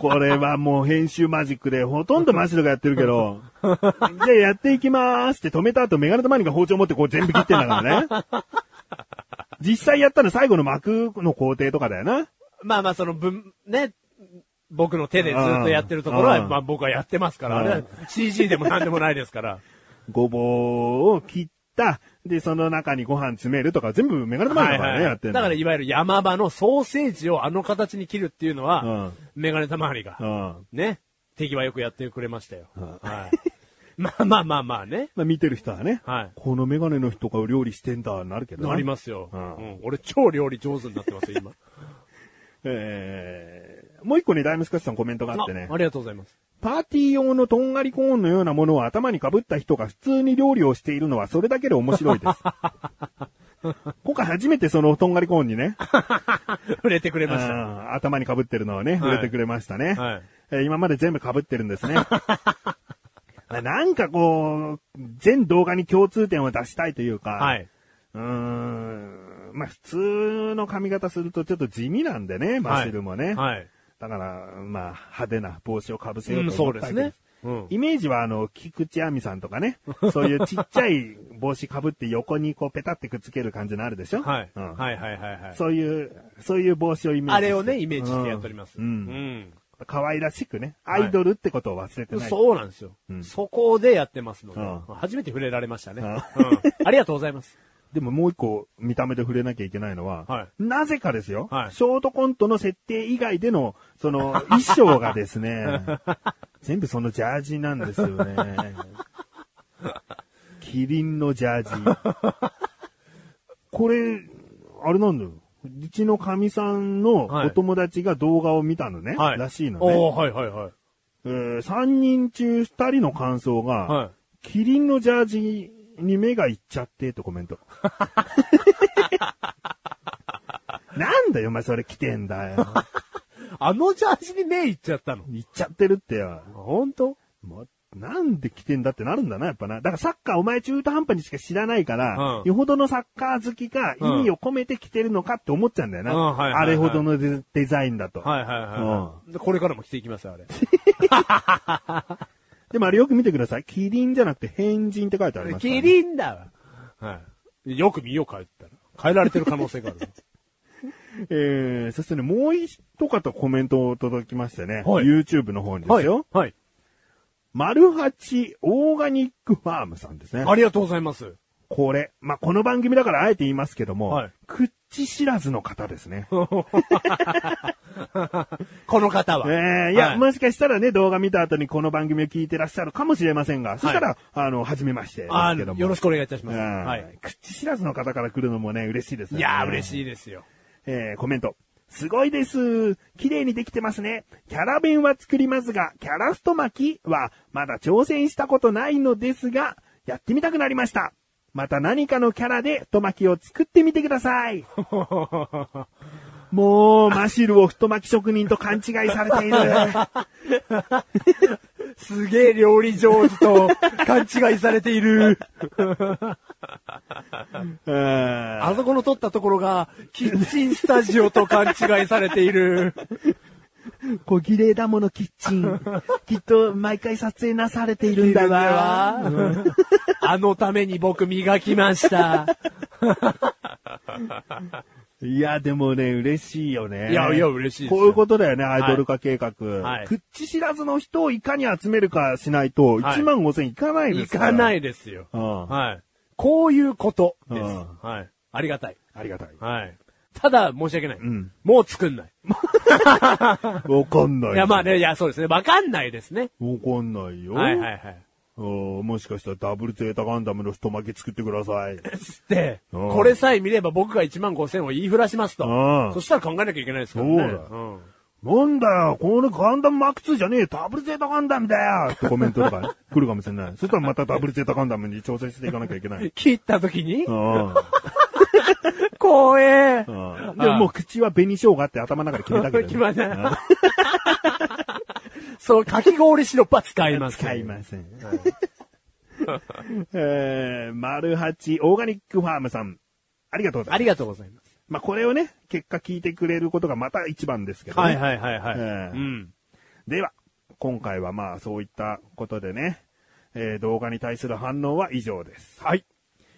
[SPEAKER 2] これはもう編集マジックで、ほとんどマシルがやってる
[SPEAKER 1] (laughs)
[SPEAKER 2] けど。じゃあやっていきまーすって止めた後、メガネたまりが包丁持ってこう全部切ってんだからね。実際やったの最後の幕の工程とかだよな。
[SPEAKER 1] まあまあ、その分、ね、僕の手でずっとやってるところは、
[SPEAKER 2] うん
[SPEAKER 1] まあ僕はやってますから、あ
[SPEAKER 2] うん
[SPEAKER 1] れは CG でも何でもないですから。
[SPEAKER 2] ごぼうを切った、で、その中にご飯詰めるとか、全部メガネた (laughs) まりだからね、やってんの。
[SPEAKER 1] だから、いわゆる山場のソーセージをあの形に切るっていうのは、メガネたまわりが、
[SPEAKER 2] うん。
[SPEAKER 1] ね、敵はよくやってくれましたよ。
[SPEAKER 2] うん
[SPEAKER 1] はい。 (laughs) まあまあまあまあね。
[SPEAKER 2] まあ見てる人はね、
[SPEAKER 1] はい
[SPEAKER 2] このメガネの人がお料理してんだ、なるけど
[SPEAKER 1] なり
[SPEAKER 2] す。
[SPEAKER 1] ますよ、う
[SPEAKER 2] うんん
[SPEAKER 1] 俺超料理上手になってます
[SPEAKER 2] (laughs)
[SPEAKER 1] よ、今。
[SPEAKER 2] えー、もう一個ね、ダイムスカッシュさんコメントがあってね
[SPEAKER 1] あ。ありがとうございます。 (laughs)
[SPEAKER 2] パーティー用のとんがりコーンのようなものを頭に被った人が普通に料理をしているのはそれだけで面白い
[SPEAKER 1] (laughs)
[SPEAKER 2] です。今回初めてそのとんがりコーンにね、
[SPEAKER 1] 触れてくれまし
[SPEAKER 2] う
[SPEAKER 1] た。
[SPEAKER 2] ん頭に被ってるのはね、
[SPEAKER 1] はい
[SPEAKER 2] 触れてくれましたね。
[SPEAKER 1] はい
[SPEAKER 2] えー今まで全部被ってる
[SPEAKER 1] (laughs)
[SPEAKER 2] んですね。あなんかこう、全動画に共通点を出したいというか、
[SPEAKER 1] はい。
[SPEAKER 2] うーん、まあ普通の髪型するとちょっと地味なんでね、マシルもね。
[SPEAKER 1] はい。
[SPEAKER 2] だから、まあ、派手な帽子をかぶせよ
[SPEAKER 1] う、
[SPEAKER 2] うんと
[SPEAKER 1] そ
[SPEAKER 2] 思
[SPEAKER 1] うで
[SPEAKER 2] ったわ
[SPEAKER 1] す
[SPEAKER 2] けです。
[SPEAKER 1] ね。うん。
[SPEAKER 2] イメージはあの、菊池亜美さんと
[SPEAKER 1] (laughs)
[SPEAKER 2] かね、そういうちっちゃい帽子かぶって横にこうペタってくっつける感じのあるでしょ
[SPEAKER 1] はい、
[SPEAKER 2] うん
[SPEAKER 1] はいはいはいはい。
[SPEAKER 2] そういう、そういう帽子をイメージして。
[SPEAKER 1] あれをね、イメージしてやっております。
[SPEAKER 2] うん。うん
[SPEAKER 1] ん
[SPEAKER 2] 可愛らしくね、ア
[SPEAKER 1] はい
[SPEAKER 2] イドルってことを忘れてない。
[SPEAKER 1] そうなんですよ、
[SPEAKER 2] うん
[SPEAKER 1] そこでやってますので、
[SPEAKER 2] うん
[SPEAKER 1] 初めて触れられましたね、
[SPEAKER 2] う
[SPEAKER 1] うんんありがとうございます。
[SPEAKER 2] でももう一個見た目で触れなきゃいけないのは、
[SPEAKER 1] は
[SPEAKER 2] なぜかですよ、
[SPEAKER 1] はい
[SPEAKER 2] ショートコントの設定以外での、その
[SPEAKER 1] (laughs)
[SPEAKER 2] 衣装がですね、全部そのジャージなんですよね。キリンのジャージ。これ、あれなんだよ。うちのかみさんの
[SPEAKER 1] はい
[SPEAKER 2] お友達が動画を見たのね、
[SPEAKER 1] はい。
[SPEAKER 2] らしいの
[SPEAKER 1] お
[SPEAKER 2] ね。
[SPEAKER 1] ーはいはいはい。
[SPEAKER 2] えー、3人中2人の感想が、
[SPEAKER 1] は
[SPEAKER 2] キリンのジャージに目がいっちゃって、とコメ
[SPEAKER 1] (laughs)
[SPEAKER 2] ント。なんだよ、お前それ着てんだよ。
[SPEAKER 1] い。あのジャージに目いっちゃったの。
[SPEAKER 2] いっちゃってるってよ。
[SPEAKER 1] 本当
[SPEAKER 2] もうなんで着てんだってなるんだな、やっぱな。だからサッカーお前中途半端にしか知らないから、
[SPEAKER 1] うん
[SPEAKER 2] よほどのサッカー好きが
[SPEAKER 1] うん
[SPEAKER 2] 意味を込めて着てるのかって思っちゃうんだよな。
[SPEAKER 1] うんはいはいはい
[SPEAKER 2] あれほどのデデザインだと。
[SPEAKER 1] はいはいはい、はいでこれからも着ていきますよ、あれ。
[SPEAKER 2] でもあれよく見てください。キリンじゃなくて変人って書いてありますからね、
[SPEAKER 1] キリンだわ。はい。よく見よう、帰ったら。変えられてる可能性がある。
[SPEAKER 2] (laughs) えー、そしてね、もう一方コメントを届きましてね、
[SPEAKER 1] はい
[SPEAKER 2] YouTube の方にですよ。
[SPEAKER 1] はい。
[SPEAKER 2] マルハチオーガニックファームさんですね。
[SPEAKER 1] ありがとうございます。
[SPEAKER 2] これ。まあ、この番組だからあえて言いますけども、
[SPEAKER 1] はい
[SPEAKER 2] 口知らずの方ですね。
[SPEAKER 1] この方は。
[SPEAKER 2] えー、いや、
[SPEAKER 1] はい
[SPEAKER 2] もしかしたらね、動画見た後にこの番組を聞いてらっしゃるかもしれませんが、そしたら、
[SPEAKER 1] は
[SPEAKER 2] あの、はじめましてで
[SPEAKER 1] あ
[SPEAKER 2] すけども。
[SPEAKER 1] よろしくお願いいたし
[SPEAKER 2] う
[SPEAKER 1] ます。
[SPEAKER 2] ん
[SPEAKER 1] はい。
[SPEAKER 2] 口知らずの方から来るのもね、嬉しいですね。
[SPEAKER 1] いやー、嬉
[SPEAKER 2] い。
[SPEAKER 1] しいですよ。
[SPEAKER 2] えー、コメント。すごいです。綺麗にできてますね。キャラ弁は作りますが、キャラ太巻きはまだ挑戦したことないのですが、やってみたくなりました。また何かのキャラで太巻きを作ってみてくださ (laughs) い。もう、マシルを太巻き職人と勘違いされている。 (laughs)
[SPEAKER 1] すげえ料理上手と勘違いされている。
[SPEAKER 2] うん
[SPEAKER 1] あそこの撮ったところが、キッチンスタジオと勘違いされている。
[SPEAKER 2] 小綺麗だものキッチ (laughs) ン。きっと毎回撮影なされているんだわ。
[SPEAKER 1] あのために僕磨きました。
[SPEAKER 2] いや、でもね、嬉しいよね。
[SPEAKER 1] いやいや嬉しいですよ
[SPEAKER 2] こういうことだよね、アイドル化計画。
[SPEAKER 1] はい
[SPEAKER 2] くっち知らずの人をいかに集めるかしない
[SPEAKER 1] は
[SPEAKER 2] と、
[SPEAKER 1] い
[SPEAKER 2] 1万5千いかないで
[SPEAKER 1] い
[SPEAKER 2] すから。。
[SPEAKER 1] かないいですよ。
[SPEAKER 2] うん。あ
[SPEAKER 1] はい。こういうことです。
[SPEAKER 2] うん
[SPEAKER 1] はい。ありがたい。
[SPEAKER 2] りがたい。
[SPEAKER 1] はい。ただ、申し訳ない。
[SPEAKER 2] ん
[SPEAKER 1] もう作んない。
[SPEAKER 2] わかんない。
[SPEAKER 1] いや、まあね、いや、そうですね。わかんないですね。
[SPEAKER 2] わかんないよ。
[SPEAKER 1] はいはいはい。
[SPEAKER 2] おーもしかしたらダブルゼータガンダムの太巻き作ってください。 (laughs)
[SPEAKER 1] で、
[SPEAKER 2] うん
[SPEAKER 1] これさえ見れば僕が1万5千を言いふらしますと
[SPEAKER 2] うん。
[SPEAKER 1] そしたら考えなきゃいけないですからね。
[SPEAKER 2] そうだよ
[SPEAKER 1] ん
[SPEAKER 2] なんだよ、このガンダムマーク2じゃねえよダブルゼータガンダムだよってコメントとか来るかもしれ
[SPEAKER 1] (laughs)
[SPEAKER 2] ない。そしたらまたダブルゼータガンダムに挑戦していかなきゃいけない。
[SPEAKER 1] 切った時に
[SPEAKER 2] うん。
[SPEAKER 1] 怖え。
[SPEAKER 2] うんでももう口は紅生姜って頭の中で (laughs) 決めたけど、ね。
[SPEAKER 1] 決まらない。 (laughs) そう、かき氷シロップは使います。
[SPEAKER 2] 使いません。 (laughs) えー、丸八オーガニックファームさん。ありがとうご
[SPEAKER 1] あ
[SPEAKER 2] ざいます。
[SPEAKER 1] りがとうございます。
[SPEAKER 2] まあ、これをね、結果聞いてくれることがまた一番ですけどね。
[SPEAKER 1] はいはいはいはい。
[SPEAKER 2] ええ
[SPEAKER 1] うん。
[SPEAKER 2] では、今回はまあそういったことでね、えー動画に対する反応は以上です。
[SPEAKER 1] はい。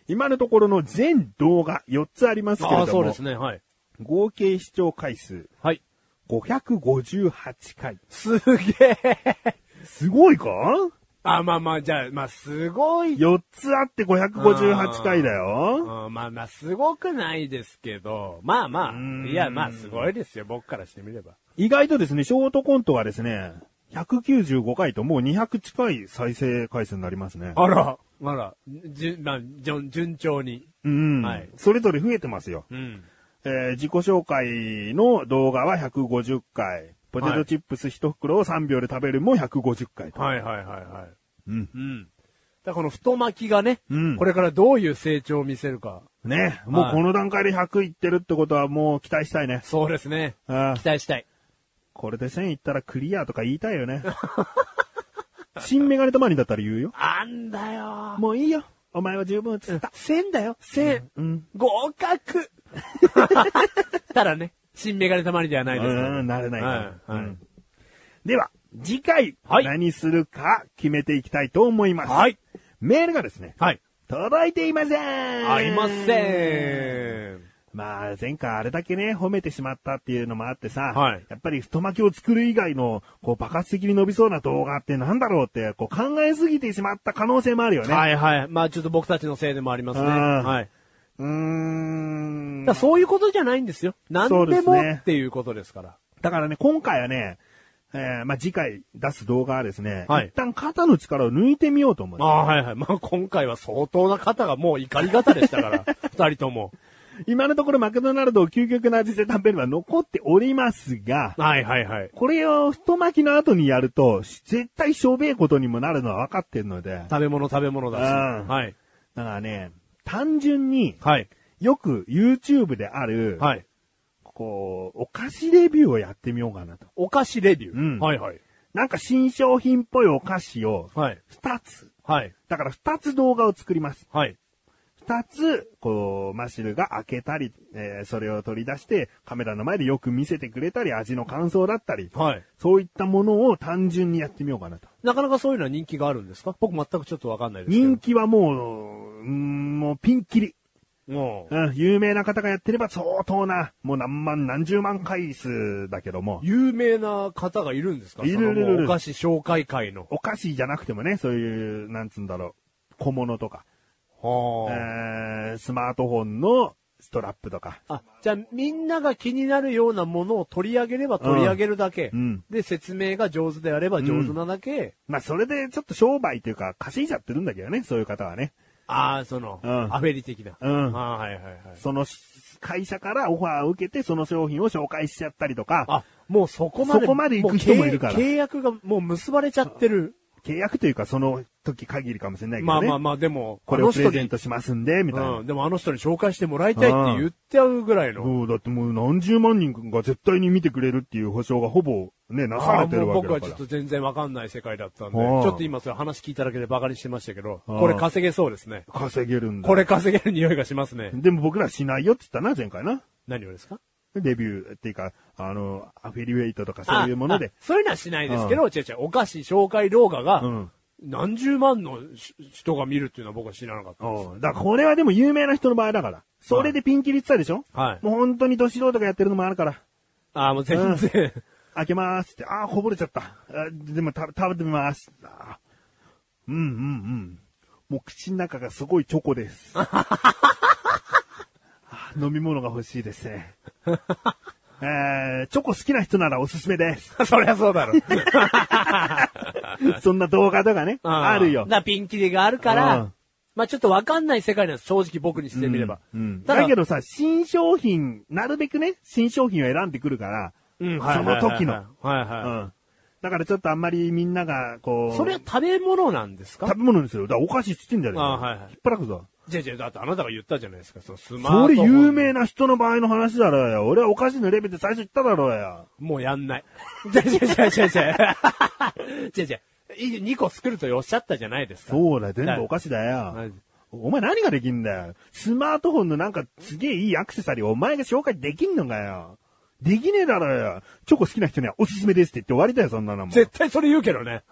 [SPEAKER 2] 今のところの全動画4つありますけれど
[SPEAKER 1] あ
[SPEAKER 2] も、
[SPEAKER 1] あ、そうですね。はい。
[SPEAKER 2] 合計視聴回数
[SPEAKER 1] はい。
[SPEAKER 2] 558回。
[SPEAKER 1] すげえ。
[SPEAKER 2] すごいか
[SPEAKER 1] (laughs) あ、まあまあ、じゃあ、まあ、すごい。
[SPEAKER 2] ?4 つあって558回だよ。
[SPEAKER 1] うんまあまあ、すごくないですけど、まあまあ、いや、まあ、すごいですよ。僕からしてみれば。
[SPEAKER 2] 意外とですね、ショートコントはですね、195回ともう200近い再生回数になりますね。
[SPEAKER 1] あら。あら。じゅ、まあ、じょ順調に。
[SPEAKER 2] うん、
[SPEAKER 1] はい
[SPEAKER 2] それぞれ増えてますよ。
[SPEAKER 1] うん。
[SPEAKER 2] えー自己紹介の動画は150回。ポテトチップス一袋を3秒で食べるも150回と。
[SPEAKER 1] はいはいはいはい。
[SPEAKER 2] うん。
[SPEAKER 1] うん。だからこの太巻きがね、
[SPEAKER 2] うん
[SPEAKER 1] これからどういう成長を見せるか。
[SPEAKER 2] ね。も
[SPEAKER 1] は
[SPEAKER 2] う
[SPEAKER 1] い
[SPEAKER 2] この段階で100いってるってことはもう期待したいね。
[SPEAKER 1] そうですね。
[SPEAKER 2] あー
[SPEAKER 1] 期待したい。
[SPEAKER 2] これで1000いったらクリアとか言いたい
[SPEAKER 1] (laughs)
[SPEAKER 2] よね。新メガネとマニだったら言うよ。
[SPEAKER 1] あんだよ
[SPEAKER 2] もういいよ。お前は十分映った。
[SPEAKER 1] 千だよ、千。
[SPEAKER 2] うん。
[SPEAKER 1] 合格ただね、新メガネたまりではないですから。
[SPEAKER 2] うん、なれないから。
[SPEAKER 1] はい。
[SPEAKER 2] う
[SPEAKER 1] はい
[SPEAKER 2] んでは、次回、
[SPEAKER 1] はい
[SPEAKER 2] 何するか決めていきたいと思います。
[SPEAKER 1] はい。
[SPEAKER 2] メールがですね、
[SPEAKER 1] はい。
[SPEAKER 2] 届いていません
[SPEAKER 1] ありません。
[SPEAKER 2] まあ、前回あれだけね、褒めてしまったっていうのもあってさ、
[SPEAKER 1] はい
[SPEAKER 2] やっぱり太巻きを作る以外の、こう、爆発的に伸びそうな動画ってなんだろうって、こう、考えすぎてしまった可能性もあるよね。
[SPEAKER 1] はいはい。まあちょっと僕たちのせいでもありますね。
[SPEAKER 2] うん
[SPEAKER 1] はい。
[SPEAKER 2] うーん。
[SPEAKER 1] だからそういうことじゃないんですよ。何
[SPEAKER 2] そうで
[SPEAKER 1] ですも
[SPEAKER 2] ね
[SPEAKER 1] っていうことですから。
[SPEAKER 2] だからね、今回はね、えーまあ、次回出す動画はですね、
[SPEAKER 1] はい
[SPEAKER 2] 一旦肩の力を抜いてみようと思う
[SPEAKER 1] あ。あ、はいはい。まあ今回は相当な方がもう怒り方でした
[SPEAKER 2] (laughs)
[SPEAKER 1] から、二人とも。
[SPEAKER 2] 今のところマクドナルドを究極の味で食べるのは残っておりますが、
[SPEAKER 1] はいはいはい。
[SPEAKER 2] これを太巻きの後にやると、し絶対しょべえことにもなるのは分かってるので、だか
[SPEAKER 1] 食べ物食べ物だ
[SPEAKER 2] う
[SPEAKER 1] し。
[SPEAKER 2] ん
[SPEAKER 1] はい。
[SPEAKER 2] らね、単純に、
[SPEAKER 1] はい。
[SPEAKER 2] よく YouTube である、
[SPEAKER 1] はい。
[SPEAKER 2] こう、お菓子レビューをやってみようかなと。
[SPEAKER 1] お菓子レビュー。
[SPEAKER 2] うん
[SPEAKER 1] はいはい。
[SPEAKER 2] なんか新商品っぽいお菓子を、
[SPEAKER 1] はい。
[SPEAKER 2] 二つ。
[SPEAKER 1] はい。
[SPEAKER 2] だから二つ動画を作ります。
[SPEAKER 1] はい。
[SPEAKER 2] 二つ、こう、マシルが開けたり、えーそれを取り出して、カメラの前でよく見せてくれたり、味の感想だったり、
[SPEAKER 1] はい。
[SPEAKER 2] そういったものを単純にやってみようかなと。
[SPEAKER 1] なかなかそういうのは人気があるんですか僕全くちょっとわかんないですけど。
[SPEAKER 2] 人気はもう、うーんもうピンキリ。
[SPEAKER 1] もう
[SPEAKER 2] うん、有名な方がやってれば相当な、もう何万何十万回数だけども、
[SPEAKER 1] 有名な方がいるんですか
[SPEAKER 2] いるいるいる
[SPEAKER 1] そのもうお菓子紹介会の。
[SPEAKER 2] お菓子じゃなくてもね、そういう、なんつうんだろう、小物とか、え
[SPEAKER 1] は
[SPEAKER 2] ースマートフォンのストラップとか、
[SPEAKER 1] あ。あ、じゃあみんなが気になるようなものを取り上げれば取り上げるだけ。
[SPEAKER 2] うん
[SPEAKER 1] で、説明が上手であれば上手なだけ。
[SPEAKER 2] まあそれでちょっと商売というか稼いじゃってるんだけどね、そういう方はね。
[SPEAKER 1] ああ、その、
[SPEAKER 2] うん
[SPEAKER 1] アフェリ的な。
[SPEAKER 2] うん
[SPEAKER 1] ああはいはいはい。
[SPEAKER 2] その会社からオファーを受けて、その商品を紹介しちゃったりとか、
[SPEAKER 1] あ、もうそこまで。
[SPEAKER 2] そこまで行く人もいるから
[SPEAKER 1] う契契約がもう結ばれちゃってる。
[SPEAKER 2] 契約というかその時限りかもしれないけ
[SPEAKER 1] ま
[SPEAKER 2] ど
[SPEAKER 1] あ
[SPEAKER 2] ね。
[SPEAKER 1] まあまあ、でも、
[SPEAKER 2] これをプレゼントしますんで、みたいな。
[SPEAKER 1] うん、でもあの人に紹介してもらいたいって言っちゃうぐらいの。
[SPEAKER 2] そう、だってもう何十万人が絶対に見てくれるっていう保証がほぼね、なさ
[SPEAKER 1] あ
[SPEAKER 2] れ
[SPEAKER 1] あ
[SPEAKER 2] て
[SPEAKER 1] もう
[SPEAKER 2] るわけ
[SPEAKER 1] 僕
[SPEAKER 2] だ
[SPEAKER 1] は
[SPEAKER 2] か
[SPEAKER 1] ちょ
[SPEAKER 2] ら
[SPEAKER 1] っ。と全然わかんない世界だったんで、ち
[SPEAKER 2] うん
[SPEAKER 1] ょっと今それ話聞いただけでバカにしてましたけど、
[SPEAKER 2] うん
[SPEAKER 1] これ稼げそうですね。
[SPEAKER 2] 稼げるんだ。
[SPEAKER 1] これ。稼げる匂いがしますね。
[SPEAKER 2] でも僕らしないよって言ったな、前回な。
[SPEAKER 1] 何をですか
[SPEAKER 2] レビューっていうか、あの、アフィリエイトとかそういうもの
[SPEAKER 1] あ。
[SPEAKER 2] で
[SPEAKER 1] あそういうのはしないですけど、違う違う、お菓子紹介動画が
[SPEAKER 2] う、ん。
[SPEAKER 1] 何十万のし人が見るっていうのは僕は知らなかったです。
[SPEAKER 2] うんだからこれはでも有名な人の場合だから。それでピンキリって言ったでしょ
[SPEAKER 1] はい
[SPEAKER 2] もう本当に年老とかやってるのもあるから。
[SPEAKER 1] ああ、もう全然、
[SPEAKER 2] 開けまーすって、あーこぼれちゃった。あでも食べ食べてみます。あーうんうんうん。もう口の中がすごいチョコ
[SPEAKER 1] (laughs)
[SPEAKER 2] です。あー飲み物が欲しいですね。えー、チョコ好きな人ならおすす
[SPEAKER 1] (laughs)
[SPEAKER 2] めです。 (laughs)
[SPEAKER 1] そりゃそうだろ。
[SPEAKER 2] そんな動画とかね、あるよ
[SPEAKER 1] だ。からピンキリがあるか
[SPEAKER 2] う
[SPEAKER 1] ら
[SPEAKER 2] ん、
[SPEAKER 1] まあちょっとわかんない世界なんです、正直僕にしてみれば。
[SPEAKER 2] うん
[SPEAKER 1] ただ
[SPEAKER 2] だけどさ、新商品、なるべくね、新商品を選んでくるから、
[SPEAKER 1] うん
[SPEAKER 2] その時の。。
[SPEAKER 1] はいはいはいはいはいは
[SPEAKER 2] うん。だからちょっとあんまりみんなが、こ
[SPEAKER 1] い。
[SPEAKER 2] う、
[SPEAKER 1] それは食べ物なんですか
[SPEAKER 2] 食べ物ですよ。だからお菓子っつってんじゃねえか
[SPEAKER 1] あはいはい
[SPEAKER 2] 引っ張らくぞ。
[SPEAKER 1] じゃじゃだってあなたが言ったじゃないですか、そのスマー
[SPEAKER 2] そ
[SPEAKER 1] トフォ
[SPEAKER 2] れ
[SPEAKER 1] ン。
[SPEAKER 2] 有名な人の場合の話だろうよ。俺はお菓子のレベルで最初言っただろうよ。
[SPEAKER 1] もうやんない。 (laughs) じゃじゃじゃじゃじゃ。 (laughs) じゃじゃ。い2個作るとおっしゃったじゃないですか。
[SPEAKER 2] そうだよ、全部お菓子だ
[SPEAKER 1] はい
[SPEAKER 2] よ。お前何ができんだよ。スマートフォンのなんかすげえいいアクセサリーをお前が紹介できんのかよ。できねえだろうよ。チョコ好きな人にはおすすめですって言って終わりだよ、そんなのも。
[SPEAKER 1] 絶対それ言うけどね。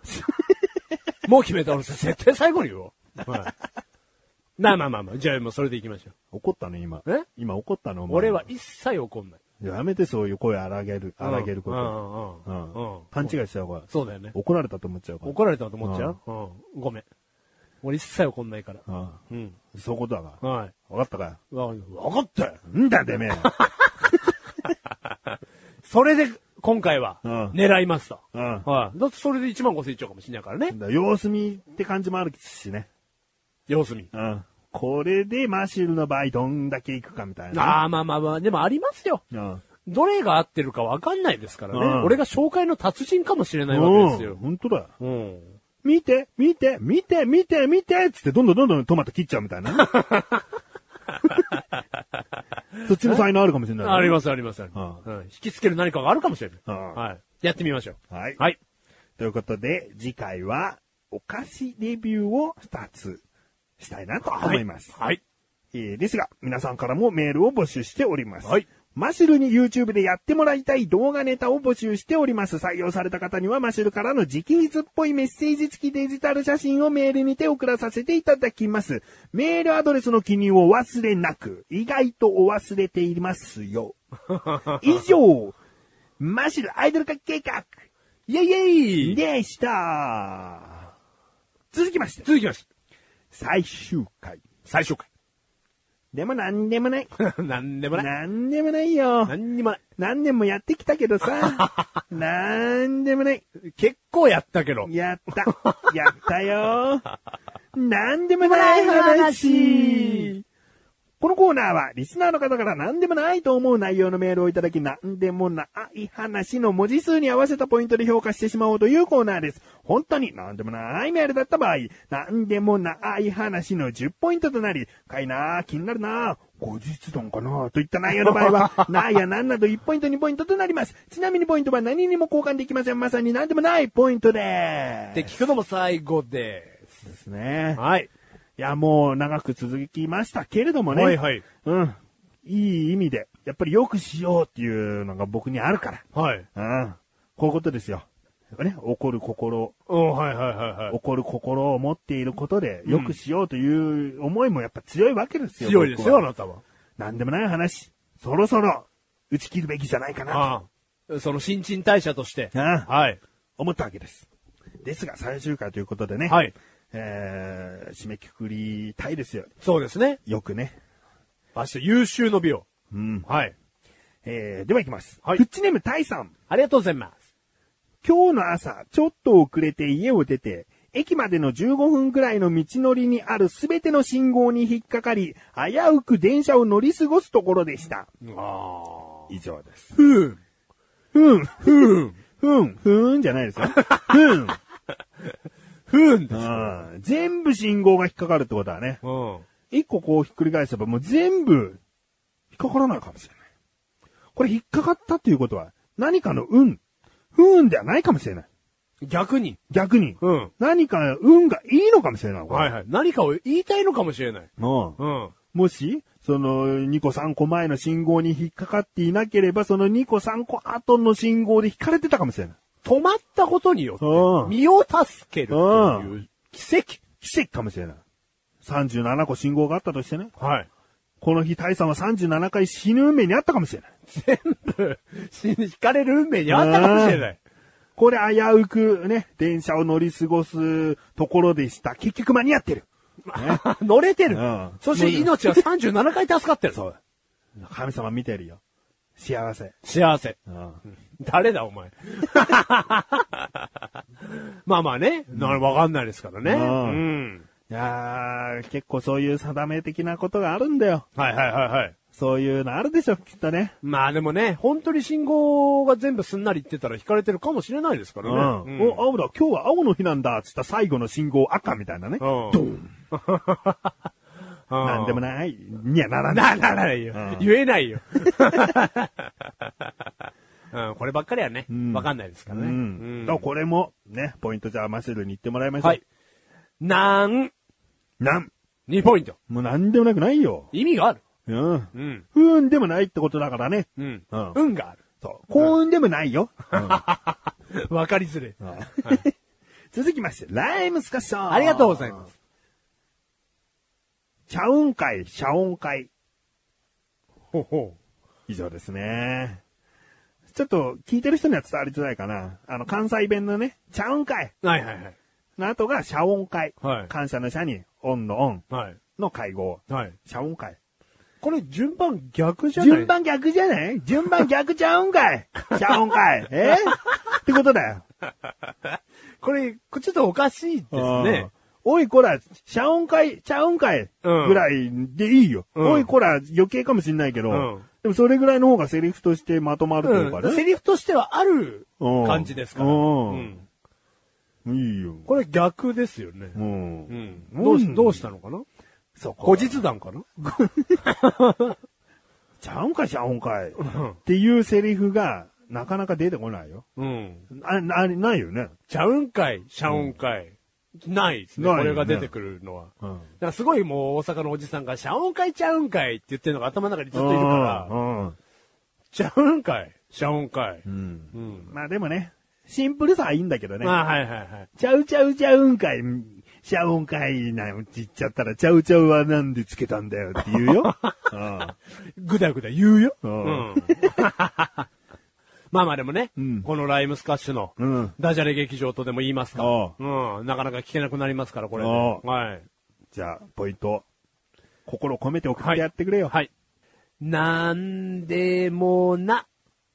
[SPEAKER 1] (laughs) もう決めた俺さ、絶対最後に言おう。はい。まあまあまあまあ、じゃあもうそれでいきましょう。
[SPEAKER 2] 怒ったの今。
[SPEAKER 1] え
[SPEAKER 2] 今怒ったのお前
[SPEAKER 1] 俺は一切怒んない。
[SPEAKER 2] やめてそういう声荒げる、荒げるこ
[SPEAKER 1] う
[SPEAKER 2] と。
[SPEAKER 1] んうんうんうん
[SPEAKER 2] 勘違いしちゃうから。
[SPEAKER 1] そうだよね。
[SPEAKER 2] 怒られたと思っちゃうから。
[SPEAKER 1] 怒られたと思っちゃううん。ごめん。俺一切怒んないから。
[SPEAKER 2] ああ
[SPEAKER 1] うん。
[SPEAKER 2] そういうことだから。
[SPEAKER 1] はい。
[SPEAKER 2] わかったかよ。
[SPEAKER 1] わわかったよ。
[SPEAKER 2] んだ
[SPEAKER 1] (laughs)
[SPEAKER 2] てめえ。
[SPEAKER 1] それで、今回は
[SPEAKER 2] うん、
[SPEAKER 1] 狙いますと。
[SPEAKER 2] うん
[SPEAKER 1] はい。だってそれで1万5千いっちゃうかもしれないからね。
[SPEAKER 2] だから様子見って感じもあるしね。
[SPEAKER 1] 様子見。
[SPEAKER 2] うん。これでマシュルの場合どんだけいくかみたいな。あ。
[SPEAKER 1] ああ、まあまあまあ、でもありますよ。
[SPEAKER 2] うん。
[SPEAKER 1] どれが合ってるかわかんないですからね。
[SPEAKER 2] うん
[SPEAKER 1] 俺が紹介の達人かもしれないわけです
[SPEAKER 2] うん
[SPEAKER 1] よ。
[SPEAKER 2] 本当だよ。
[SPEAKER 1] うん。
[SPEAKER 2] 見て、見て、見て、見て、見てっつってどんどんどんどんトマト切っちゃうみた
[SPEAKER 1] (laughs)
[SPEAKER 2] いな。そっちの才能あるかもしれない。
[SPEAKER 1] ありますありますあり
[SPEAKER 2] あ
[SPEAKER 1] ます。うん引きつける何かがあるかもしれない。
[SPEAKER 2] あ
[SPEAKER 1] はい。やってみましょう。
[SPEAKER 2] はい
[SPEAKER 1] はい。
[SPEAKER 2] ということで、次回はお菓子レビューを2つしたいなと思います。
[SPEAKER 1] はい。
[SPEAKER 2] えーですが、皆さんからもメールを募集しております。
[SPEAKER 1] はい
[SPEAKER 2] マシュルに YouTube でやってもらいたい動画ネタを募集しております。採用された方にはマシュルからの直筆っぽいメッセージ付きデジタル写真をメールにて送らさせていただきます。メールアドレスの記入をお忘れなく、意外とお忘れています
[SPEAKER 1] (laughs)
[SPEAKER 2] よ。以上、マシュルアイドル化計画
[SPEAKER 1] イェイイェイ
[SPEAKER 2] でした。続きまして、
[SPEAKER 1] 続きまして、
[SPEAKER 2] 最終回。
[SPEAKER 1] 最終回。 (laughs)
[SPEAKER 2] でもなんでもない。
[SPEAKER 1] なんでもない。
[SPEAKER 2] なんでもないよ。
[SPEAKER 1] なんにもな
[SPEAKER 2] 何年もやってきたけどさ。なんでもない。
[SPEAKER 1] い。結構やったけど。
[SPEAKER 2] やった。やったよ。なんでもない話。このコーナーは、リスナーの方から何でもないと思う内容のメールをいただき、何でもない話の文字数に合わせたポイントで評価してしまおうというコーナーです。本当に何でもないメールだった場合、何でもない話の10ポイントとなり、かいなあ気になるなあ後日談かなあといった内容の場合 (laughs) は、なあやなんなど1ポイント2ポイントとなります。ちなみにポイントは何にも交換できません。まさに何でもないポイントで
[SPEAKER 1] っ
[SPEAKER 2] す。
[SPEAKER 1] て聞くのも最後です。
[SPEAKER 2] ですね。
[SPEAKER 1] はい。
[SPEAKER 2] いや、もう長く続きましたけれどもね。
[SPEAKER 1] はいはい。
[SPEAKER 2] うん。いい意味で、やっぱり良くしようっていうのが僕にあるか
[SPEAKER 1] はい。
[SPEAKER 2] ら。うん。こういうことですよ。ね、怒る心、
[SPEAKER 1] うん、はいはいはいはい。
[SPEAKER 2] 怒る心を持っていることで、良くしようという思いもやっぱ強いわけですよ。
[SPEAKER 1] 強いですよ、あ
[SPEAKER 2] 僕は
[SPEAKER 1] なたは。
[SPEAKER 2] なんでもない話、そろそろ、打ち切るべきじゃないかな、
[SPEAKER 1] ああ。その新陳代謝として。
[SPEAKER 2] うん
[SPEAKER 1] はい。
[SPEAKER 2] と思ったわけです。ですが、最終回ということでね。
[SPEAKER 1] はい。
[SPEAKER 2] えー、締めくくりたいですよ。
[SPEAKER 1] そうですね。
[SPEAKER 2] よくね。
[SPEAKER 1] 明日優秀の美を。
[SPEAKER 2] うん。
[SPEAKER 1] はい。
[SPEAKER 2] えー、では行きます。
[SPEAKER 1] はい
[SPEAKER 2] フッチネームタイさん。
[SPEAKER 1] ありがとうございます。
[SPEAKER 2] 今日の朝、ちょっと遅れて家を出て、駅までの15分くらいの道のりにあるすべての信号に引っかかり、危うく電車を乗り過ごすところでした。
[SPEAKER 1] ああ。
[SPEAKER 2] 以上です。
[SPEAKER 1] ふーん。
[SPEAKER 2] ふん、
[SPEAKER 1] ふーん。
[SPEAKER 2] ふん、ふんじゃないですよ。ふん。
[SPEAKER 1] ふーんです。
[SPEAKER 2] うん全部信号が引っかかるってことはね、
[SPEAKER 1] うん。
[SPEAKER 2] 一個こうひっくり返せばもう全部、引っかからないかもしれない。これ引っかかったっていうことは、何かの運、不運ではないかもしれない。
[SPEAKER 1] 逆に。
[SPEAKER 2] 逆に。
[SPEAKER 1] うん。
[SPEAKER 2] 何か運がいいのかもしれない。これ
[SPEAKER 1] はいはい。何かを言いたいのかもしれない。
[SPEAKER 2] うん
[SPEAKER 1] うん。
[SPEAKER 2] もし、その2個3個前の信号に引っかかっていなければ、その2個3個後の信号で引かれてたかもしれない。
[SPEAKER 1] 止まったことによって
[SPEAKER 2] う、ん
[SPEAKER 1] 身を助けると
[SPEAKER 2] う
[SPEAKER 1] いう奇跡。
[SPEAKER 2] 奇跡かもしれない。37個信号があったとしてね。
[SPEAKER 1] はい。
[SPEAKER 2] この日、タイさんは37回死ぬ運命にあったかもしれない。
[SPEAKER 1] 全部、死に惹かれる運命にあったかもしれない。
[SPEAKER 2] これ危うくね、電車を乗り過ごすところでした。結局間に合ってる。
[SPEAKER 1] (laughs) 乗れてる
[SPEAKER 2] うん。
[SPEAKER 1] そして命は37回助かってる。
[SPEAKER 2] そう。神様見てるよ。幸せ。
[SPEAKER 1] 幸せ。
[SPEAKER 2] うん。
[SPEAKER 1] 誰だお前。 (laughs) まあまあね。なわかんないですからね。
[SPEAKER 2] うん
[SPEAKER 1] うん。
[SPEAKER 2] いやー、結構そういう定め的なことがあるんだよ。
[SPEAKER 1] はいはいはいはい。
[SPEAKER 2] そういうのあるでしょ、きっとね。
[SPEAKER 1] まあでもね、本当に信号が全部すんなりいってたら引かれてるかもしれないですか
[SPEAKER 2] う
[SPEAKER 1] らね。
[SPEAKER 2] ん。お、青だ、今日は青の日なんだ、つった最後の信号赤みたいなね。
[SPEAKER 1] うん。ドン。
[SPEAKER 2] (laughs) なんでも
[SPEAKER 1] ない。
[SPEAKER 2] ない。にはならない。
[SPEAKER 1] な、ならないよ
[SPEAKER 2] うん。
[SPEAKER 1] 言え (laughs) ないよ。うん、こればっかりはね、わかんないですから
[SPEAKER 2] う
[SPEAKER 1] ね。
[SPEAKER 2] ん。
[SPEAKER 1] ん
[SPEAKER 2] だからこれも、ね、ポイントじゃあマシュルに言ってもらいましょう。
[SPEAKER 1] はい。。なん、
[SPEAKER 2] なん。
[SPEAKER 1] 2ポイント。
[SPEAKER 2] もうなんでもなくないよ。
[SPEAKER 1] 意味がある。
[SPEAKER 2] うん。
[SPEAKER 1] うん。
[SPEAKER 2] 不運でもないってことだからね。
[SPEAKER 1] うん
[SPEAKER 2] うん。
[SPEAKER 1] 運がある。
[SPEAKER 2] そう。幸運でもないよ。
[SPEAKER 1] わかりづれい。
[SPEAKER 2] うん (laughs) 続きまして、ライムスカッション。
[SPEAKER 1] ありがとうございます。。
[SPEAKER 2] 茶音会、謝音会。
[SPEAKER 1] ほほ
[SPEAKER 2] 以上ですね。ちょっと、聞いてる人には伝わりづらいかな。あの、関西弁のね、茶音会
[SPEAKER 1] う。はいはいはい。
[SPEAKER 2] の後が謝音会。
[SPEAKER 1] はい
[SPEAKER 2] 感謝の社に、音の音
[SPEAKER 1] はい。
[SPEAKER 2] の会合。
[SPEAKER 1] はい。
[SPEAKER 2] 謝音会。
[SPEAKER 1] これ順番逆じゃない
[SPEAKER 2] 順番逆じゃない順番逆茶
[SPEAKER 1] (laughs)
[SPEAKER 2] 音会。謝音会。えってことだよ。
[SPEAKER 1] これ、こちょっとおかしいですね。
[SPEAKER 2] うん。おいこら、謝音会、茶音会
[SPEAKER 1] うん
[SPEAKER 2] ぐらいでいいよ。
[SPEAKER 1] うん
[SPEAKER 2] おいこら、余計かもしんないけど、
[SPEAKER 1] うん
[SPEAKER 2] でもそれぐらいの方がセリフとしてまとまるというか
[SPEAKER 1] うん。セ
[SPEAKER 2] ね。
[SPEAKER 1] リフとしてはある
[SPEAKER 2] うん
[SPEAKER 1] 感じですから。
[SPEAKER 2] うん
[SPEAKER 1] うん
[SPEAKER 2] いいよ。
[SPEAKER 1] これ逆ですよね
[SPEAKER 2] う。ん。
[SPEAKER 1] うん。
[SPEAKER 2] うん
[SPEAKER 1] どうし、どうしたのかな
[SPEAKER 2] そこ
[SPEAKER 1] 後日談かな
[SPEAKER 2] ちゃうんかいちゃうんかい。っ
[SPEAKER 1] ん
[SPEAKER 2] ていうセリフが、なかなか出てこないよ。
[SPEAKER 1] うん。
[SPEAKER 2] あ、な、ないよね。
[SPEAKER 1] ちゃうんかい、謝恩会。ないですね。
[SPEAKER 2] な
[SPEAKER 1] こ
[SPEAKER 2] いよね
[SPEAKER 1] れが出てくるのは。
[SPEAKER 2] うん。
[SPEAKER 1] だからすごいもう大阪のおじさんが、謝恩会ちゃうんかいって言ってるのが頭の中にずっといるか
[SPEAKER 2] うん。
[SPEAKER 1] ちゃうんかい。ちゃうんかい。
[SPEAKER 2] うん。
[SPEAKER 1] うん。
[SPEAKER 2] まあでもね、シンプルさはいいんだけどね。
[SPEAKER 1] まあ、はいはいはい。
[SPEAKER 2] ちゃうちゃうちゃうんかい、シャオンかいなって言っちゃったら、ちゃうちゃうはなんでつけたんだよって言う
[SPEAKER 1] (laughs)
[SPEAKER 2] よ。あ
[SPEAKER 1] ぐだぐだ言うよ。
[SPEAKER 2] う
[SPEAKER 1] うんん。 (laughs) まあまあでもね、
[SPEAKER 2] うん
[SPEAKER 1] このライムスカッシュの、
[SPEAKER 2] うん
[SPEAKER 1] ダジャレ劇場とでも言いますか
[SPEAKER 2] お
[SPEAKER 1] うん。なかなか聞けなくなりますから、これで。
[SPEAKER 2] お
[SPEAKER 1] はい。
[SPEAKER 2] じゃあ、ポイント。心込めて送ってやってくれよ。
[SPEAKER 1] はい。なんでもな。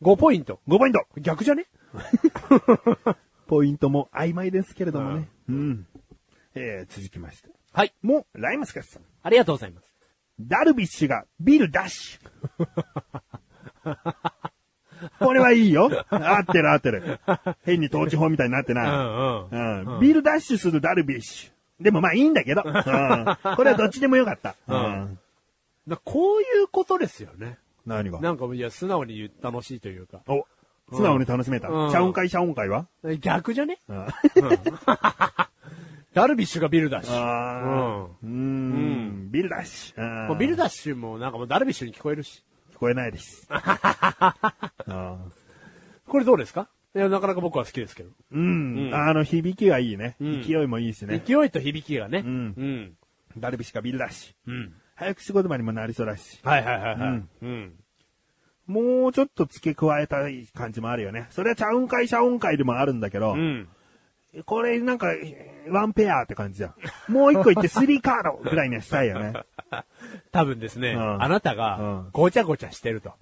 [SPEAKER 1] 5ポイント。
[SPEAKER 2] 5ポイント
[SPEAKER 1] 逆 (laughs) じゃね
[SPEAKER 2] ポイントも曖昧ですけれどもね。うん。えー、続きまして。
[SPEAKER 1] はい。
[SPEAKER 2] もう、ライムスカスさん。
[SPEAKER 1] ありがとうございます。
[SPEAKER 2] ダルビッシュがビルダッシュ。これはいいよ。合ってる合ってる。変に統治法みたいになって
[SPEAKER 1] う
[SPEAKER 2] ない。
[SPEAKER 1] んうん。
[SPEAKER 2] うんビルダッシュするダルビッシュ。でもまあいいんだけど。うんこれはどっちでもよかった。
[SPEAKER 1] うん
[SPEAKER 2] うん
[SPEAKER 1] だこういうことですよね。
[SPEAKER 2] 何が
[SPEAKER 1] なんか、いや、素直に言う楽しいというか。
[SPEAKER 2] お、素直に楽しめた。シ
[SPEAKER 1] うん
[SPEAKER 2] ャオン会シャオン会は
[SPEAKER 1] 逆じゃね
[SPEAKER 2] うん
[SPEAKER 1] ダルビッシュがビルダッシュ。
[SPEAKER 2] あーうーんビルダッシュ。う
[SPEAKER 1] もうんビルダッシュもなんかもうダルビッシュに聞こえるし。
[SPEAKER 2] 聞こえな
[SPEAKER 1] (laughs)
[SPEAKER 2] いです。うん
[SPEAKER 1] これどうですかいや、なかなか僕は好きですけど。
[SPEAKER 2] うん。あの、響きはいいね。
[SPEAKER 1] ん
[SPEAKER 2] 勢いもいいしね。
[SPEAKER 1] 勢いと響きがね。うんうん。
[SPEAKER 2] ダルビッシュがビルダッシ
[SPEAKER 1] う
[SPEAKER 2] ュ。
[SPEAKER 1] ん。
[SPEAKER 2] 早く仕事場にもなりそうだし。
[SPEAKER 1] はいはいはいはい。
[SPEAKER 2] う
[SPEAKER 1] うんん。
[SPEAKER 2] もうちょっと付け加えたい感じもあるよね。それはチャウン会、シャオン会でもあるんだけど、
[SPEAKER 1] うん。
[SPEAKER 2] これなんか、ワンペアって感じじゃん。もう一個行ってスリーカードぐらいにはした
[SPEAKER 1] (laughs)
[SPEAKER 2] いよね。
[SPEAKER 1] 多分ですね、
[SPEAKER 2] うん
[SPEAKER 1] あなた
[SPEAKER 2] うん
[SPEAKER 1] が、ごちゃごちゃしてると。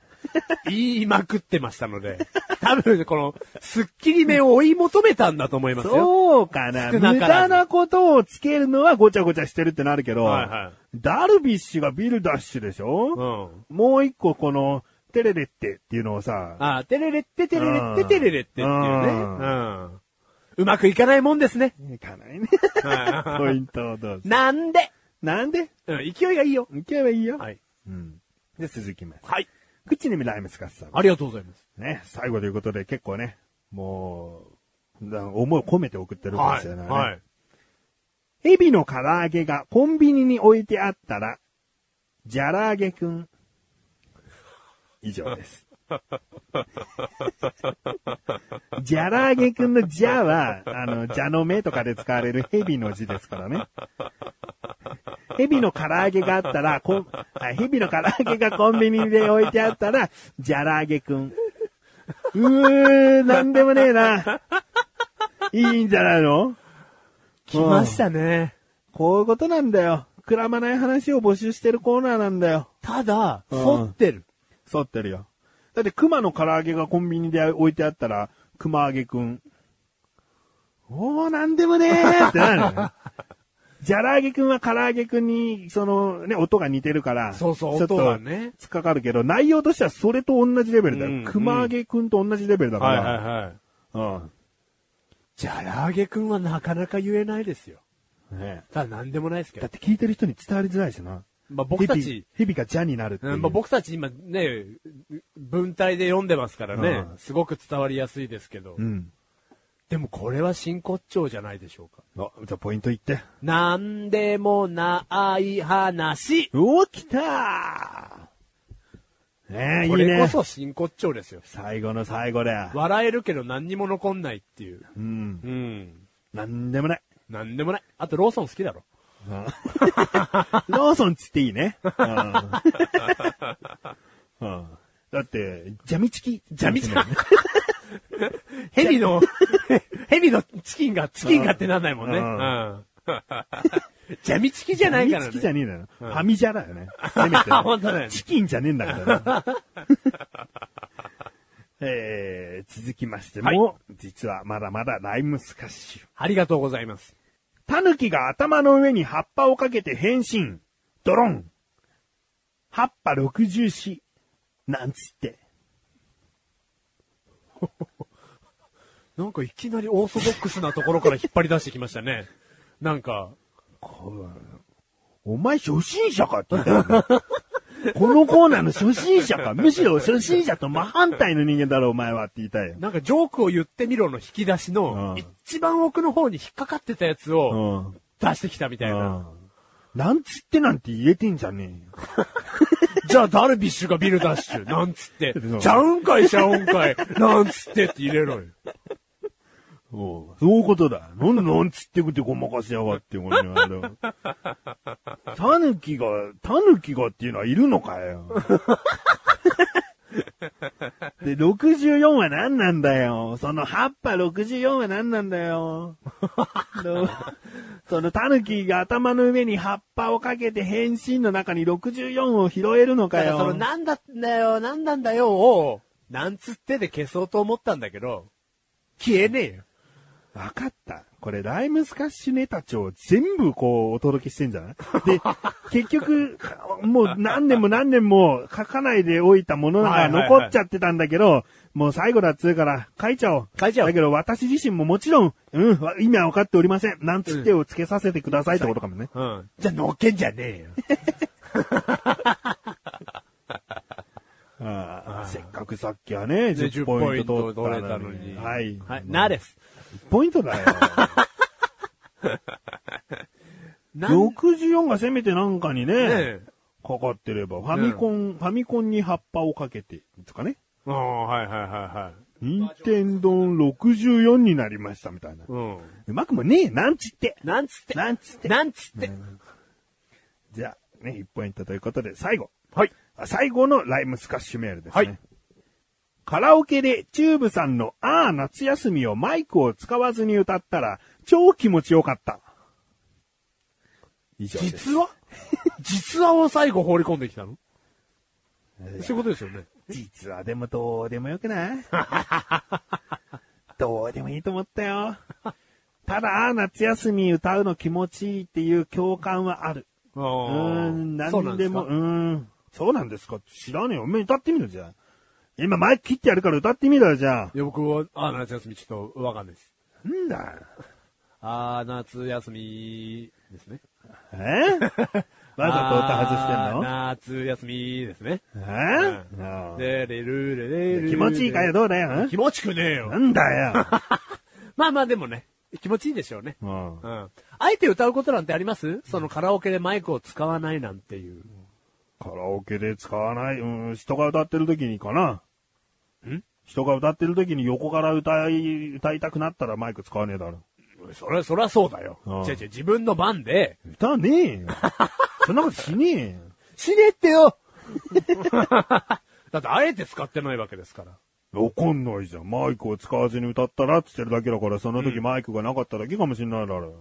[SPEAKER 1] (laughs) 言いまくってましたので、多分この、スッキリ目を追い求めたんだと思いますよ。
[SPEAKER 2] そうかな。
[SPEAKER 1] 少な
[SPEAKER 2] 無
[SPEAKER 1] からず
[SPEAKER 2] 駄なことをつけるのはごちゃごちゃしてるってなるけど、
[SPEAKER 1] はいはい
[SPEAKER 2] ダルビッシュがビルダッシュでしょ、
[SPEAKER 1] ん。
[SPEAKER 2] もう一個この、テレレってっていうのをさ、
[SPEAKER 1] ああ、テレレってテレレってテレレってっていうね。
[SPEAKER 2] う
[SPEAKER 1] うんん。うまくいかないもんですね。
[SPEAKER 2] いかな
[SPEAKER 1] (laughs)
[SPEAKER 2] いね。
[SPEAKER 1] は
[SPEAKER 2] ポイントをどうぞ。
[SPEAKER 1] なんで、
[SPEAKER 2] なんで
[SPEAKER 1] うん、勢いがいいよ。
[SPEAKER 2] 行けばいいよ。
[SPEAKER 1] はい。
[SPEAKER 2] うん。で、続きます。
[SPEAKER 1] はい。
[SPEAKER 2] 口に見ライムスカスさん。
[SPEAKER 1] ありがとうございます。
[SPEAKER 2] ね、最後ということで結構ね、もう、だ思いを込めて送ってるんですよね。
[SPEAKER 1] はい。
[SPEAKER 2] ヘビの唐揚げがコンビニに置いてあったら、じゃら揚げくん。以上です。じゃら揚げくんのじゃは、あの、じゃの目とかで使われるヘビの字ですからね。ヘビの唐揚げがあったら、こんあヘビの唐揚げがコンビニで置いてあったら、じゃら揚げくん。うー、なんでもねえな。いいんじゃないの
[SPEAKER 1] 来ましたね。
[SPEAKER 2] こういうことなんだよ。くらまない話を募集してるコーナーなんだよ。
[SPEAKER 1] ただ、
[SPEAKER 2] うん
[SPEAKER 1] 反ってる。
[SPEAKER 2] 沿ってるよ。だって熊の唐揚げがコンビニで置いてあったら、熊揚げくん。おー、なんでもねーってなるよね。 (laughs) じゃら揚げくんは唐揚げくんに、そのね、音が似てるから。
[SPEAKER 1] そうそう
[SPEAKER 2] ちょっと
[SPEAKER 1] 音がね
[SPEAKER 2] 突っかかるけど、内容としてはそれと同じレベルだ
[SPEAKER 1] う
[SPEAKER 2] よ。
[SPEAKER 1] ん
[SPEAKER 2] 熊揚げくんと同じレベルだから。
[SPEAKER 1] はい。
[SPEAKER 2] うん。
[SPEAKER 1] じゃらあげくんはなかなか言えないですよ。
[SPEAKER 2] ね
[SPEAKER 1] ただなんでもないですけ
[SPEAKER 2] えだっ
[SPEAKER 1] ど。
[SPEAKER 2] て聞いてる人に伝わりづらいしな。
[SPEAKER 1] まあ僕たち、
[SPEAKER 2] 日々がジャになるっていう。
[SPEAKER 1] うんまあ、僕たち今ね、文体で読んでますからね、
[SPEAKER 2] うん
[SPEAKER 1] すごく伝わりやすいですけど、
[SPEAKER 2] うん。
[SPEAKER 1] でもこれは真骨頂じゃないでしょうか。
[SPEAKER 2] あ、じゃあポイントいって。
[SPEAKER 1] なんでもない話
[SPEAKER 2] おー、来たーねえ、いい
[SPEAKER 1] これこ
[SPEAKER 2] ね。
[SPEAKER 1] そ真骨頂ですよ。
[SPEAKER 2] 最後の最後で。
[SPEAKER 1] 笑えるけど何にも残んないっていう。
[SPEAKER 2] うん。
[SPEAKER 1] うん。
[SPEAKER 2] なんでもない。
[SPEAKER 1] なんでもない。あとローソン好きだろ。
[SPEAKER 2] うんローソンつっていいね。うん (laughs) うんだって、ジャミチキ。
[SPEAKER 1] じゃ、みちゃん。ヘビ (laughs) の、ヘビのチキンが、チキンがってなんないもんね。
[SPEAKER 2] う
[SPEAKER 1] うんん。 (laughs) じゃみチキじゃない
[SPEAKER 2] ジ
[SPEAKER 1] か
[SPEAKER 2] ャミ
[SPEAKER 1] ら
[SPEAKER 2] チキじゃ
[SPEAKER 1] ね。
[SPEAKER 2] ねえんだよ。フ
[SPEAKER 1] ん
[SPEAKER 2] ァミジャだよね。せめ
[SPEAKER 1] (laughs)
[SPEAKER 2] て
[SPEAKER 1] 本当だよね
[SPEAKER 2] チキンじゃねえんだ
[SPEAKER 1] (laughs)
[SPEAKER 2] からね。えー、続きましても、
[SPEAKER 1] は
[SPEAKER 2] 実はまだまだライムスカッシュ。
[SPEAKER 1] ありがとうございます。
[SPEAKER 2] タヌキが頭の上に葉っぱをかけて変身。ドロン。葉っぱ64。なんつって。
[SPEAKER 1] なんかいきなりオーソドックスなところから引っ張り出してきましたね。なんか、
[SPEAKER 2] お前初心者かって言ったよねこのコーナーの初心者か。むしろ初心者と真反対の人間だろ、お前はって言いたいよ。
[SPEAKER 1] なんかジョークを言ってみろの引き出しの、
[SPEAKER 2] うん
[SPEAKER 1] 一番奥の方に引っかかってたやつを
[SPEAKER 2] うん。
[SPEAKER 1] 出してきたみたいな。
[SPEAKER 2] なんつってなんて言えてんじゃねえよ。
[SPEAKER 1] (laughs) じゃあダルビッシュがビルダッシュ、なんつ (laughs) って。
[SPEAKER 2] そう
[SPEAKER 1] ちゃうんかい、ちゃうんかい、なんつってって入れろよ。
[SPEAKER 2] そう。そういうことだ。なんでなんつってくってごまかしやがって、これ。
[SPEAKER 1] (laughs)
[SPEAKER 2] タヌキが、タヌキがっていうのはいるのかよ。
[SPEAKER 1] (laughs)
[SPEAKER 2] で、64は何なんだよ。その葉っぱ64は何なんだ
[SPEAKER 1] (laughs)
[SPEAKER 2] よ。のそのタヌキが頭の上に葉っぱをかけて変身の中に64を拾えるのか
[SPEAKER 1] だから
[SPEAKER 2] よ。
[SPEAKER 1] その、なんだんだよ、なんなんだよを、なんつってで消そうと思ったんだけど、消えねえよ。
[SPEAKER 2] わかった。これ、ライムスカッシュネタ帳全部こう、お届けしてんじゃない
[SPEAKER 1] (laughs)
[SPEAKER 2] で、結局、かもう何年も何年も書かないでおいたもの
[SPEAKER 1] は
[SPEAKER 2] が
[SPEAKER 1] いはいはい
[SPEAKER 2] 残っちゃってたんだけど、もう最後だっつうから、書いちゃおう。
[SPEAKER 1] 書いちゃおう
[SPEAKER 2] だけど私自身ももちろん、うん、わ意味はわかっておりません。なんつってをつけさせてくださいってことかもね。
[SPEAKER 1] うん。じゃあ乗っけんじゃねえよ。
[SPEAKER 2] ああせっかくさっきはね、10
[SPEAKER 1] 10
[SPEAKER 2] ポ
[SPEAKER 1] ポ
[SPEAKER 2] イ
[SPEAKER 1] イ
[SPEAKER 2] ン
[SPEAKER 1] ント
[SPEAKER 2] ト取
[SPEAKER 1] 取
[SPEAKER 2] っ
[SPEAKER 1] れ
[SPEAKER 2] た
[SPEAKER 1] た
[SPEAKER 2] の
[SPEAKER 1] の
[SPEAKER 2] に。
[SPEAKER 1] に。
[SPEAKER 2] はい。
[SPEAKER 1] (laughs) はい、なです。
[SPEAKER 2] ポイントだよ。
[SPEAKER 1] なん
[SPEAKER 2] 64がせめてなんかに
[SPEAKER 1] ね
[SPEAKER 2] ね
[SPEAKER 1] え、
[SPEAKER 2] かかってれば、ファミコン、ファミコンに葉っぱをかけて、ですかね。
[SPEAKER 1] ああ、はいはいはいはい。
[SPEAKER 2] 任天堂64になりましたみたいな。
[SPEAKER 1] うん。
[SPEAKER 2] うまくもねえ、なんちって。
[SPEAKER 1] なんつって。
[SPEAKER 2] なんつって。
[SPEAKER 1] なんつって。
[SPEAKER 2] じゃあ、ね、1ポイントということで、最後。
[SPEAKER 1] はい。
[SPEAKER 2] あ最後のライムスカッシュメールです
[SPEAKER 1] は
[SPEAKER 2] ね。
[SPEAKER 1] い
[SPEAKER 2] カラオケでチューブさんのああ夏休みをマイクを使わずに歌ったら超気持ちよかった。以上です。
[SPEAKER 1] 実は実話を最後放り込んできたのそういうことですよね。
[SPEAKER 2] 実はでもどうでもよく (laughs) ないどうでもいいと思ったよ。ただ、夏休み歌うの気持ちいいっていう共感はある。
[SPEAKER 1] う
[SPEAKER 2] うーん、何でも、う
[SPEAKER 1] う
[SPEAKER 2] ーん。そうなんですか知らねえよ。お前歌ってみろじゃあ。今マイク切ってやるから歌ってみろよじゃあ。
[SPEAKER 1] いや、僕は、あー夏休みちょっとわかんないです。
[SPEAKER 2] なんだ。
[SPEAKER 1] あー夏休みですね。
[SPEAKER 2] えわざと歌外してん (laughs)
[SPEAKER 1] あ
[SPEAKER 2] の
[SPEAKER 1] ー夏休みですね。
[SPEAKER 2] え
[SPEAKER 1] う
[SPEAKER 2] ああ
[SPEAKER 1] で、レルレレル。
[SPEAKER 2] 気持ちいいかよ、どうだよ。ん
[SPEAKER 1] 気持ちくねえ
[SPEAKER 2] な
[SPEAKER 1] よ。
[SPEAKER 2] んだよ。
[SPEAKER 1] まあまあでもね、気持ちいいでしょうね。
[SPEAKER 2] う
[SPEAKER 1] う
[SPEAKER 2] ん
[SPEAKER 1] ん。あえて歌うことなんてありますそのカラオケでマイクを使わないなんていう。
[SPEAKER 2] カラオケで使わない、うん、人が歌ってる時にかな。
[SPEAKER 1] ん
[SPEAKER 2] 人が歌ってる時に横から歌い、歌いたくなったらマイク使わねえだろ。
[SPEAKER 1] それ、そりゃそうだよ
[SPEAKER 2] うん。
[SPEAKER 1] 違う違う、自分の番で、
[SPEAKER 2] 歌わねえよ。 (laughs) そんなことしねえよ。
[SPEAKER 1] 死ねってよ (laughs) だってあえて使ってないわけですから。
[SPEAKER 2] 怒んないじゃん。マイクを使わずに歌ったらって言ってるだけだから、その時マイクがなかっただけかもしんないだろ。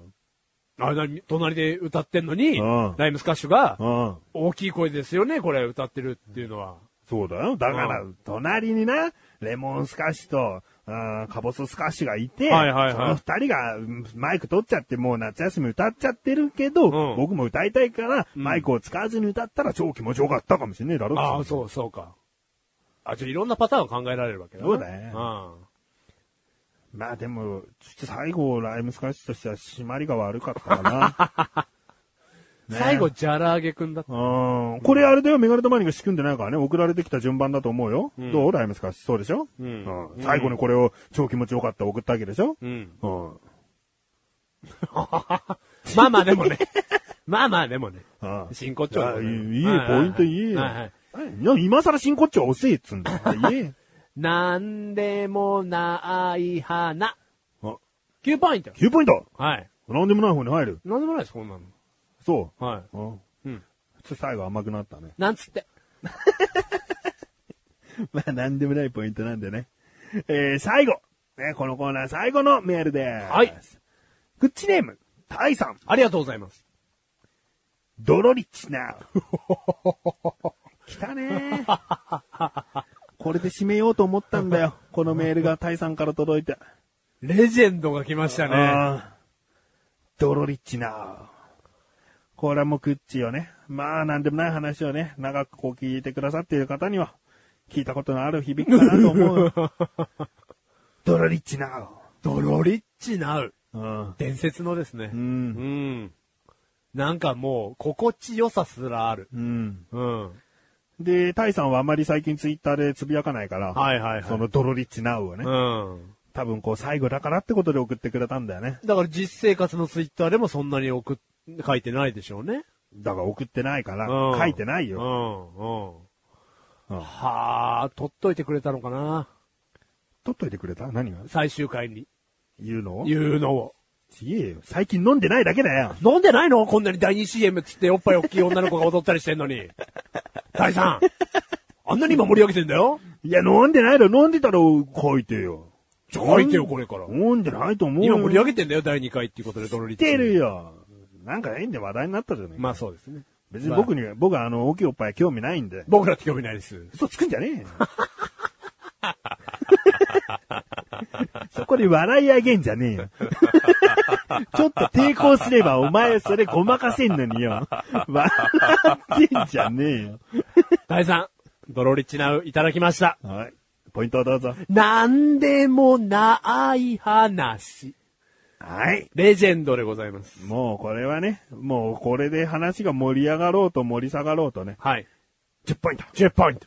[SPEAKER 1] あれ何隣で歌ってんのに、
[SPEAKER 2] うん
[SPEAKER 1] ライムスカッシュが
[SPEAKER 2] う、ん。
[SPEAKER 1] 大きい声ですよね、これ歌ってるっていうのは。
[SPEAKER 2] そうだよ。だから
[SPEAKER 1] う、
[SPEAKER 2] 隣にな、レモンスカッシュと、あーカボススカッシュがいて、
[SPEAKER 1] はいはいはい
[SPEAKER 2] その二人がうんマイク取っちゃって、もう夏休み歌っちゃってるけど、
[SPEAKER 1] ん
[SPEAKER 2] 僕も歌いたいから、
[SPEAKER 1] ん
[SPEAKER 2] マイクを使わずに歌ったら超気持ちよかったかもしれないだろ
[SPEAKER 1] ああ、
[SPEAKER 2] う。
[SPEAKER 1] そう、そうか。あ、じゃあいろんなパターンが考えられるわけだな
[SPEAKER 2] そうだね
[SPEAKER 1] う
[SPEAKER 2] まあでも、ちょっと最後、ライムスカッシュとしては締まりが悪かったか
[SPEAKER 1] (laughs) ん。
[SPEAKER 2] ね
[SPEAKER 1] 最後、ジャラーゲくんだった。
[SPEAKER 2] な。うん。これあれだよ、メガネとマニが仕組んでないからね、送られてきた順番だと思うよ。どうライムスカッシュ。そうでしょ
[SPEAKER 1] うん
[SPEAKER 2] う最後にこれを超気持ちよかった送ったわけでしょ
[SPEAKER 1] うん。 (laughs)
[SPEAKER 2] うん。
[SPEAKER 1] まあまあでも
[SPEAKER 2] (laughs)
[SPEAKER 1] ね。まあまあでもね。
[SPEAKER 2] ああ
[SPEAKER 1] 真骨頂だ
[SPEAKER 2] あ
[SPEAKER 1] ね
[SPEAKER 2] いいいい
[SPEAKER 1] はいはい
[SPEAKER 2] ポ
[SPEAKER 1] はい
[SPEAKER 2] イント言えよ。
[SPEAKER 1] はいはい
[SPEAKER 2] な今更真骨頂遅いっつうんだよ。言え。
[SPEAKER 1] なんでもない花。
[SPEAKER 2] あ、
[SPEAKER 1] 9ポイント。
[SPEAKER 2] 9ポイント
[SPEAKER 1] はい。
[SPEAKER 2] なんでもない方に入る。
[SPEAKER 1] なんでもないです、こんなの。
[SPEAKER 2] そ
[SPEAKER 1] は
[SPEAKER 2] う。うん。
[SPEAKER 1] い。うん。
[SPEAKER 2] ちょっと最後甘くなっ
[SPEAKER 1] (laughs)
[SPEAKER 2] たね。
[SPEAKER 1] なんつって。
[SPEAKER 2] まあ、なんでもないポイントなんでね。えー、最後。ね、このコーナー最後のメールです。
[SPEAKER 1] はい。
[SPEAKER 2] グッチネーム、タイさん、
[SPEAKER 1] ありがとうございます。
[SPEAKER 2] ドロリッチ
[SPEAKER 1] (laughs)
[SPEAKER 2] な。来たねこれで締めようと思ったんだよ。このメールがタイさんから届いて。
[SPEAKER 1] レジェンドが来ましたね。
[SPEAKER 2] ああドロリッチな。これはもうクッチをね。まあ、なんでもない話をね、長くこう聞いてくださっている方には、聞いたことのある響きかなと
[SPEAKER 1] (laughs)
[SPEAKER 2] 思う。ドロリッチな。
[SPEAKER 1] ドロリッチナウ。
[SPEAKER 2] うん。
[SPEAKER 1] 伝説のですね
[SPEAKER 2] う。。
[SPEAKER 1] うんん。なんかもう、心地よさすらある。
[SPEAKER 2] うん。
[SPEAKER 1] うん。
[SPEAKER 2] で、タイさんはあまり最近ツイッターでつぶやかないから、
[SPEAKER 1] はいはいはい。
[SPEAKER 2] そのドロリッチなをね、
[SPEAKER 1] うん。
[SPEAKER 2] 多分こう最後だからってことで送ってくれたんだよね。
[SPEAKER 1] だから実生活のツイッターでもそんなに送っ、書いてないでしょうね。
[SPEAKER 2] だから送ってないから、
[SPEAKER 1] うん
[SPEAKER 2] 書いてないよ。
[SPEAKER 1] うん、うん。
[SPEAKER 2] うん
[SPEAKER 1] はあ、取っといてくれたのかな
[SPEAKER 2] 取っといてくれた何が
[SPEAKER 1] 最終回に。
[SPEAKER 2] 言うの
[SPEAKER 1] 言うのを。
[SPEAKER 2] ちげえよ。最近飲んでないだけだよ。
[SPEAKER 1] 飲んでないのこんなに第2 CM っつっておっぱい大きい女の子が踊ったりしてんの (laughs) に。第3。あんなに今盛り上げてんだよ
[SPEAKER 2] いや、飲んでないだろ。飲んでたら書いてよ。
[SPEAKER 1] じゃあ書いてよ、これから。
[SPEAKER 2] 飲んでないと思うよ。
[SPEAKER 1] 今盛り上げてんだよ、第2回っていうことで、ドロリ
[SPEAKER 2] 来てるよ。なんか縁で話題になったじゃない
[SPEAKER 1] まあそうですね。
[SPEAKER 2] 別に僕には、僕はあの、大きいおっぱい興味ないんで。
[SPEAKER 1] 僕らって興味ないです。 (laughs)
[SPEAKER 2] 嘘つくんじゃねえよ。そこで笑い上げんじゃねえよ。ちょっと抵抗すればお前それごまかせんのによ。笑ってんじゃねえよ。
[SPEAKER 1] 第3。ドロリッチナウいただきました。
[SPEAKER 2] はい。ポイントをどうぞ。
[SPEAKER 1] なんでもない話。
[SPEAKER 2] はい。
[SPEAKER 1] レジェンドでございます。
[SPEAKER 2] もうこれはね、もうこれで話が盛り上がろうと盛り下がろうとね。
[SPEAKER 1] はい。
[SPEAKER 2] 10ポイント。
[SPEAKER 1] 10ポイント。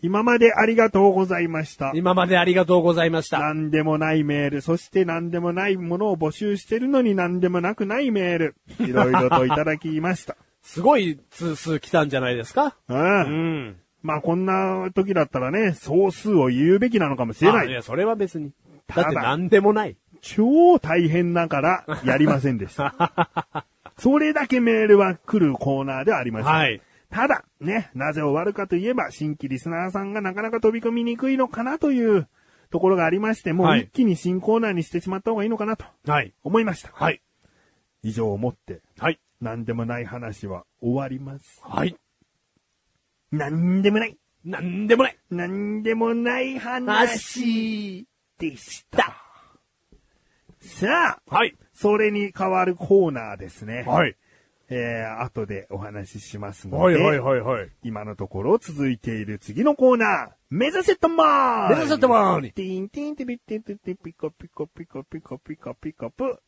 [SPEAKER 2] 今までありがとうございました。
[SPEAKER 1] 今までありがとうございました。
[SPEAKER 2] 何でもないメール、そして何でもないものを募集してるのに何でもなくないメール、いろいろといただき
[SPEAKER 1] (laughs)
[SPEAKER 2] ました。
[SPEAKER 1] すごい通数来たんじゃないですか
[SPEAKER 2] う。
[SPEAKER 1] うんん。
[SPEAKER 2] まあこんな時だったらね、総数を言うべきなのかもしれな
[SPEAKER 1] あい
[SPEAKER 2] い。
[SPEAKER 1] や、それは別に。だ
[SPEAKER 2] ただ
[SPEAKER 1] って何でもない。
[SPEAKER 2] 超大変だから、やりませんでした。
[SPEAKER 1] (laughs)
[SPEAKER 2] それだけメールは来るコーナーではありました。
[SPEAKER 1] はい。
[SPEAKER 2] ただ、ね、なぜ終わるかといえば、新規リスナーさんがなかなか飛び込みにくいのかなというところがありまして、も
[SPEAKER 1] は
[SPEAKER 2] う
[SPEAKER 1] い
[SPEAKER 2] 一気に新コーナーにしてしまった方がいいのかなと
[SPEAKER 1] はい。
[SPEAKER 2] 思いました。
[SPEAKER 1] はい。
[SPEAKER 2] 以上をもって、
[SPEAKER 1] はい。
[SPEAKER 2] 何でもない話は終わります。
[SPEAKER 1] はい。
[SPEAKER 2] 何でもない、
[SPEAKER 1] なんでもない。
[SPEAKER 2] 何でもない話
[SPEAKER 1] 話
[SPEAKER 2] でした。さあ、
[SPEAKER 1] はい。
[SPEAKER 2] それに変わるコーナーですね。
[SPEAKER 1] はい。
[SPEAKER 2] えー、後でお話ししますの
[SPEAKER 1] はい
[SPEAKER 2] で、
[SPEAKER 1] はいはいはい。
[SPEAKER 2] 今のところ続いている次のコーナー、目指せたまー
[SPEAKER 1] 目指せたまーに
[SPEAKER 2] ティンティンティビティンティンティンピコピコピコピコピコピコプ、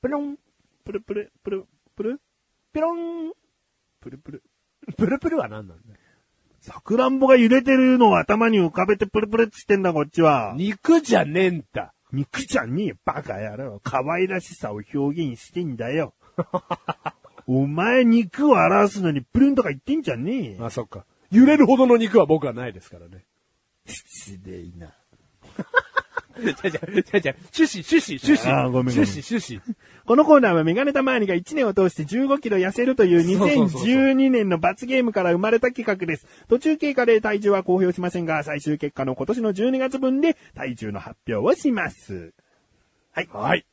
[SPEAKER 2] プロン、プルプル、プル、プル、ピロン、プルプル。
[SPEAKER 1] プルプルは何なんだよ
[SPEAKER 2] さくらんぼが揺れてるのを頭に浮かべてプルプルっつってんだ、こっちは。
[SPEAKER 1] 肉じゃねえんだ。
[SPEAKER 2] 肉ちゃんにバカ野郎、可愛らしさを表現してんだよ。お前肉を表すのにプルンとか言ってんじゃねえよ。
[SPEAKER 1] あ、そっか。揺れるほどの肉は僕はないですからね。
[SPEAKER 2] 失礼な。
[SPEAKER 1] じゃじゃ、じゃじゃ、趣旨、趣旨、趣旨。
[SPEAKER 2] あーごめんごめん
[SPEAKER 1] 趣旨、趣旨。
[SPEAKER 2] このコーナーはメガネタマーニが1年を通して15キロ痩せるという
[SPEAKER 1] そうそうそうそう
[SPEAKER 2] 2012年の罰ゲームから生まれた企画です。途中経過で体重は公表しませんが、最終結果の今年の12月分で体重の発表をします。はい。
[SPEAKER 1] はい。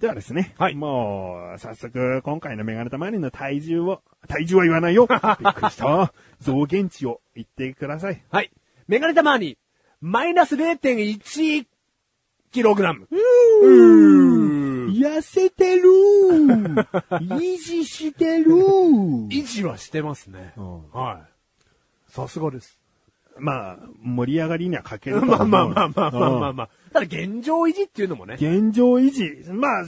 [SPEAKER 2] ではですね。
[SPEAKER 1] はい
[SPEAKER 2] もう、早速、今回のメガネたまりの体重を、体重は言わな
[SPEAKER 1] (laughs)
[SPEAKER 2] いよ。びっくりした。増減値を言ってください。
[SPEAKER 1] はい。メガネたまに、マイナス0.1キログラム。
[SPEAKER 2] 痩せ
[SPEAKER 1] (laughs)
[SPEAKER 2] てる維持してる
[SPEAKER 1] 維持はしてますね。
[SPEAKER 2] うん
[SPEAKER 1] はい。さすがです。
[SPEAKER 2] まあ、盛り上がりには欠けると
[SPEAKER 1] ま
[SPEAKER 2] は
[SPEAKER 1] あ
[SPEAKER 2] 思う
[SPEAKER 1] まあまあまあまあまあ
[SPEAKER 2] うん
[SPEAKER 1] まあ。ただ現状維持っていうのもね。
[SPEAKER 2] 現状維持、まあ、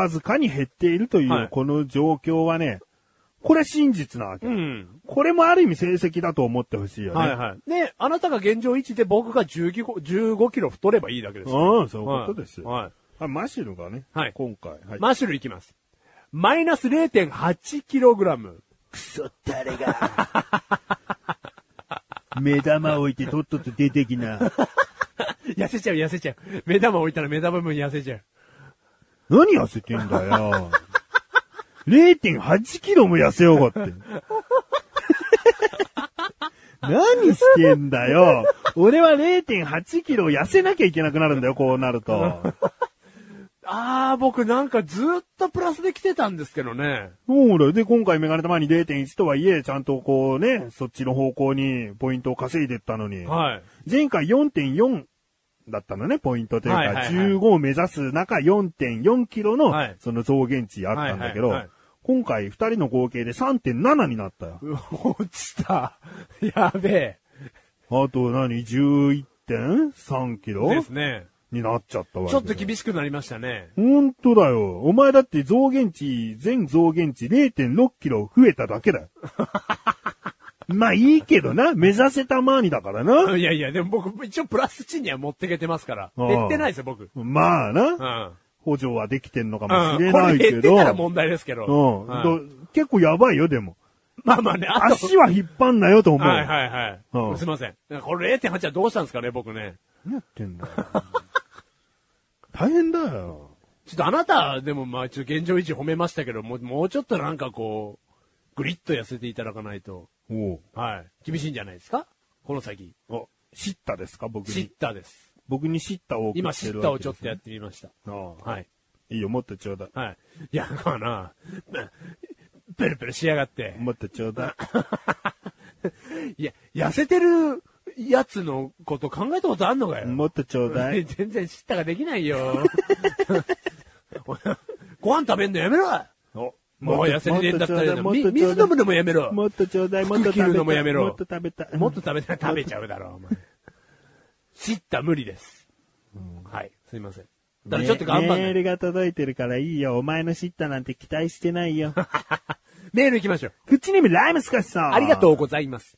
[SPEAKER 2] わずかに減っているとい
[SPEAKER 1] は
[SPEAKER 2] う
[SPEAKER 1] い、
[SPEAKER 2] この状況はね、これ真実なわけ。
[SPEAKER 1] うん。
[SPEAKER 2] これもある意味成績だと思ってほしいよね。
[SPEAKER 1] はいはい。で、あなたが現状維持で僕が15 15キロ太ればいいだけですよ。
[SPEAKER 2] うん、そういうことですよ。
[SPEAKER 1] はいはい
[SPEAKER 2] あマシルがね、
[SPEAKER 1] はい
[SPEAKER 2] 今回。はい
[SPEAKER 1] マッシュルいきます。マイナス0.8キログラム。
[SPEAKER 2] クソ誰が。目玉置いてとっとと出てきな。
[SPEAKER 1] 痩せちゃう痩せちゃう。目玉置いたら目玉分痩せちゃう。
[SPEAKER 2] 何痩せてんだよ。0.8キロも痩せようがって。何してんだよ。俺は0.8キロ痩せなきゃいけなくなるんだよ、こうなると。
[SPEAKER 1] あー、僕なんかずっとプラスで来てたんですけどね。
[SPEAKER 2] そうだよ。で、今回メガネたまに0.1とはいえ、ちゃんとこうね、そっちの方向にポイントを稼いでったのに。
[SPEAKER 1] はい。
[SPEAKER 2] 前回4.4だったのね、ポイントというか、
[SPEAKER 1] はいはいはい
[SPEAKER 2] 15を目指す中4.4キロの
[SPEAKER 1] はい、
[SPEAKER 2] その増減値あったんだけど、
[SPEAKER 1] はいはいはい
[SPEAKER 2] 今回2人の合計で3.7になったよ。
[SPEAKER 1] う落ちた。やべ
[SPEAKER 2] あと何 ?11.3 キ
[SPEAKER 1] え。
[SPEAKER 2] ロ
[SPEAKER 1] ですね。
[SPEAKER 2] になっちゃったわけ。
[SPEAKER 1] ちょっと厳しくなりましたね。
[SPEAKER 2] 本当だよ。お前だって増減値、全増減値0.6キロ増えただけだよ。 (laughs) まあいいけどな、目指せたまーにだからな。
[SPEAKER 1] いやいや、でも僕、一応プラス値には持ってけてますから。
[SPEAKER 2] あー
[SPEAKER 1] 減ってないですよ、僕。
[SPEAKER 2] まあな、
[SPEAKER 1] うん。
[SPEAKER 2] 補助はできてんのかも
[SPEAKER 1] う
[SPEAKER 2] しれ
[SPEAKER 1] んこ
[SPEAKER 2] な
[SPEAKER 1] れ
[SPEAKER 2] いけ
[SPEAKER 1] 減
[SPEAKER 2] ど。
[SPEAKER 1] ってたら問題ですけど。
[SPEAKER 2] うん。
[SPEAKER 1] はい
[SPEAKER 2] ど結構やばいよ、でも。
[SPEAKER 1] まあまあね、あと。
[SPEAKER 2] 足は引っ張んなよと思う。
[SPEAKER 1] はいはいはい。
[SPEAKER 2] うん
[SPEAKER 1] すいません。これ0.8はどうしたんですかね、僕ね。
[SPEAKER 2] 何やってんだよ大変だよ。
[SPEAKER 1] ちょっとあなた、でもまあ、ちょっと現状維持褒めましたけど、もう、もうちょっとなんかこう、グリッと痩せていただかないと、
[SPEAKER 2] お
[SPEAKER 1] はい。厳しいんじゃないですかこの先。
[SPEAKER 2] お。あ、シッタですか僕
[SPEAKER 1] シッ
[SPEAKER 2] に。
[SPEAKER 1] ターです。
[SPEAKER 2] 僕にシッタを送
[SPEAKER 1] 今、
[SPEAKER 2] っ
[SPEAKER 1] シ
[SPEAKER 2] てる
[SPEAKER 1] ッター
[SPEAKER 2] わ
[SPEAKER 1] を
[SPEAKER 2] け
[SPEAKER 1] ちょ
[SPEAKER 2] で
[SPEAKER 1] っ
[SPEAKER 2] す
[SPEAKER 1] とや
[SPEAKER 2] ね
[SPEAKER 1] ってみました。
[SPEAKER 2] ああ、
[SPEAKER 1] はい。
[SPEAKER 2] いいよ、もっとちょうだい。
[SPEAKER 1] はい。いや、まあな、ペルペルしやがって。
[SPEAKER 2] もっとちょうだ
[SPEAKER 1] (laughs)
[SPEAKER 2] い。
[SPEAKER 1] いや、痩せてるやつのこと考えたことあんの (laughs) かよ。
[SPEAKER 2] もっとちょうだい。
[SPEAKER 1] 全然知ったができないよ。 (laughs) ご飯食べんのやめろ
[SPEAKER 2] お
[SPEAKER 1] もう痩せてんだったら、
[SPEAKER 2] もっ
[SPEAKER 1] み
[SPEAKER 2] とちょう
[SPEAKER 1] 水
[SPEAKER 2] だ
[SPEAKER 1] 飲
[SPEAKER 2] い
[SPEAKER 1] むのもやめろ。も
[SPEAKER 2] もっとちょうだい、もっ
[SPEAKER 1] 服
[SPEAKER 2] と食べ
[SPEAKER 1] 着
[SPEAKER 2] たい。
[SPEAKER 1] るのもやめろ
[SPEAKER 2] もっと食べたい。
[SPEAKER 1] っと食べたい食べちゃうだろ、お前。知った無理です。はい、すいません。ただちょっと頑張ん
[SPEAKER 2] メメ
[SPEAKER 1] な
[SPEAKER 2] ー
[SPEAKER 1] い。
[SPEAKER 2] ルが届いてるからいいよ。お前のシッタなんて期待してないよ。 (laughs)
[SPEAKER 1] メール行きましょう。
[SPEAKER 2] クッチネームライムスカシさん。
[SPEAKER 1] ありがとうございます。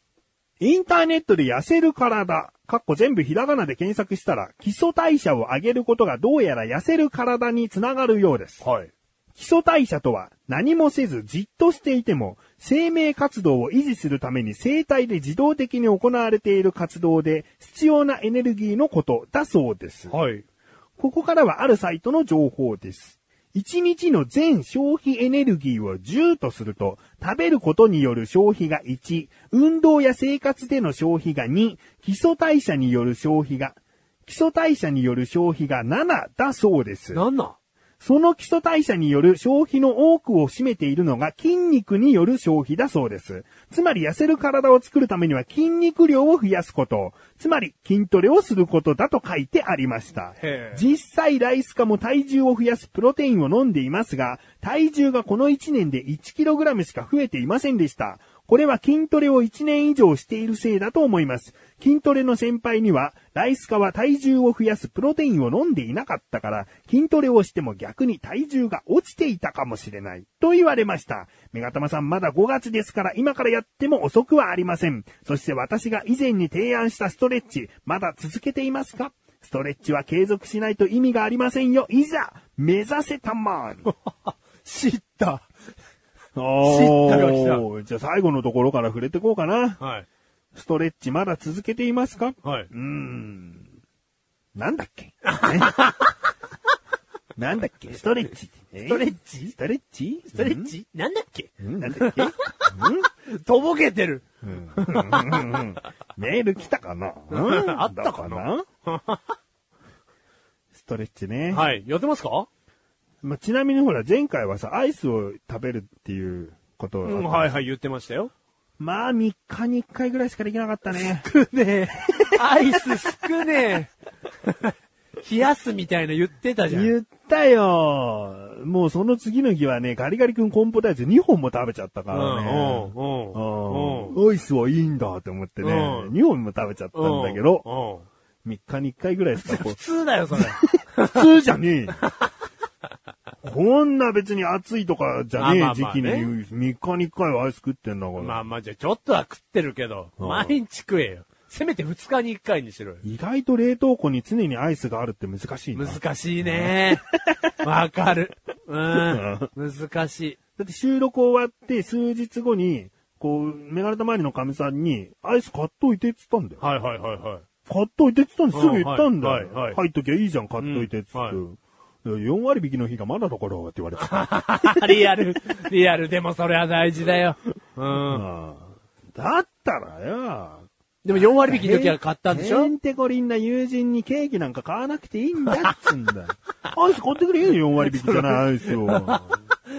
[SPEAKER 2] インターネットで痩せる体、かっこ全部ひらがなで検索したら、基礎代謝を上げることがどうやら痩せる体につながるようです。
[SPEAKER 1] はい。
[SPEAKER 2] 基礎代謝とは、何もせずじっとしていても、生命活動を維持するために生体で自動的に行われている活動で、必要なエネルギーのことだそうです。
[SPEAKER 1] はい。
[SPEAKER 2] ここからはあるサイトの情報です。1日の全消費エネルギーを10とすると、食べることによる消費が1、運動や生活での消費が2、基礎代謝による消費が、基礎代謝による消費が7だそうです。
[SPEAKER 1] なんなん
[SPEAKER 2] その基礎代謝による消費の多くを占めているのが筋肉による消費だそうです。つまり痩せる体を作るためには筋肉量を増やすこと、つまり筋トレをすることだと書いてありました
[SPEAKER 1] へえ。
[SPEAKER 2] 実際ライス化も体重を増やすプロテインを飲んでいますが、体重がこの1年で 1kg しか増えていませんでした。これは筋トレを1年以上しているせいだと思います。筋トレの先輩には、ライス化は体重を増やすプロテインを飲んでいなかったから、筋トレをしても逆に体重が落ちていたかもしれない。と言われました。メガタマさんまだ5月ですから今からやっても遅くはありません。そして私が以前に提案したストレッチ、まだ続けていますかストレッチは継続しないと意味がありませんよ。いざ、目指せたま
[SPEAKER 1] (laughs)
[SPEAKER 2] ーに。
[SPEAKER 1] 知った。
[SPEAKER 2] お
[SPEAKER 1] が来た
[SPEAKER 2] ーじゃあ最後のところから触れてこうかな。
[SPEAKER 1] はい。
[SPEAKER 2] ストレッチまだ続けていますか。
[SPEAKER 1] はいう
[SPEAKER 2] ーん。なんだっ
[SPEAKER 1] (laughs)
[SPEAKER 2] け、ねなんだっけストレッチ。ス
[SPEAKER 1] トレッチ
[SPEAKER 2] ストレッチ
[SPEAKER 1] ストレッチなんだっけ
[SPEAKER 2] んなんだっけん
[SPEAKER 1] とぼけてる。
[SPEAKER 2] メール来たかな、うん
[SPEAKER 1] (laughs) あったかな
[SPEAKER 2] どうかなストレッチね。
[SPEAKER 1] はい。やってますか
[SPEAKER 2] まあ、ちなみにほら、前回はさ、アイスを食べるっていうこと
[SPEAKER 1] うん、
[SPEAKER 2] を。
[SPEAKER 1] はいはい、言ってましたよ。
[SPEAKER 2] まあ、3日に1回ぐらいしかできなかったね。
[SPEAKER 1] 少ねえ。アイス少ねえ。 (laughs) 冷やすみたいな言ってたじゃん。
[SPEAKER 2] 言ったよ。もうその次の日はね、ガリガリ君コンポタイツ2本も食べちゃったか
[SPEAKER 1] う
[SPEAKER 2] ら
[SPEAKER 1] ん
[SPEAKER 2] ね。
[SPEAKER 1] うんうん
[SPEAKER 2] うんアイスはいいんだって思ってね、
[SPEAKER 1] うん
[SPEAKER 2] 2本も食べちゃったんだけど、
[SPEAKER 1] うんうん
[SPEAKER 2] 3日に1回ぐらいしかこう
[SPEAKER 1] (laughs) 普通だよ、それ。
[SPEAKER 2] 普通じゃねえ。こんな別に暑いとかじゃねえ
[SPEAKER 1] あまあ
[SPEAKER 2] 時
[SPEAKER 1] まあ
[SPEAKER 2] 期に
[SPEAKER 1] ね
[SPEAKER 2] 3日に1回はアイス食ってんだから。
[SPEAKER 1] まあまあ、じゃあちょっとは食ってるけど、
[SPEAKER 2] うん
[SPEAKER 1] 毎日食えよ。せめて2日に1回にしろよ。
[SPEAKER 2] 意外と冷凍庫に常にアイスがあるって難しいな。
[SPEAKER 1] 難しいね。わかる。うん。難しい。
[SPEAKER 2] だって収録終わって数日後に、こう、メガネたまわりの神さんに、アイス買っといてって言ったんだよ。
[SPEAKER 1] はいはいはいはい。
[SPEAKER 2] 買っといてって言ったんですぐ言ったんだよ。
[SPEAKER 1] うんはいはいはい
[SPEAKER 2] 入っときゃいいじゃん、買っといてって言って。
[SPEAKER 1] うん
[SPEAKER 2] 4割引きの日がまだだからって言わ
[SPEAKER 1] (laughs)
[SPEAKER 2] れた。
[SPEAKER 1] リアル、リアル、でもそれは大事だよ。うん。
[SPEAKER 2] ああだったらよ。
[SPEAKER 1] でも4割引きの時は買ったんでしょ
[SPEAKER 2] へんてこりんな友人にケーキなんか買わなくていいんだっつう
[SPEAKER 1] (laughs)
[SPEAKER 2] んだよ。アイス買ってくれよ、4割引きじゃないアイスを。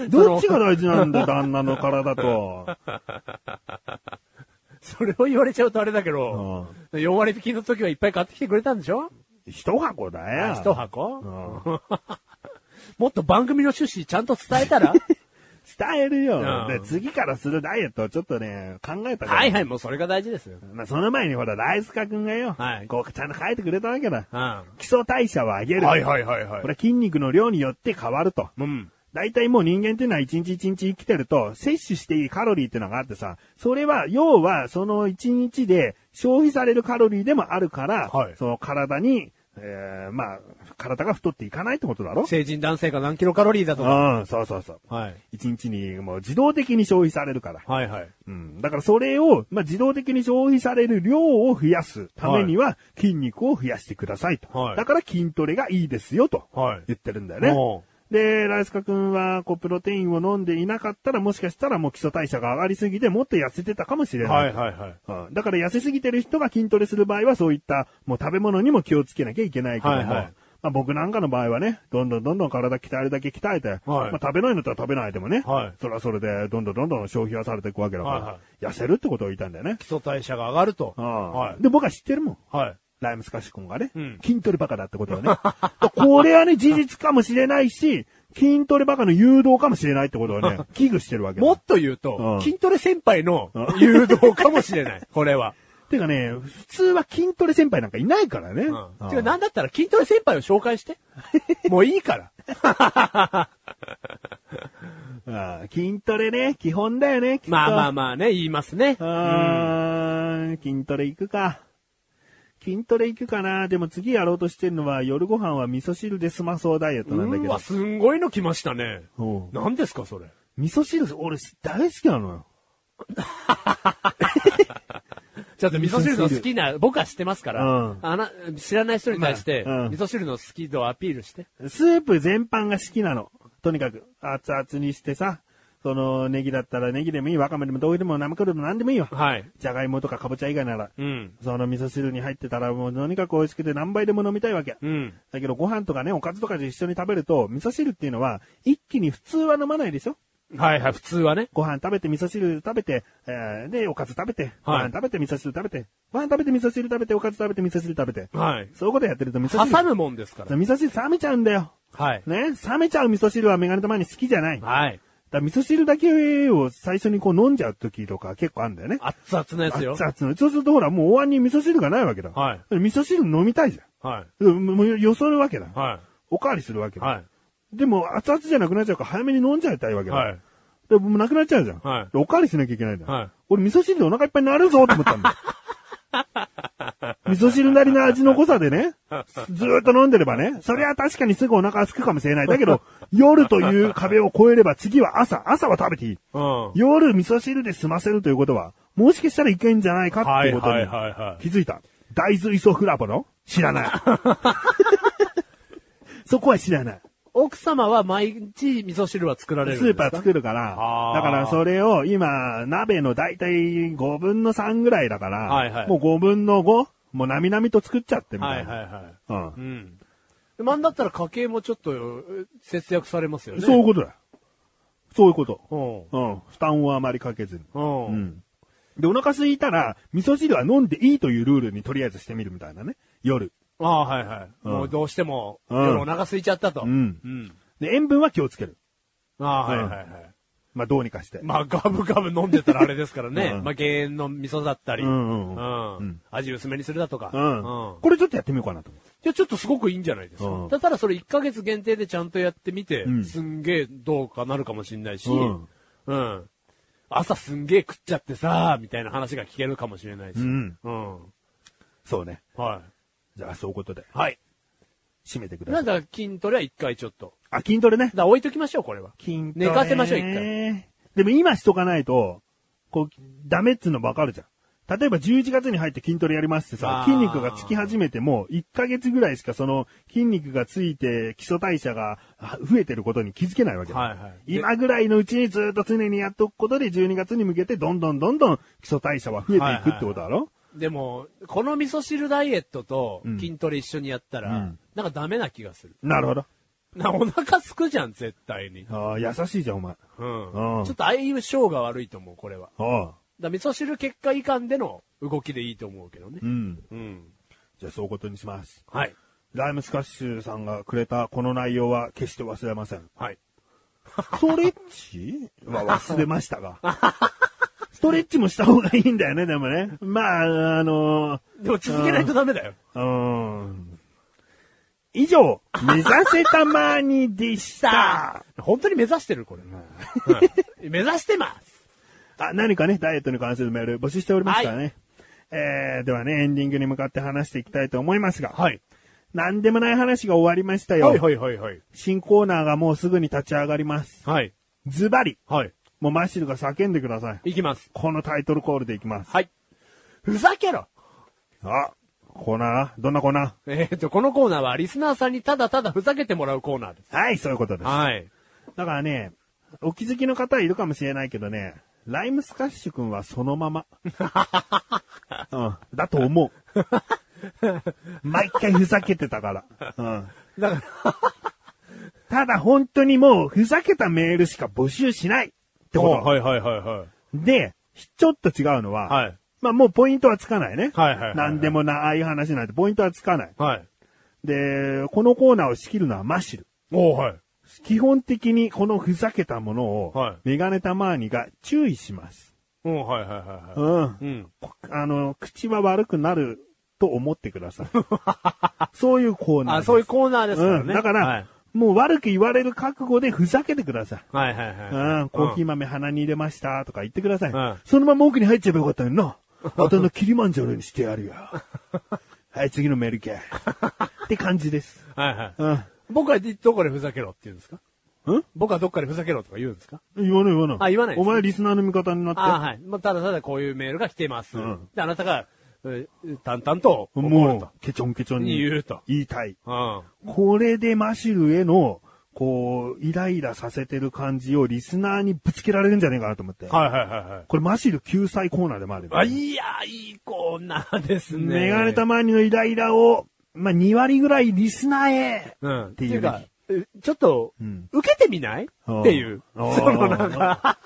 [SPEAKER 2] どっちが大事なんだよ、旦那の
[SPEAKER 1] (laughs)
[SPEAKER 2] 体と。
[SPEAKER 1] それを言われちゃうとあれだけど、
[SPEAKER 2] うん
[SPEAKER 1] 4割引きの時はいっぱい買ってきてくれたんでしょ
[SPEAKER 2] 一箱だよ。
[SPEAKER 1] 一。箱、
[SPEAKER 2] うん
[SPEAKER 1] もっと番組の趣旨ちゃんと伝えた (laughs) ら
[SPEAKER 2] 伝えるよ。
[SPEAKER 1] うん
[SPEAKER 2] で、次からするダイエットをちょっとね、考えたから。
[SPEAKER 1] はいはい、もうそれが大事ですよ。
[SPEAKER 2] まあ、その前にほら、ライスカ君がよ、
[SPEAKER 1] はい
[SPEAKER 2] こう、ちゃんと書いてくれたわけだ。
[SPEAKER 1] うん。は
[SPEAKER 2] 基礎代謝を上げる。
[SPEAKER 1] はいはいは
[SPEAKER 2] これは筋肉の量によって変わると。
[SPEAKER 1] うん。
[SPEAKER 2] 大体もう人間っていうのは一日一日生きてると、摂取していいカロリーっていうのがあってさ、それは、要は、その一日で消費されるカロリーでもあるから、
[SPEAKER 1] はい
[SPEAKER 2] その体に、えー、まあ、体が太っていかないってことだろ
[SPEAKER 1] 成人男性が何キロカロリーだとか。
[SPEAKER 2] うん、そうそうそう。
[SPEAKER 1] はい。
[SPEAKER 2] 一日にもう自動的に消費されるから。
[SPEAKER 1] はいはい。
[SPEAKER 2] うん。だからそれを、まあ、自動的に消費される量を増やすためには、筋肉を増やしてくださいと。
[SPEAKER 1] はい
[SPEAKER 2] だから筋トレがいいですよと
[SPEAKER 1] はい。
[SPEAKER 2] 言ってるんだよね。
[SPEAKER 1] おう
[SPEAKER 2] で、ライスカ君は、こう、プロテインを飲んでいなかったら、もしかしたらもう基礎代謝が上がりすぎて、もっと痩せてたかもしれない。
[SPEAKER 1] はいはいはい。
[SPEAKER 2] うんだから痩せすぎてる人が筋トレする場合はそういったもう食べ物にも気をつけなきゃいけないけども、
[SPEAKER 1] はいはい
[SPEAKER 2] まあ僕なんかの場合はね、どんどんどんどん体鍛えるだけ鍛えて、まあ食べないのとは食べないでもね、
[SPEAKER 1] はい
[SPEAKER 2] それはそれでどんどんどんどん消費はされていくわけだから、
[SPEAKER 1] はい
[SPEAKER 2] 痩せるってことを言ったんだよね。
[SPEAKER 1] 基礎代謝が上がると。
[SPEAKER 2] うん
[SPEAKER 1] はい。
[SPEAKER 2] で、僕は知ってるもん。
[SPEAKER 1] はい。
[SPEAKER 2] ライムスカシ君がね、
[SPEAKER 1] うん
[SPEAKER 2] 筋トレバカだってことはね。 (laughs) これはね、事実かもしれないし、筋トレバカの誘導かもしれないってことを
[SPEAKER 1] (laughs)
[SPEAKER 2] ね、危惧してるわけだ。
[SPEAKER 1] もっと言う
[SPEAKER 2] う
[SPEAKER 1] と
[SPEAKER 2] ん、
[SPEAKER 1] 筋トレ先輩の誘導かもしれない。 (laughs) これは。
[SPEAKER 2] てかね、普通は筋トレ先輩なんかいないからね。
[SPEAKER 1] う。
[SPEAKER 2] うんん
[SPEAKER 1] てか、なんだったら筋トレ先輩を紹介
[SPEAKER 2] (laughs)
[SPEAKER 1] して。もういいから。
[SPEAKER 2] ああ筋トレね、基本だよね、きっと
[SPEAKER 1] まあまあまあね、言いますね。
[SPEAKER 2] あー筋トレ行くか。筋トレ行くかな。でも次やろうとしてるのは夜ご飯は味噌汁で済まそうダイエットなんだけ
[SPEAKER 1] う
[SPEAKER 2] ど
[SPEAKER 1] わ、。すんごいの来ましたね。
[SPEAKER 2] うん
[SPEAKER 1] 何ですか、それ。
[SPEAKER 2] 味噌汁、俺大好きなのよ。
[SPEAKER 1] ちょっと味噌汁の好きな、僕は知ってますから、
[SPEAKER 2] うん
[SPEAKER 1] あな、知らない人に対して、
[SPEAKER 2] まあうん
[SPEAKER 1] 味噌汁の好き度をアピールして。
[SPEAKER 2] スープ全般が好きなの。とにかく、熱々にしてさ、そのネギだったらネギでもいい、わかめでもどうでも生クルーでも何でもいいよ。
[SPEAKER 1] はい。
[SPEAKER 2] じゃがいもとかかぼちゃ以外なら、
[SPEAKER 1] うん。
[SPEAKER 2] その味噌汁に入ってたらもうとにかく美味しくて何杯でも飲みたいわけ。
[SPEAKER 1] うん。
[SPEAKER 2] だけどご飯とかね、おかずとかで一緒に食べると、味噌汁っていうのは、一気に普通は飲まないでしょ
[SPEAKER 1] はいはい、普通はね。
[SPEAKER 2] ご飯食べて、味噌汁食べて、えー、で、おかず食べて、ご
[SPEAKER 1] はい
[SPEAKER 2] 飯食べて、味噌汁食べて、ご飯食べて、味噌汁食べて、おかず食べて、味噌汁食べて。
[SPEAKER 1] はい。
[SPEAKER 2] そういうことやってると味噌汁。
[SPEAKER 1] 挟むもんですから。
[SPEAKER 2] 味噌汁冷めちゃうんだよ。
[SPEAKER 1] はい。
[SPEAKER 2] ね冷めちゃう味噌汁はメガネたまに好きじゃない。だか
[SPEAKER 1] はい。
[SPEAKER 2] ら味噌汁だけを最初にこう飲んじゃう時とか結構あるんだよね。
[SPEAKER 1] 熱々のやつよ。
[SPEAKER 2] 熱々の。そうするとほら、もうお椀に味噌汁がないわけだ。
[SPEAKER 1] はい
[SPEAKER 2] 味噌汁飲みたいじゃん。
[SPEAKER 1] は
[SPEAKER 2] うんもうよそるわけだ。
[SPEAKER 1] い。は
[SPEAKER 2] おかわりするわけ
[SPEAKER 1] い。
[SPEAKER 2] だ。
[SPEAKER 1] は
[SPEAKER 2] でも、熱々じゃなくなっちゃうから早めに飲んじゃいたいわ
[SPEAKER 1] い。
[SPEAKER 2] けだ。
[SPEAKER 1] はい。
[SPEAKER 2] で、もうなくなっちゃうじゃん。
[SPEAKER 1] はい
[SPEAKER 2] でおかわりしなきゃいけないんだよ。
[SPEAKER 1] はい
[SPEAKER 2] 俺、味噌汁でお腹いっぱいになるぞと思ったんだよ。味噌汁なりの味の濃さでね、ずーっと飲んでればね、それは確かにすぐお腹は空くかもしれない。だけど、夜という壁を越えれば次は朝、朝は食べていい。
[SPEAKER 1] うん。
[SPEAKER 2] 夜味噌汁で済ませるということは、もしかしたらいけんじゃないかっていうこと
[SPEAKER 1] はい
[SPEAKER 2] に
[SPEAKER 1] はいはいはい
[SPEAKER 2] 気づいた。大豆イソフラボの知らない。 (laughs) そこは知らない。
[SPEAKER 1] 奥様は毎日味噌汁は作られるん
[SPEAKER 2] ス
[SPEAKER 1] です
[SPEAKER 2] ー
[SPEAKER 1] か
[SPEAKER 2] パー作るから
[SPEAKER 1] あー、
[SPEAKER 2] だからそれを今、鍋の大体5分の3ぐらいだから、
[SPEAKER 1] はいはい
[SPEAKER 2] もう5分の 5? もうなみなみと作っちゃってみ
[SPEAKER 1] は
[SPEAKER 2] た
[SPEAKER 1] い
[SPEAKER 2] いな。
[SPEAKER 1] はいは
[SPEAKER 2] う
[SPEAKER 1] い。うん。なんだったら家計もちょっとえ節約されますよ
[SPEAKER 2] ん
[SPEAKER 1] ね。
[SPEAKER 2] そういうことだよ。そういうこと。
[SPEAKER 1] う。
[SPEAKER 2] うん。負担をあまりかけずに。
[SPEAKER 1] うん。う。
[SPEAKER 2] うんん。で、お腹空いたら、味噌汁は飲んでいいというルールにとりあえずしてみるみたいなね。夜。
[SPEAKER 1] ああ、はいはい。
[SPEAKER 2] うん
[SPEAKER 1] もうどうしても、
[SPEAKER 2] うん
[SPEAKER 1] 夜お腹空いちゃったと。
[SPEAKER 2] うん
[SPEAKER 1] うん。
[SPEAKER 2] で、塩分は気をつける。
[SPEAKER 1] ああ、はいはいはい。
[SPEAKER 2] まあ、どうにかして。
[SPEAKER 1] まあ、ガブガブ飲んでたらあれですからね。
[SPEAKER 2] うん
[SPEAKER 1] まあ、減塩の味噌だったり、
[SPEAKER 2] うんうんう
[SPEAKER 1] う
[SPEAKER 2] うんん
[SPEAKER 1] 味薄めにするだとか。
[SPEAKER 2] うん。
[SPEAKER 1] い
[SPEAKER 2] これちょっとやってみようかなと思って。
[SPEAKER 1] や、ちょっとすごくいいんじゃないですか。
[SPEAKER 2] うん
[SPEAKER 1] だったらそれ1ヶ月限定でちゃんとやってみて、
[SPEAKER 2] うん
[SPEAKER 1] すんげえどうかなるかもしんないし、う
[SPEAKER 2] うんん。
[SPEAKER 1] 朝すんげえ食っちゃってさ、みたいな話が聞けるかもしれないし。
[SPEAKER 2] うん
[SPEAKER 1] うん。
[SPEAKER 2] そうね。
[SPEAKER 1] は
[SPEAKER 2] じゃあ、そういうことで。
[SPEAKER 1] い。はい。
[SPEAKER 2] 締めてくだ
[SPEAKER 1] な
[SPEAKER 2] さ
[SPEAKER 1] ん
[SPEAKER 2] い。
[SPEAKER 1] だ、筋トレは1回ちょっと。
[SPEAKER 2] あ、筋トレね
[SPEAKER 1] だ。から置いときましょう、これは。
[SPEAKER 2] 筋トレ。
[SPEAKER 1] 寝かせましょう一
[SPEAKER 2] 回。でも今しとかないと、こう、ダメっつうの分かるじゃん。例えば11月に入って筋トレやりますって
[SPEAKER 1] あー、
[SPEAKER 2] さ筋肉がつき始めても、1ヶ月ぐらいしかその筋肉がついて基礎代謝があ増えてることに気づけないわけだ。
[SPEAKER 1] はいはい
[SPEAKER 2] 今ぐらいのうちにずっと常にやっとくことで12月に向けてどんどんどんどん基礎代謝は増えていくってことだろ、
[SPEAKER 1] でも、この味噌汁ダイエットと
[SPEAKER 2] うん
[SPEAKER 1] 筋トレ一緒にやったら、
[SPEAKER 2] うん
[SPEAKER 1] なんかダメな気がする。
[SPEAKER 2] なるほど。
[SPEAKER 1] な、お腹すくじゃん、絶対に。
[SPEAKER 2] ああ、優しいじゃん、お前。
[SPEAKER 1] うん。
[SPEAKER 2] うん
[SPEAKER 1] ちょっとああいう性が悪いと思う、これは。
[SPEAKER 2] ああ。
[SPEAKER 1] だ味噌汁結果以下での動きでいいと思うけどね
[SPEAKER 2] う。ん。
[SPEAKER 1] うん。
[SPEAKER 2] じゃあそういうことにします。
[SPEAKER 1] はい。
[SPEAKER 2] ライムスカッシュさんがくれたこの内容は決して忘れません。
[SPEAKER 1] はい。
[SPEAKER 2] ストレッチは忘れ (laughs) ましたが。ストレッチもした方がいいんだよね、でもね。まあ、あのー
[SPEAKER 1] でも続けないとダメだよ。
[SPEAKER 2] うーん。以上、目指せたまにで (laughs) した。
[SPEAKER 1] 本当に目指してる、これ。うん目指してます
[SPEAKER 2] あ、何かね、ダイエットに関するメール募集しておりますからね。えー、ではね、エンディングに向かって話していきたいと思いますが。
[SPEAKER 1] はい。
[SPEAKER 2] なんでもない話が終わりましたよ。
[SPEAKER 1] はいはいはいはい。
[SPEAKER 2] 新コーナーがもうすぐに立ち上がります。
[SPEAKER 1] はい。
[SPEAKER 2] ズバリ、
[SPEAKER 1] はい。
[SPEAKER 2] もうマッシュルが叫んでください。
[SPEAKER 1] いきます。
[SPEAKER 2] このタイトルコールでいきます。
[SPEAKER 1] はい。ふざけろ
[SPEAKER 2] あ、コーナーどんなコーナ
[SPEAKER 1] えっ、と、このコーナーはリスナーさんにただただふざけてもらうコーナーです。
[SPEAKER 2] ーはい、そういうことです。
[SPEAKER 1] はい。
[SPEAKER 2] だからね、お気づきの方いるかもしれないけどね、ライムスカッシュ君はそのまま。うん、だと思う。毎回ふざけてたから。うん、
[SPEAKER 1] だから、
[SPEAKER 2] ただ本当にもうふざけたメールしか募集しないってこと。
[SPEAKER 1] はいはいはいはい。
[SPEAKER 2] で、ちょっと違うのは、
[SPEAKER 1] はい
[SPEAKER 2] まあもうポイントはつかないね。
[SPEAKER 1] はいはいはいはい
[SPEAKER 2] 何でもない話なんてポイントはつかない。
[SPEAKER 1] はい。
[SPEAKER 2] で、このコーナーを仕切るのはマッシュル。
[SPEAKER 1] おはい。
[SPEAKER 2] 基本的にこのふざけたものを、
[SPEAKER 1] はい
[SPEAKER 2] メガネたまーにが注意します。
[SPEAKER 1] うん、はいはいはいは
[SPEAKER 2] うん
[SPEAKER 1] い。。うん。
[SPEAKER 2] こあの、口は悪くなると思ってくだ
[SPEAKER 1] (laughs)
[SPEAKER 2] さい。そういうコーナー
[SPEAKER 1] あ、
[SPEAKER 2] です。
[SPEAKER 1] そういうコーナーですからね。
[SPEAKER 2] うん、だから、
[SPEAKER 1] はい、
[SPEAKER 2] もう悪く言われる覚悟でふざけてください。
[SPEAKER 1] はいはいはいはい。
[SPEAKER 2] うん、コーヒー
[SPEAKER 1] ー。
[SPEAKER 2] 豆鼻に入れましたとか言ってください。
[SPEAKER 1] うん
[SPEAKER 2] そのまま奥に入っちゃえばよかったよ
[SPEAKER 1] (laughs)
[SPEAKER 2] な。頭のキリマンジャロにしてやるよ。はい、次のメール
[SPEAKER 1] (laughs)
[SPEAKER 2] 行け。って感じです。
[SPEAKER 1] はいはい。
[SPEAKER 2] うん。
[SPEAKER 1] 僕はどこでふざけろって言うんですか
[SPEAKER 2] ん
[SPEAKER 1] 僕はどっかでふざけろとか言うんですか
[SPEAKER 2] 言わない言わない。
[SPEAKER 1] あ言わないで
[SPEAKER 2] お
[SPEAKER 1] す
[SPEAKER 2] 前リスナーの味方になって。
[SPEAKER 1] あはい。まあ、ただただこういうメールが来ています。
[SPEAKER 2] うん
[SPEAKER 1] で、あなたが、えー淡々と怒る
[SPEAKER 2] も
[SPEAKER 1] と。
[SPEAKER 2] う、ケチョンケチョンに
[SPEAKER 1] 言うと
[SPEAKER 2] 言いたい。
[SPEAKER 1] うん。
[SPEAKER 2] これでマシルへの、こう、イライラさせてる感じをリスナーにぶつけられるんじゃねえかなと思って。
[SPEAKER 1] はいはいはいはい。
[SPEAKER 2] これマシル救済コーナーでもあるよ。
[SPEAKER 1] あ、いや、いいコーナーですね。
[SPEAKER 2] メガネたまにのイライラを、まあ、2割ぐらいリスナーへ
[SPEAKER 1] うん。
[SPEAKER 2] っ
[SPEAKER 1] ってて
[SPEAKER 2] い
[SPEAKER 1] いうう
[SPEAKER 2] ね
[SPEAKER 1] か、えちょっと
[SPEAKER 2] うん、
[SPEAKER 1] 受けてみない
[SPEAKER 2] うん
[SPEAKER 1] っていう。そ
[SPEAKER 2] うん
[SPEAKER 1] のなんか、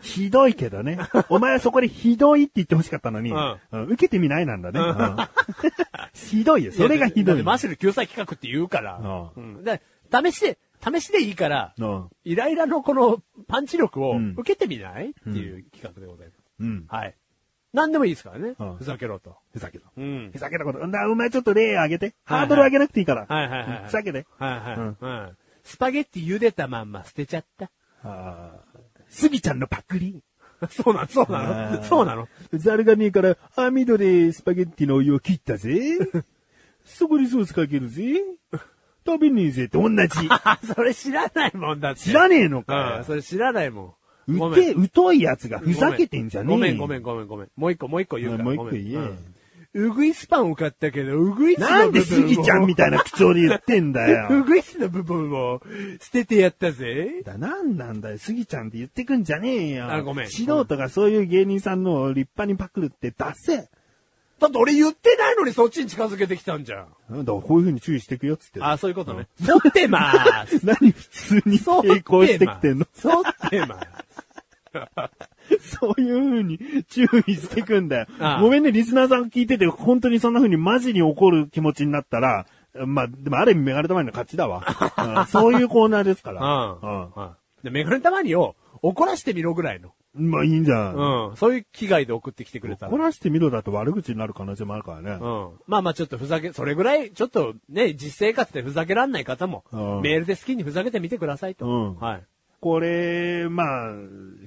[SPEAKER 2] ひどいけどね。お前はそこでひどいって言ってほしかったのに、
[SPEAKER 1] うん
[SPEAKER 2] うん受けてみないなん (laughs) だね。うんひどいよ。それがひど
[SPEAKER 1] やだって
[SPEAKER 2] い。
[SPEAKER 1] マッシュル救済企画って言うから。
[SPEAKER 2] う
[SPEAKER 1] うん。で、試して、試しでいいから、
[SPEAKER 2] うん
[SPEAKER 1] イライラのこのパンチ力を
[SPEAKER 2] ん
[SPEAKER 1] 受けてみないっていう企画でございます。
[SPEAKER 2] うん。
[SPEAKER 1] はい。何でもいいですからね
[SPEAKER 2] うん。
[SPEAKER 1] ふざけろと。
[SPEAKER 2] ふざけた。
[SPEAKER 1] うん
[SPEAKER 2] ふ。ざけたこと。だお前ちょっと例上げて。
[SPEAKER 1] はい
[SPEAKER 2] ハードル上げなくていいから。
[SPEAKER 1] はいはいはい
[SPEAKER 2] うんふざけて。
[SPEAKER 1] はいはい。
[SPEAKER 2] うん
[SPEAKER 1] うん。スパゲッティ茹でたまんま捨てちゃった。 (laughs)
[SPEAKER 2] あースギちゃんのパクリ。
[SPEAKER 1] そうなの、そう
[SPEAKER 2] あ
[SPEAKER 1] な
[SPEAKER 2] ー
[SPEAKER 1] の、そうなの。
[SPEAKER 2] ザルがねえから、網戸でスパゲッティのお湯を切っ
[SPEAKER 1] (laughs)
[SPEAKER 2] たぜ。そこにソースかけるぜ。食べねえぜって同じ。
[SPEAKER 1] あ、それ知らないもんだって。
[SPEAKER 2] 知らねえの
[SPEAKER 1] うん、
[SPEAKER 2] か
[SPEAKER 1] それ知らないもん。
[SPEAKER 2] よ。
[SPEAKER 1] ご
[SPEAKER 2] う
[SPEAKER 1] めん
[SPEAKER 2] て、疎いやつがふざけてんじゃね
[SPEAKER 1] ご
[SPEAKER 2] え
[SPEAKER 1] めんごめ
[SPEAKER 2] ん。
[SPEAKER 1] んごめんごめん。もう一個もう一個言うから。
[SPEAKER 2] もう一個
[SPEAKER 1] ごめん
[SPEAKER 2] 言えよ
[SPEAKER 1] うんうぐいすパンを買ったけど、うぐいすの部分を
[SPEAKER 2] なんでスギちゃんみたいな口調で言ってんだ
[SPEAKER 1] う (laughs)
[SPEAKER 2] よ。 (laughs)
[SPEAKER 1] ぐいすの部分を捨ててやったぜ。
[SPEAKER 2] だなんなんだよ、スギちゃんって言ってくんじゃねえよ。
[SPEAKER 1] あごめん
[SPEAKER 2] 素人がそういう芸人さんのを立派にパクるって出せ。
[SPEAKER 1] だって俺言ってないのにそっちに近づけてきたんじゃん。
[SPEAKER 2] なんだ、こういう風に注意してくよっつって。
[SPEAKER 1] あ、そういうことね。持ってまーす。
[SPEAKER 2] 何普通に抵抗してきてんの
[SPEAKER 1] そってまーす。
[SPEAKER 2] そういう風に注意してくんだよ。
[SPEAKER 1] ああ
[SPEAKER 2] ごめんね、リスナーさんが聞いてて、本当にそんな風にマジに怒る気持ちになったら、まあ、でもある意味メガネ玉にの勝ちだわ、 (laughs) うんそういうコーナーですから。
[SPEAKER 1] うん。うん。で、メガネたまにを怒らしてみろぐらいの。
[SPEAKER 2] うんまあいいんじゃん。
[SPEAKER 1] うん。そういう危害で送ってきてくれたら
[SPEAKER 2] 怒。らしてみろだと悪口になる可能性もあるからね。
[SPEAKER 1] うん。まあまあちょっとふざけ、それぐらい、ちょっとね、実生活でふざけらんない方も、
[SPEAKER 2] うん
[SPEAKER 1] メールで好きにふざけてみてくださいと。
[SPEAKER 2] うん
[SPEAKER 1] はい。
[SPEAKER 2] これ、まあ、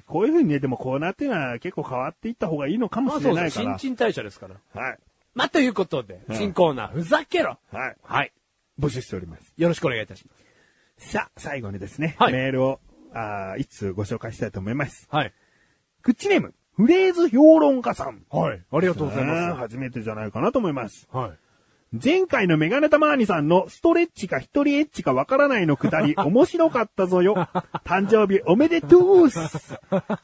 [SPEAKER 2] こういう風にね、でもコーナーっていうのは結構変わっていった方がいいのか
[SPEAKER 1] ま
[SPEAKER 2] も
[SPEAKER 1] あ
[SPEAKER 2] し
[SPEAKER 1] そ
[SPEAKER 2] れ
[SPEAKER 1] う
[SPEAKER 2] な
[SPEAKER 1] で
[SPEAKER 2] い
[SPEAKER 1] す。
[SPEAKER 2] から。
[SPEAKER 1] 新陳代謝ですから。
[SPEAKER 2] はい。
[SPEAKER 1] まあということで、
[SPEAKER 2] うん
[SPEAKER 1] 新コーナー、ふざけろ
[SPEAKER 2] はい。
[SPEAKER 1] はい。
[SPEAKER 2] 募集しております。
[SPEAKER 1] よろしくお願いいたします。
[SPEAKER 2] さあ、最後にですね、
[SPEAKER 1] はい
[SPEAKER 2] メールを、あーいつご紹介したいと思います。
[SPEAKER 1] はい。
[SPEAKER 2] クッチネーム、フレーズ評論家さん。
[SPEAKER 1] はい。ありがとうござい
[SPEAKER 2] ね
[SPEAKER 1] ま
[SPEAKER 2] 初めてじゃないかなと思います。
[SPEAKER 1] す。はい。
[SPEAKER 2] 前回のメガネタマーニさんのストレッチか一人エッチかわからないのく
[SPEAKER 1] (laughs)
[SPEAKER 2] だり、面白かったぞよ。誕生日おめでとうっす。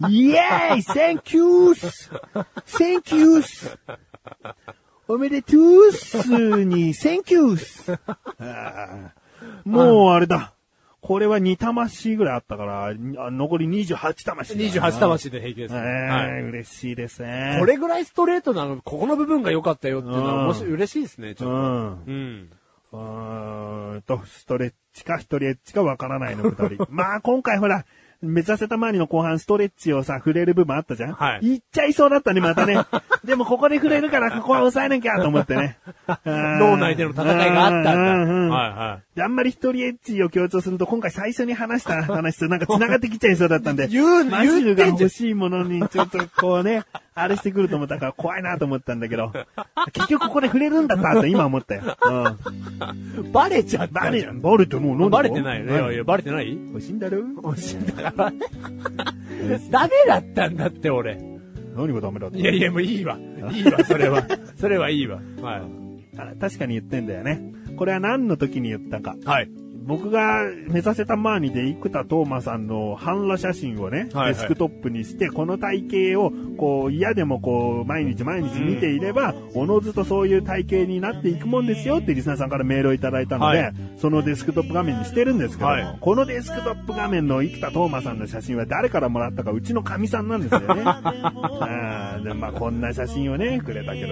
[SPEAKER 2] イエーイセンキューっすセンキューっすおめでとうっすにセンキューっすあーもうあれだ。これは2魂ぐらいあったから、にあ残り28魂だな。
[SPEAKER 1] 28魂で平気です、
[SPEAKER 2] え
[SPEAKER 1] ね。
[SPEAKER 2] ー
[SPEAKER 1] は
[SPEAKER 2] 嬉しいですね。
[SPEAKER 1] い。これぐらいストレートなの、ここの部分が良かったよっていうのは、もし
[SPEAKER 2] う
[SPEAKER 1] 嬉しいですね、ち
[SPEAKER 2] う
[SPEAKER 1] ょっ
[SPEAKER 2] ん。
[SPEAKER 1] と。うん。
[SPEAKER 2] うーんと、ストレッチか一人エッチかわからないの二人。 (laughs) まあ今回ほら、目指せたまわりの後半ストレッチをさ、触れる部分あったじゃん
[SPEAKER 1] はい
[SPEAKER 2] 言っちゃいそうだったね、またね。 (laughs) でもここで触れるから、ここは抑えなきゃと思ってね。脳
[SPEAKER 1] (laughs) 脳内での戦いがあったんだ。はいはい。
[SPEAKER 2] であんまり一人エッチを強調すると、今回最初に話した
[SPEAKER 1] (laughs)
[SPEAKER 2] 話となんか繋がってきちゃいそうだったんで。
[SPEAKER 1] 言う
[SPEAKER 2] マジ
[SPEAKER 1] 言っ
[SPEAKER 2] ルが
[SPEAKER 1] てんじゃん (laughs)
[SPEAKER 2] 欲しいものに、ちょっとこうね、あれしてくると思ったから怖いなと思ったんだけど、結局これ触れるんだったと今思ったよ。うん。
[SPEAKER 1] バレちゃった
[SPEAKER 2] バレ
[SPEAKER 1] じゃ、ん。
[SPEAKER 2] バレてもう飲んだの
[SPEAKER 1] バレてないよね。いやいや、
[SPEAKER 2] や、
[SPEAKER 1] バレて (laughs) ない
[SPEAKER 2] 美味しいんだろ
[SPEAKER 1] だから、ダメだったんだって、俺。
[SPEAKER 2] 何がダメだって
[SPEAKER 1] いやいや、もういいわ。いいわ、それは。それはいいわ。はい。
[SPEAKER 2] あ確かに言ってんだよね。これは何の時に言ったか。
[SPEAKER 1] はい。
[SPEAKER 2] 僕が目指せたマーニで生田斗真さんの半裸写真をね、
[SPEAKER 1] はいはい
[SPEAKER 2] デスクトップにして、この体型を、こう、嫌でもこう、毎日毎日見ていれば、おのずとそういう体型になっていくもんですよってリスナーさんからメールをいただいたので、
[SPEAKER 1] はい
[SPEAKER 2] そのデスクトップ画面にしてるんですけども、
[SPEAKER 1] はい
[SPEAKER 2] このデスクトップ画面の生田斗真さんの写真は誰からもらったか、うちの神さんなんですよ (laughs) ね。あーでまあ、こんな写真をね、くれたけど、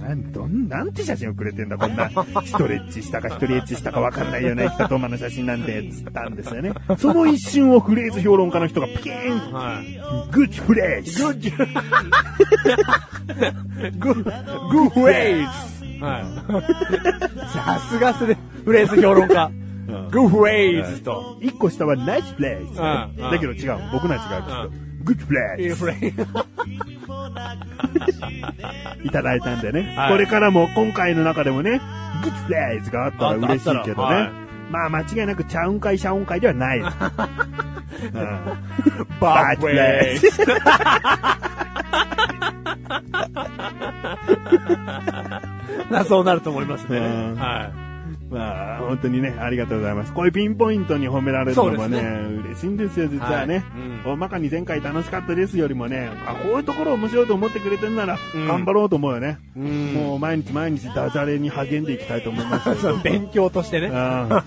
[SPEAKER 2] まあなんどんなんて写真をくれてんだ、こんな、ストレッチしたか、一人エッチしたか分かんないよね、北東馬の写真なんて、つったんです (laughs) よね。その一瞬をフレーズ評論家の人がピキーン
[SPEAKER 1] はい。
[SPEAKER 2] グッドフレーズ
[SPEAKER 1] グッ、グッ、グッフレーズはい。 (laughs) さすがすれ、フレーズ評論家。グッフレーズと。
[SPEAKER 2] 一個下はナイスフレーズ
[SPEAKER 1] うんうん
[SPEAKER 2] だけど違う、僕のは違う、きっと。グッドフ
[SPEAKER 1] いい
[SPEAKER 2] レ
[SPEAKER 1] フ
[SPEAKER 2] ーズ
[SPEAKER 1] レーズ。
[SPEAKER 2] いただいたんでね、
[SPEAKER 1] はい
[SPEAKER 2] これからも今回の中でもね、グッドフレーズがあったら嬉しい
[SPEAKER 1] あっ
[SPEAKER 2] け
[SPEAKER 1] た
[SPEAKER 2] ど
[SPEAKER 1] らはい
[SPEAKER 2] ね。まあ間違いなく、チャウン会、シャオン会では
[SPEAKER 1] (laughs)
[SPEAKER 2] ないです。うん
[SPEAKER 1] バッフレーズ。 (laughs) な、そうなると思いますね。
[SPEAKER 2] うん
[SPEAKER 1] は
[SPEAKER 2] まあ、本当にね、ありがとうございます。こういうピンポイントに褒められるのも
[SPEAKER 1] そう
[SPEAKER 2] ね、
[SPEAKER 1] です
[SPEAKER 2] 嬉しいんですよ、実はね。
[SPEAKER 1] はいうん
[SPEAKER 2] おまかに前回楽しかったですよりもね、あ、こういうところ面白いと思ってくれてんなら、
[SPEAKER 1] うん
[SPEAKER 2] 頑張ろうと思うよね。
[SPEAKER 1] い。うん
[SPEAKER 2] もう毎日毎日ダジャレに励んでいきたいと思いますよ。
[SPEAKER 1] (laughs) そう勉強としてね。
[SPEAKER 2] ああ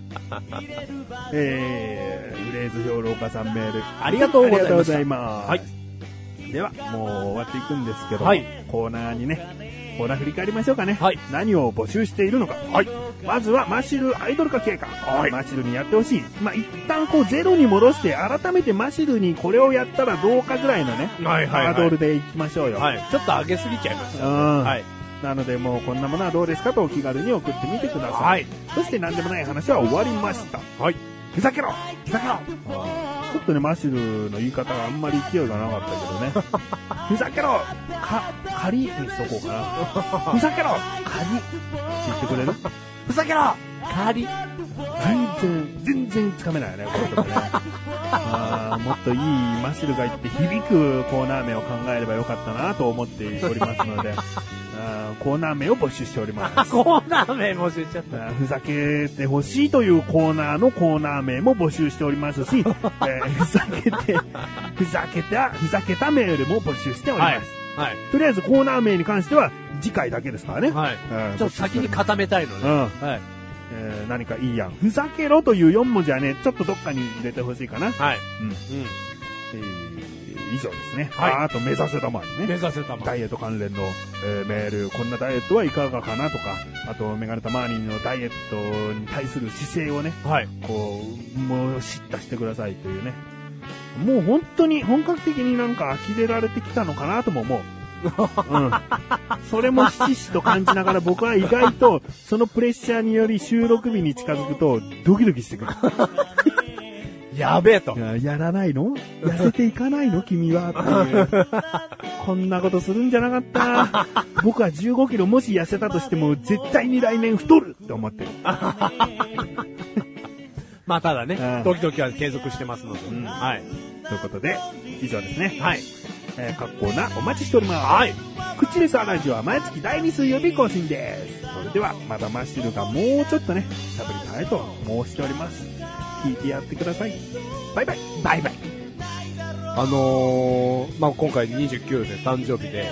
[SPEAKER 2] (laughs) えー、フレーズ評論家さんメール。
[SPEAKER 1] ありがとうございました
[SPEAKER 2] ありがとうございます。
[SPEAKER 1] はい
[SPEAKER 2] では、もう終わっていくんですけど、
[SPEAKER 1] はい
[SPEAKER 2] コーナーにね、コーナー振り返りましょうかね。
[SPEAKER 1] はい
[SPEAKER 2] 何を募集しているのか。まずは、マシルアイドル化計画。マシルにやってほしい。まあ、一旦こうゼロに戻して、改めてマシルにこれをやったらどうかぐらいのね、
[SPEAKER 1] はいはいはい
[SPEAKER 2] ハードルでいきましょうよ。
[SPEAKER 1] はい。ちょっと上げすぎちゃいまし
[SPEAKER 2] う
[SPEAKER 1] た。
[SPEAKER 2] ん。
[SPEAKER 1] はい。
[SPEAKER 2] なのでもうこんなものはどうですかとお気軽に送ってみてください。
[SPEAKER 1] はい
[SPEAKER 2] そして何でもない話は終わりました。
[SPEAKER 1] はい。
[SPEAKER 2] ふざけろふざけろちょっとね、マシルの言い方があんまり勢いがなかった (laughs) けどね。ふざけろか、仮にしとこうかな。ふざけろ仮って言ってくれる
[SPEAKER 1] ふざけろ仮。
[SPEAKER 2] 全然、全然つかめないよね、このとこね。あーもっといいマシルが言って響くコーナー名を考えればよかったなと思っておりますので、あーコーナー名を募集しております。
[SPEAKER 1] あ、コーナー名募集しちゃっ
[SPEAKER 2] え
[SPEAKER 1] た。
[SPEAKER 2] ーふざけてほしいというコーナーのコーナー名も募集しております
[SPEAKER 1] (laughs)
[SPEAKER 2] し、えーふざけて、ふざけた、ふざけたメールも募集しております。。
[SPEAKER 1] はい。
[SPEAKER 2] とりあえずコーナー名に関しては次回だけですからね。
[SPEAKER 1] はい。
[SPEAKER 2] うん
[SPEAKER 1] ちょっと先に固めたいの
[SPEAKER 2] う
[SPEAKER 1] ね。
[SPEAKER 2] ん
[SPEAKER 1] はい。
[SPEAKER 2] えー何かいいやん。ふざけろという4文字はね、ちょっとどっかに入れてほしいかな。
[SPEAKER 1] はい。
[SPEAKER 2] う
[SPEAKER 1] う
[SPEAKER 2] ん
[SPEAKER 1] ん。
[SPEAKER 2] えー以上ですね。
[SPEAKER 1] はい
[SPEAKER 2] あーあと目指せたまにね
[SPEAKER 1] 目。指せたま
[SPEAKER 2] ダイエット関連の、えーメール、こんなダイエットはいかがかなとか、あと、メガネタマーニーのダイエットに対する姿勢をね、
[SPEAKER 1] はい。
[SPEAKER 2] こう、もう叱咤してくださいというね。もう本当に本格的になんか呆れられてきたのかなとも思う。うん。それもひしひしと感じながら僕は意外とそのプレッシャーにより収録日に近づくとドキドキしてくる。
[SPEAKER 1] やべえと
[SPEAKER 2] い。ややらないの痩せていかないの君はっていう。こんなことするんじゃなかった。僕は15キロもし痩せたとしても絶対に来年太るって思ってる。
[SPEAKER 1] まあただ
[SPEAKER 2] う
[SPEAKER 1] ね
[SPEAKER 2] ん、
[SPEAKER 1] ドキドキは継続してますので
[SPEAKER 2] ん。
[SPEAKER 1] はい。
[SPEAKER 2] ということで、以上ですね。
[SPEAKER 1] はい。
[SPEAKER 2] えー、各コーナーお待ちしております。
[SPEAKER 1] はい。
[SPEAKER 2] クッチレスアラジオは毎月第2水曜日更新です。それでは、まだマッシュルがもうちょっとね、喋りたいと申しております。聞いてやってください。バイバイ。バイバイ。
[SPEAKER 1] あのー、まあ今回29で誕生日で、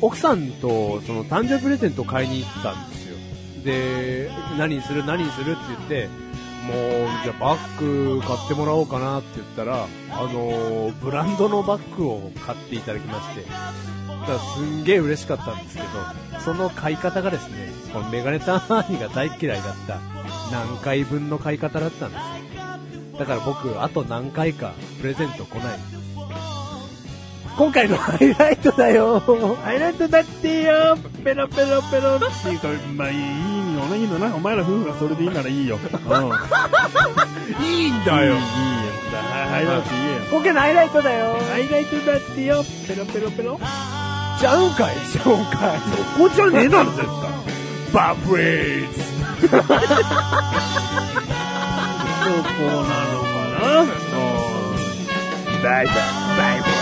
[SPEAKER 1] 奥さんとその誕生日プレゼントを買いに行ったんですよ。で、何にする何にするって言って、もう、じゃあバッグ買ってもらおうかなって言ったら、あのー、ブランドのバッグを買っていただきまして、だからすんげえ嬉しかったんですけど、その買い方がですね、このメガネターニが大嫌いだった、何回分の買い方だったんですよ。だから僕、あと何回かプレゼント来ない。今回のハイライトだよ
[SPEAKER 2] アイランドだってよペロペロペロっていうか、まあいいのないいのな。お前ら夫婦がそれでいいならいいよ。うん。
[SPEAKER 1] いいん
[SPEAKER 2] いい、いいよ。だ。ハイライト言えよ。
[SPEAKER 1] こけのハイライトだよ。
[SPEAKER 2] ハイライトだってよ。ペロペロペロ。
[SPEAKER 1] ちゃうんかいちゃうんかい。
[SPEAKER 2] ここじゃねえだろ、絶対。バブ (laughs) リーズ。どこなのかなうんバイバイ、バイバイ。